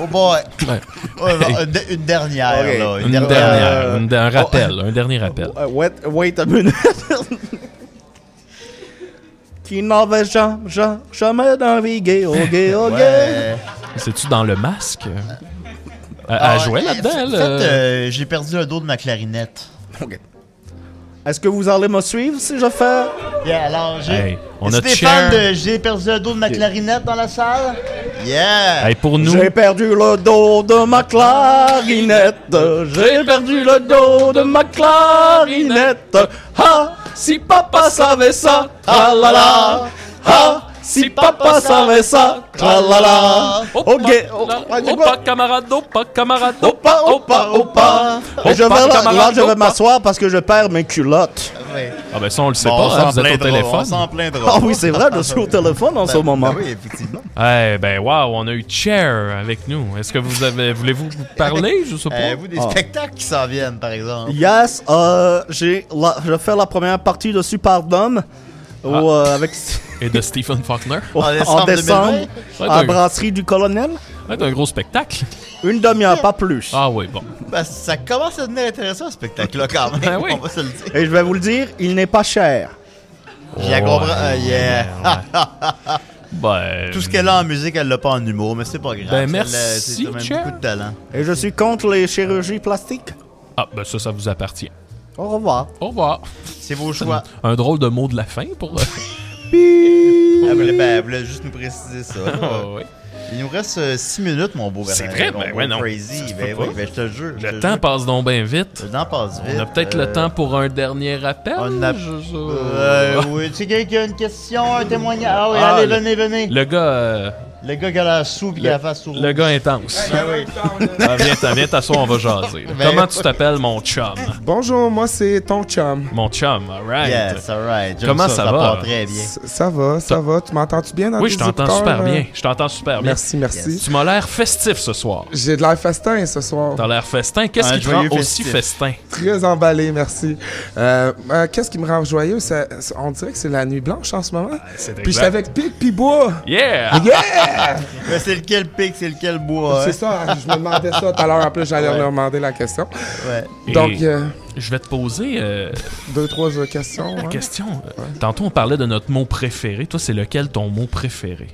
S3: Oh boy.
S4: ouais.
S3: Oh, non, une, une dernière,
S6: Ok.
S3: là. Une,
S4: une
S3: dernière. Oh.
S4: dernière, une- un rappel, un dernier rappel.
S6: Euh, wait, wait a minute. Qui n'avait jamais, jamais, jamais navigué au gay, au gay.
S3: Ouais.
S4: C'est-tu dans le masque? Elle,
S3: Ah,
S4: elle jouait là-dedans,
S3: En
S4: elle,
S3: fait,
S4: euh,
S3: euh, j'ai perdu le dos de ma clarinette.
S6: Est-ce que vous allez me suivre si je fais...
S3: Yeah, alors j'ai.
S4: Hey, on a
S3: Est-ce des
S4: Cher.
S3: fans de J'ai perdu le dos de ma clarinette dans la salle? Yeah!
S4: Hey, pour nous,
S6: J'ai perdu le dos de ma clarinette. J'ai perdu le dos de ma clarinette. Ah, si papa savait ça, ah la la. Ah,
S11: Si papa savait ça, tralala. Ok, oh, c'est quoi?
S4: camarado, pas camarado.
S11: Opa, opa, opa.
S4: Opa,
S11: Je vais,
S4: camarade,
S11: là, je
S4: opa.
S11: vais m'asseoir parce que je perds mes culottes.
S4: Ah ben ça, on le sait
S3: Bon,
S4: pas, hein,
S3: on
S4: vous
S3: s'en
S4: êtes au
S3: plaindra, on
S4: téléphone.
S3: s'en plaindra.
S11: Ah oui, c'est vrai, je suis au téléphone en ce moment.
S3: Ben oui, effectivement.
S4: Eh ben wow, on a eu Chair avec nous. Est-ce que vous avez voulez-vous parler, je sais pas.
S11: Eh,
S3: Avez-vous Euh, des spectacles qui s'en viennent, par exemple?
S11: Yes, euh, j'ai la- je fais la première partie de Superdome au, euh, avec,
S4: Et de Stephen Faulkner.
S11: au-
S3: En
S11: en
S3: décembre
S11: décembre,
S3: 2020.
S4: Ça va
S11: à
S4: être un-
S11: Brasserie du Colonel.
S4: ça va être un gros spectacle.
S11: Une demi-heure, pas plus.
S4: Ah oui, bon.
S3: Ben, ça commence à devenir intéressant, ce spectacle-là, quand même.
S4: Ben oui.
S3: On va se le dire.
S11: Et je vais vous le dire, il n'est pas cher.
S3: Je la comprends. euh, yeah.
S4: Ben,
S3: Tout ce qu'elle a en musique, elle l'a pas en humour, mais c'est pas grave.
S4: Ben,
S3: Ça, elle, euh,
S4: merci,
S3: C'est quand même
S4: Cher.
S3: beaucoup de talent.
S11: Et je suis contre les chirurgies plastiques.
S4: Ah ben ça, ça vous appartient.
S11: Au revoir.
S4: Au revoir.
S3: C'est vos choix.
S4: Un drôle de mot de la fin pour.
S3: Elle voulait, ben, elle voulait juste nous préciser ça.
S4: Ah oui.
S3: Il nous reste 6 minutes, mon beau
S4: C'est
S3: Bernard.
S4: vrai,
S3: Mon
S4: ben
S3: beau
S4: ouais, non. Ça
S3: Crazy,
S4: se
S3: ben
S4: peut
S3: oui,
S4: pas.
S3: ben je te le jure. je te
S4: Le temps
S3: jure.
S4: passe donc bien vite.
S3: Le temps passe vite.
S4: On a peut-être
S3: Euh,
S4: le temps pour un dernier appel.
S3: On a-
S4: je sais-
S3: Euh, oui, tu sais, quelqu'un qui a une question, un témoignage. Ah oui,
S4: Ah,
S3: allez,
S4: le-
S3: venez, venez.
S4: Le gars, euh,
S3: Le gars qui a la soupe, il a la face
S4: le
S3: sourde.
S4: gars intense.
S3: Ben oui.
S4: Ah, viens t'as- viens t'asseoir, on va jaser. là.
S3: Ben
S4: Comment
S3: oui.
S4: tu t'appelles, mon chum?
S9: Bonjour, moi c'est ton chum.
S4: Mon chum, alright.
S3: Yes, alright. J'aime
S4: Comment ça va?
S3: part très bien.
S9: S- Ça va, ça va. Tu m'entends-tu bien dans
S4: Oui,
S9: tes
S4: je t'entends
S9: écouteurs,
S4: super
S9: euh?
S4: bien. Je t'entends super bien.
S9: Merci, merci.
S4: Tu m'as l'air festif ce soir.
S9: J'ai de l'air festin ce soir.
S4: T'as l'air festin. Qu'est-ce
S3: Un
S4: qui te rend
S3: joyeux
S4: aussi festin?
S9: Très emballé, merci. Euh, euh, Qu'est-ce qui me rend joyeux? ça- ça- on dirait que c'est la nuit blanche en ce moment.
S4: c'est
S9: Puis
S4: exact.
S9: j'étais avec Pic Pibois.
S4: Yeah!
S3: Mais c'est lequel pic, c'est lequel bois?
S9: Ah,
S3: hein?
S9: C'est ça, hein, je me demandais ça tout à l'heure. En plus, j'allais leur demander la question.
S3: Ouais.
S9: Donc,
S4: Et
S9: euh,
S4: je vais te poser euh,
S9: deux, trois euh, questions. hein.
S4: une question. euh, Tantôt, on parlait de notre mot préféré. Toi, c'est lequel ton mot préféré?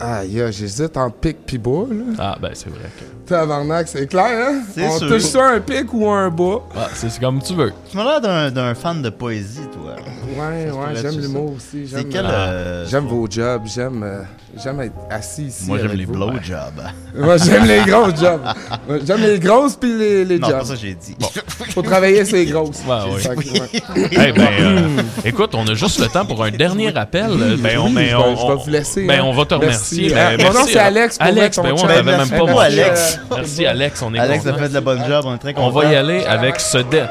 S9: Aïe, euh, j'hésite en Pic Pibois. là.
S4: Ah, ben, c'est vrai. que-
S9: Tabarnak, c'est clair, hein?
S3: C'est
S9: on
S3: sûr.
S9: touche ça un pic ou un bas.
S4: Ah, c'est c'est comme tu veux.
S3: Tu m'as l'air d'un- d'un fan de poésie, toi.
S9: Ouais, ouais,
S3: pourrait être
S9: j'aime
S3: ça.
S9: l'humour aussi.
S3: C'est
S9: J'aime
S3: quel.
S9: euh,
S3: euh,
S9: J'aime vos jobs, j'aime euh, j'aime être assis ici.
S3: Moi, j'aime
S9: avec
S3: les
S9: vous.
S3: blowjobs.
S9: Moi, j'aime les grosses jobs. Moi, J'aime les grosses puis les, les
S3: Non, c'est pas
S9: jobs.
S3: ça que j'ai dit.
S9: Faut travailler ces grosses.
S4: Ouais, ouais.
S9: Fait que, ouais.
S4: Eh ben, euh, écoute, on a juste le temps pour un dernier appel. Euh, Ben, on,
S9: Oui,
S4: ben,
S9: je vais-
S4: on-
S9: je vais vous laisser,
S4: Ben,
S9: hein.
S4: on va te remercier.
S9: Merci.
S4: Ben,
S9: Ah, mon
S4: merci,
S9: nom, c'est
S4: euh,
S9: Alex, pour
S4: Alex,
S9: vrai,
S4: ben,
S9: ton
S4: on
S9: chat. euh,
S4: avait
S3: Ben,
S4: même
S3: merci
S4: pas
S3: beaucoup,
S4: mentionné.
S3: Alex.
S4: Merci, Alex. On est
S3: Alex a
S4: content.
S3: fait de la bonne job, on est très contents.
S4: On va y aller avec ce dé.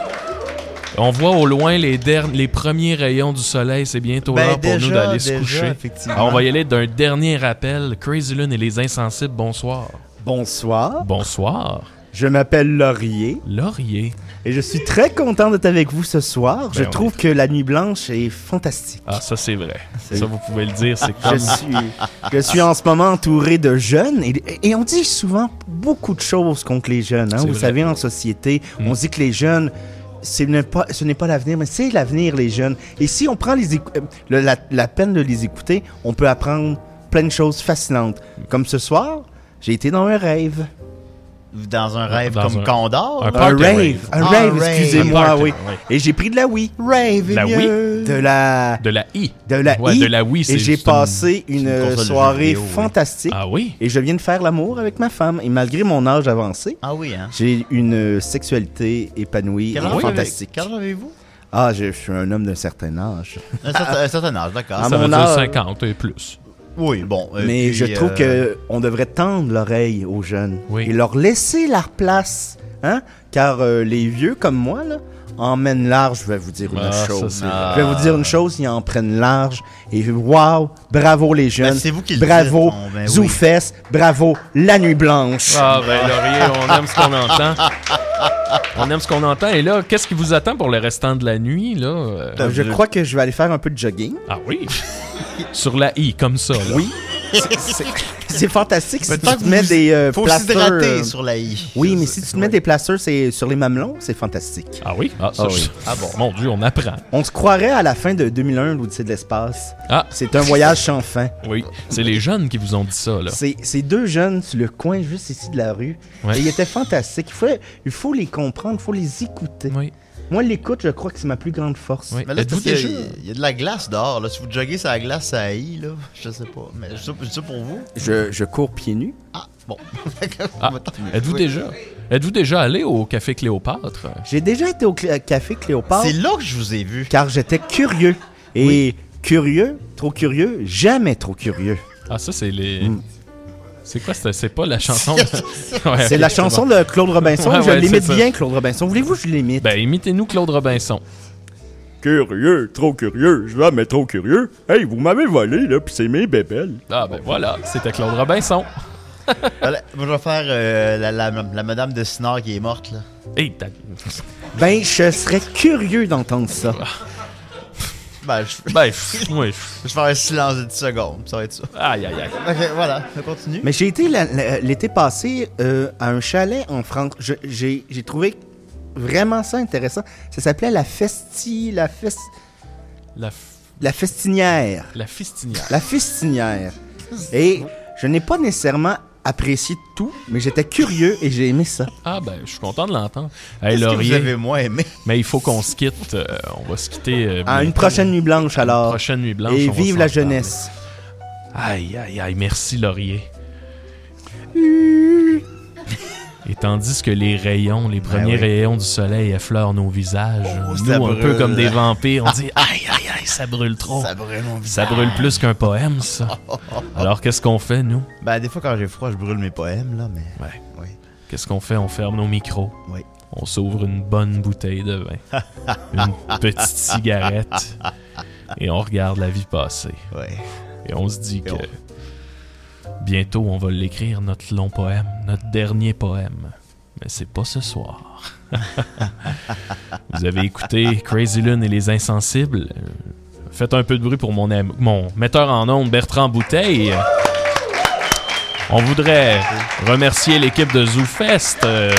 S4: On voit au loin les, derni- les premiers rayons du soleil. C'est bientôt
S3: Ben,
S4: l'heure pour nous
S3: déjà,
S4: d'aller se
S3: déjà,
S4: coucher.
S3: effectivement.
S5: Ah,
S4: Alors, on va y aller d'un dernier rappel. Crazy Lune et les Insensibles, bonsoir.
S5: Bonsoir,
S4: Bonsoir.
S5: je m'appelle Laurier
S4: Laurier.
S5: et je suis très content d'être avec vous ce soir.
S3: Ben
S5: je
S4: on
S5: trouve que la nuit blanche est fantastique.
S4: Ah, ça, c'est vrai. Ça, vous pouvez le dire. C'est
S5: Je
S9: Ah,
S4: comme...
S5: suis, je suis en ce moment entouré de jeunes et, et on dit souvent beaucoup de choses contre les jeunes. hein.
S4: C'est
S5: Vous
S4: vrai. Mm.
S5: savez, en société, on dit que les jeunes, c'est n'est pas- ce n'est pas l'avenir, mais c'est l'avenir, les jeunes. Et si on prend les écou- euh, le- la, la peine de les écouter, on peut apprendre plein de choses fascinantes.
S4: Mm.
S5: Comme ce soir, j'ai été dans un rêve.
S3: Dans un rêve
S4: Dans
S3: comme
S4: un-
S3: Condor.
S4: un
S3: là.
S5: Un
S4: Party
S5: rave.
S4: rave.
S5: Un
S3: Ah,
S5: rave,
S3: rave.
S4: Un
S5: excusez-moi,
S4: party,
S5: oui.
S4: ouais.
S5: Et j'ai pris de la Wii.
S3: Rave,
S4: La
S3: mieux.
S5: De la...
S4: De la I.
S5: De la
S4: Ouais,
S5: I.
S4: de la Wii, c'est
S5: Et j'ai
S4: juste une-
S5: passé une,
S3: une console de jeux
S5: soirée
S3: vidéo, oui.
S5: fantastique.
S4: Ah oui?
S5: Et je viens de faire l'amour avec ma femme. Et malgré mon âge avancé,
S3: Ah oui, hein.
S5: j'ai une euh, sexualité épanouie et
S3: Quel âge
S5: fantastique.
S3: avez- Quel âge avez-vous?
S5: Ah, je, je suis un homme d'un certain âge.
S3: Un certain, un certain âge,
S5: À
S3: d'accord.
S4: Ça
S5: mon
S4: veut dire
S5: âge.
S4: 50 et plus.
S3: Oui, bon. euh,
S5: Mais
S3: puis,
S5: je trouve
S3: euh,
S5: que on devrait tendre l'oreille aux jeunes
S4: Oui.
S5: et leur laisser leur place, hein? Car euh, les vieux comme moi, là, en mènent large, je vais vous dire une
S4: Ah, ça,
S5: chose.
S4: c'est
S5: Je vais vous dire une chose, ils en prennent large. Et wow, bravo les jeunes.
S3: Ben, c'est vous qui le
S5: Bravo,
S3: dites, non, ben oui.
S5: Zoufès, bravo, la nuit blanche.
S4: Ah ben Laurier, on aime ce qu'on entend. On aime ce qu'on entend. Et là, qu'est-ce qui vous attend pour le restant de la nuit, là? Euh,
S5: Euh, je crois que je vais aller faire un peu de jogging.
S4: Ah oui? Sur la I, comme ça, là.
S5: Oui. C'est- c'est- C'est fantastique si
S3: Tant
S5: tu
S3: que
S5: te mets
S3: vous-
S5: des euh,
S3: Faut
S5: placeurs,
S3: s'hydrater
S5: euh,
S3: sur la I.
S5: Oui, mais si tu te mets des placeurs c'est sur les mamelons, c'est fantastique.
S4: Ah oui? Ah, ça,
S5: Ah
S4: je-
S5: oui.
S4: Ah bon. Mon Dieu, on apprend.
S5: On se croirait à la fin de 2001, l'Odyssée de l'espace.
S4: Ah.
S5: C'est un voyage sans fin.
S4: Oui, c'est les jeunes qui vous ont dit ça, là.
S5: C'est c'est deux jeunes sur le coin juste ici de la rue.
S4: Ouais.
S5: Et ils étaient fantastiques. Il faut, il faut les comprendre, il faut les écouter.
S4: Oui,
S5: Moi, l'écoute, je crois que c'est ma plus grande force.
S4: oui.
S3: Mais là,
S4: Êtes-vous
S3: c'est parce
S4: déjà...
S3: qu'il y a- il y a de la glace dehors. Là. Si vous joguez sur la glace à I, là, je sais pas. Mais je sais- je sais pour vous.
S5: Je, je cours pieds nus.
S3: Ah, bon.
S4: Ah, êtes-vous déjà... Êtes-vous déjà allé au Café Cléopâtre?
S5: J'ai déjà été au Clé- euh, Café Cléopâtre
S3: C'est là que je vous ai vu.
S5: car j'étais curieux. Et curieux, Trop curieux, jamais trop curieux.
S4: Ah, ça, c'est les.
S5: Hmm.
S4: C'est quoi ça? C'est pas la chanson. de- Ouais,
S5: c'est
S4: ok,
S5: la chanson
S4: bon.
S5: de Claude Robinson.
S4: Ouais,
S5: je
S4: ouais,
S5: l'imite
S4: c'est ça.
S5: bien, Claude Robinson. Voulez-vous que je l'imite?
S4: Ben, imitez-nous Claude Robinson.
S6: Curieux, trop curieux, je mais trop curieux. Hey, vous m'avez volé, là, pis c'est mes bébelles.
S4: Ah, ben voilà, c'était Claude Robinson.
S3: Voilà, moi, je vais faire euh, la, la- la madame de Sinard qui est morte, là.
S4: Hey, t'as-
S5: Ben, je serais curieux d'entendre ça.
S4: Ah.
S3: Ben, je,
S4: Ben, pff, ouais, pff.
S3: je vais faire un silence de 10 secondes, ça va être ça.
S4: aïe, aïe, aïe.
S3: Ok, voilà, on continue.
S5: Mais j'ai été la- la- l'été passé euh, à un chalet en France. Je- J'ai j'ai trouvé vraiment ça intéressant. Ça s'appelait la Festi... La, fes,
S4: La, f-
S5: la Festinière.
S4: la fistinière.
S5: La Festinière. Et je n'ai pas nécessairement apprécié tout, mais j'étais curieux et j'ai aimé ça.
S4: Ah, ben, je suis content de l'entendre. Hey,
S3: Qu'est-ce que vous
S4: Laurier,
S3: avez moins aimé?
S4: mais il faut qu'on se quitte. euh, on va se quitter. euh,
S5: À une
S4: bientôt.
S5: prochaine nuit blanche, alors.
S4: Prochaine nuit blanche.
S5: et
S4: on va
S5: vive
S4: s'en
S5: la
S4: reparler.
S5: jeunesse.
S4: Aïe, aïe, aïe, merci Laurier. Et tandis que les rayons, les premiers
S3: Ben oui.
S4: rayons du soleil effleurent nos visages,
S3: Oh,
S4: nous,
S3: ça
S4: un peu
S3: brûle. Ah.
S4: comme des vampires, on dit aïe, aïe, aïe, ça brûle trop. Ça,
S3: Ça brûle mon Oh, visage.
S4: brûle plus qu'un poème, ça. Alors qu'est-ce qu'on fait, nous
S3: Ben, des fois, quand j'ai froid, je brûle mes poèmes, là, mais.
S4: Ouais.
S3: Oui.
S4: Qu'est-ce qu'on fait On ferme nos micros.
S3: Oui.
S4: On s'ouvre une bonne bouteille de vin, une petite cigarette, et on regarde la vie passer.
S3: Ouais.
S4: Et on se dit que
S3: on-
S4: bientôt on va l'écrire, notre long poème, notre dernier poème. Mais c'est pas ce soir. Vous avez écouté Crazy Lune et les Insensibles. Euh, Faites un peu de bruit pour mon, am- mon metteur en ondes, Bertrand Bouteille. On voudrait remercier l'équipe de ZooFest. Euh,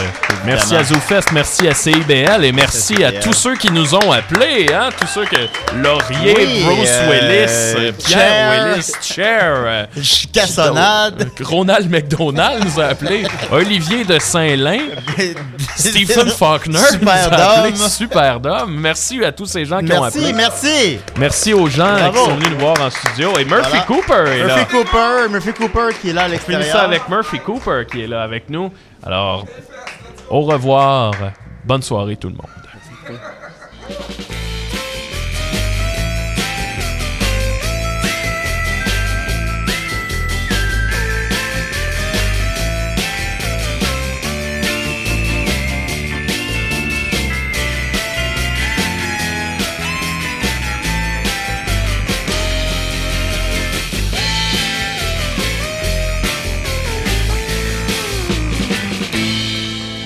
S4: merci à ZooFest, merci à CIBL et merci à
S3: CIBL.
S4: tous ceux qui nous ont appelés. Hein? Tous ceux que Laurier,
S3: Oui,
S4: Bruce
S3: euh,
S4: Willis, euh, Pierre
S3: Cher.
S4: Willis, Cher, euh,
S3: Cassonade!
S4: Ronald McDonald nous a appelé, Olivier de Saint-Lin, Stephen Faulkner nous a appelé,
S3: Superdome.
S4: Superdome. Merci à tous ces gens qui ont appelé.
S3: Merci, merci!
S4: Merci aux gens euh, qui
S3: Bravo.
S4: sont venus nous voir en studio. Et Murphy
S3: Voilà.
S4: Cooper est là.
S3: Murphy Cooper, Murphy Cooper qui est là à
S4: On finit
S3: l'extérieur.
S4: ça avec Murphy Cooper qui est là avec nous. Alors, au revoir. Bonne soirée tout le monde.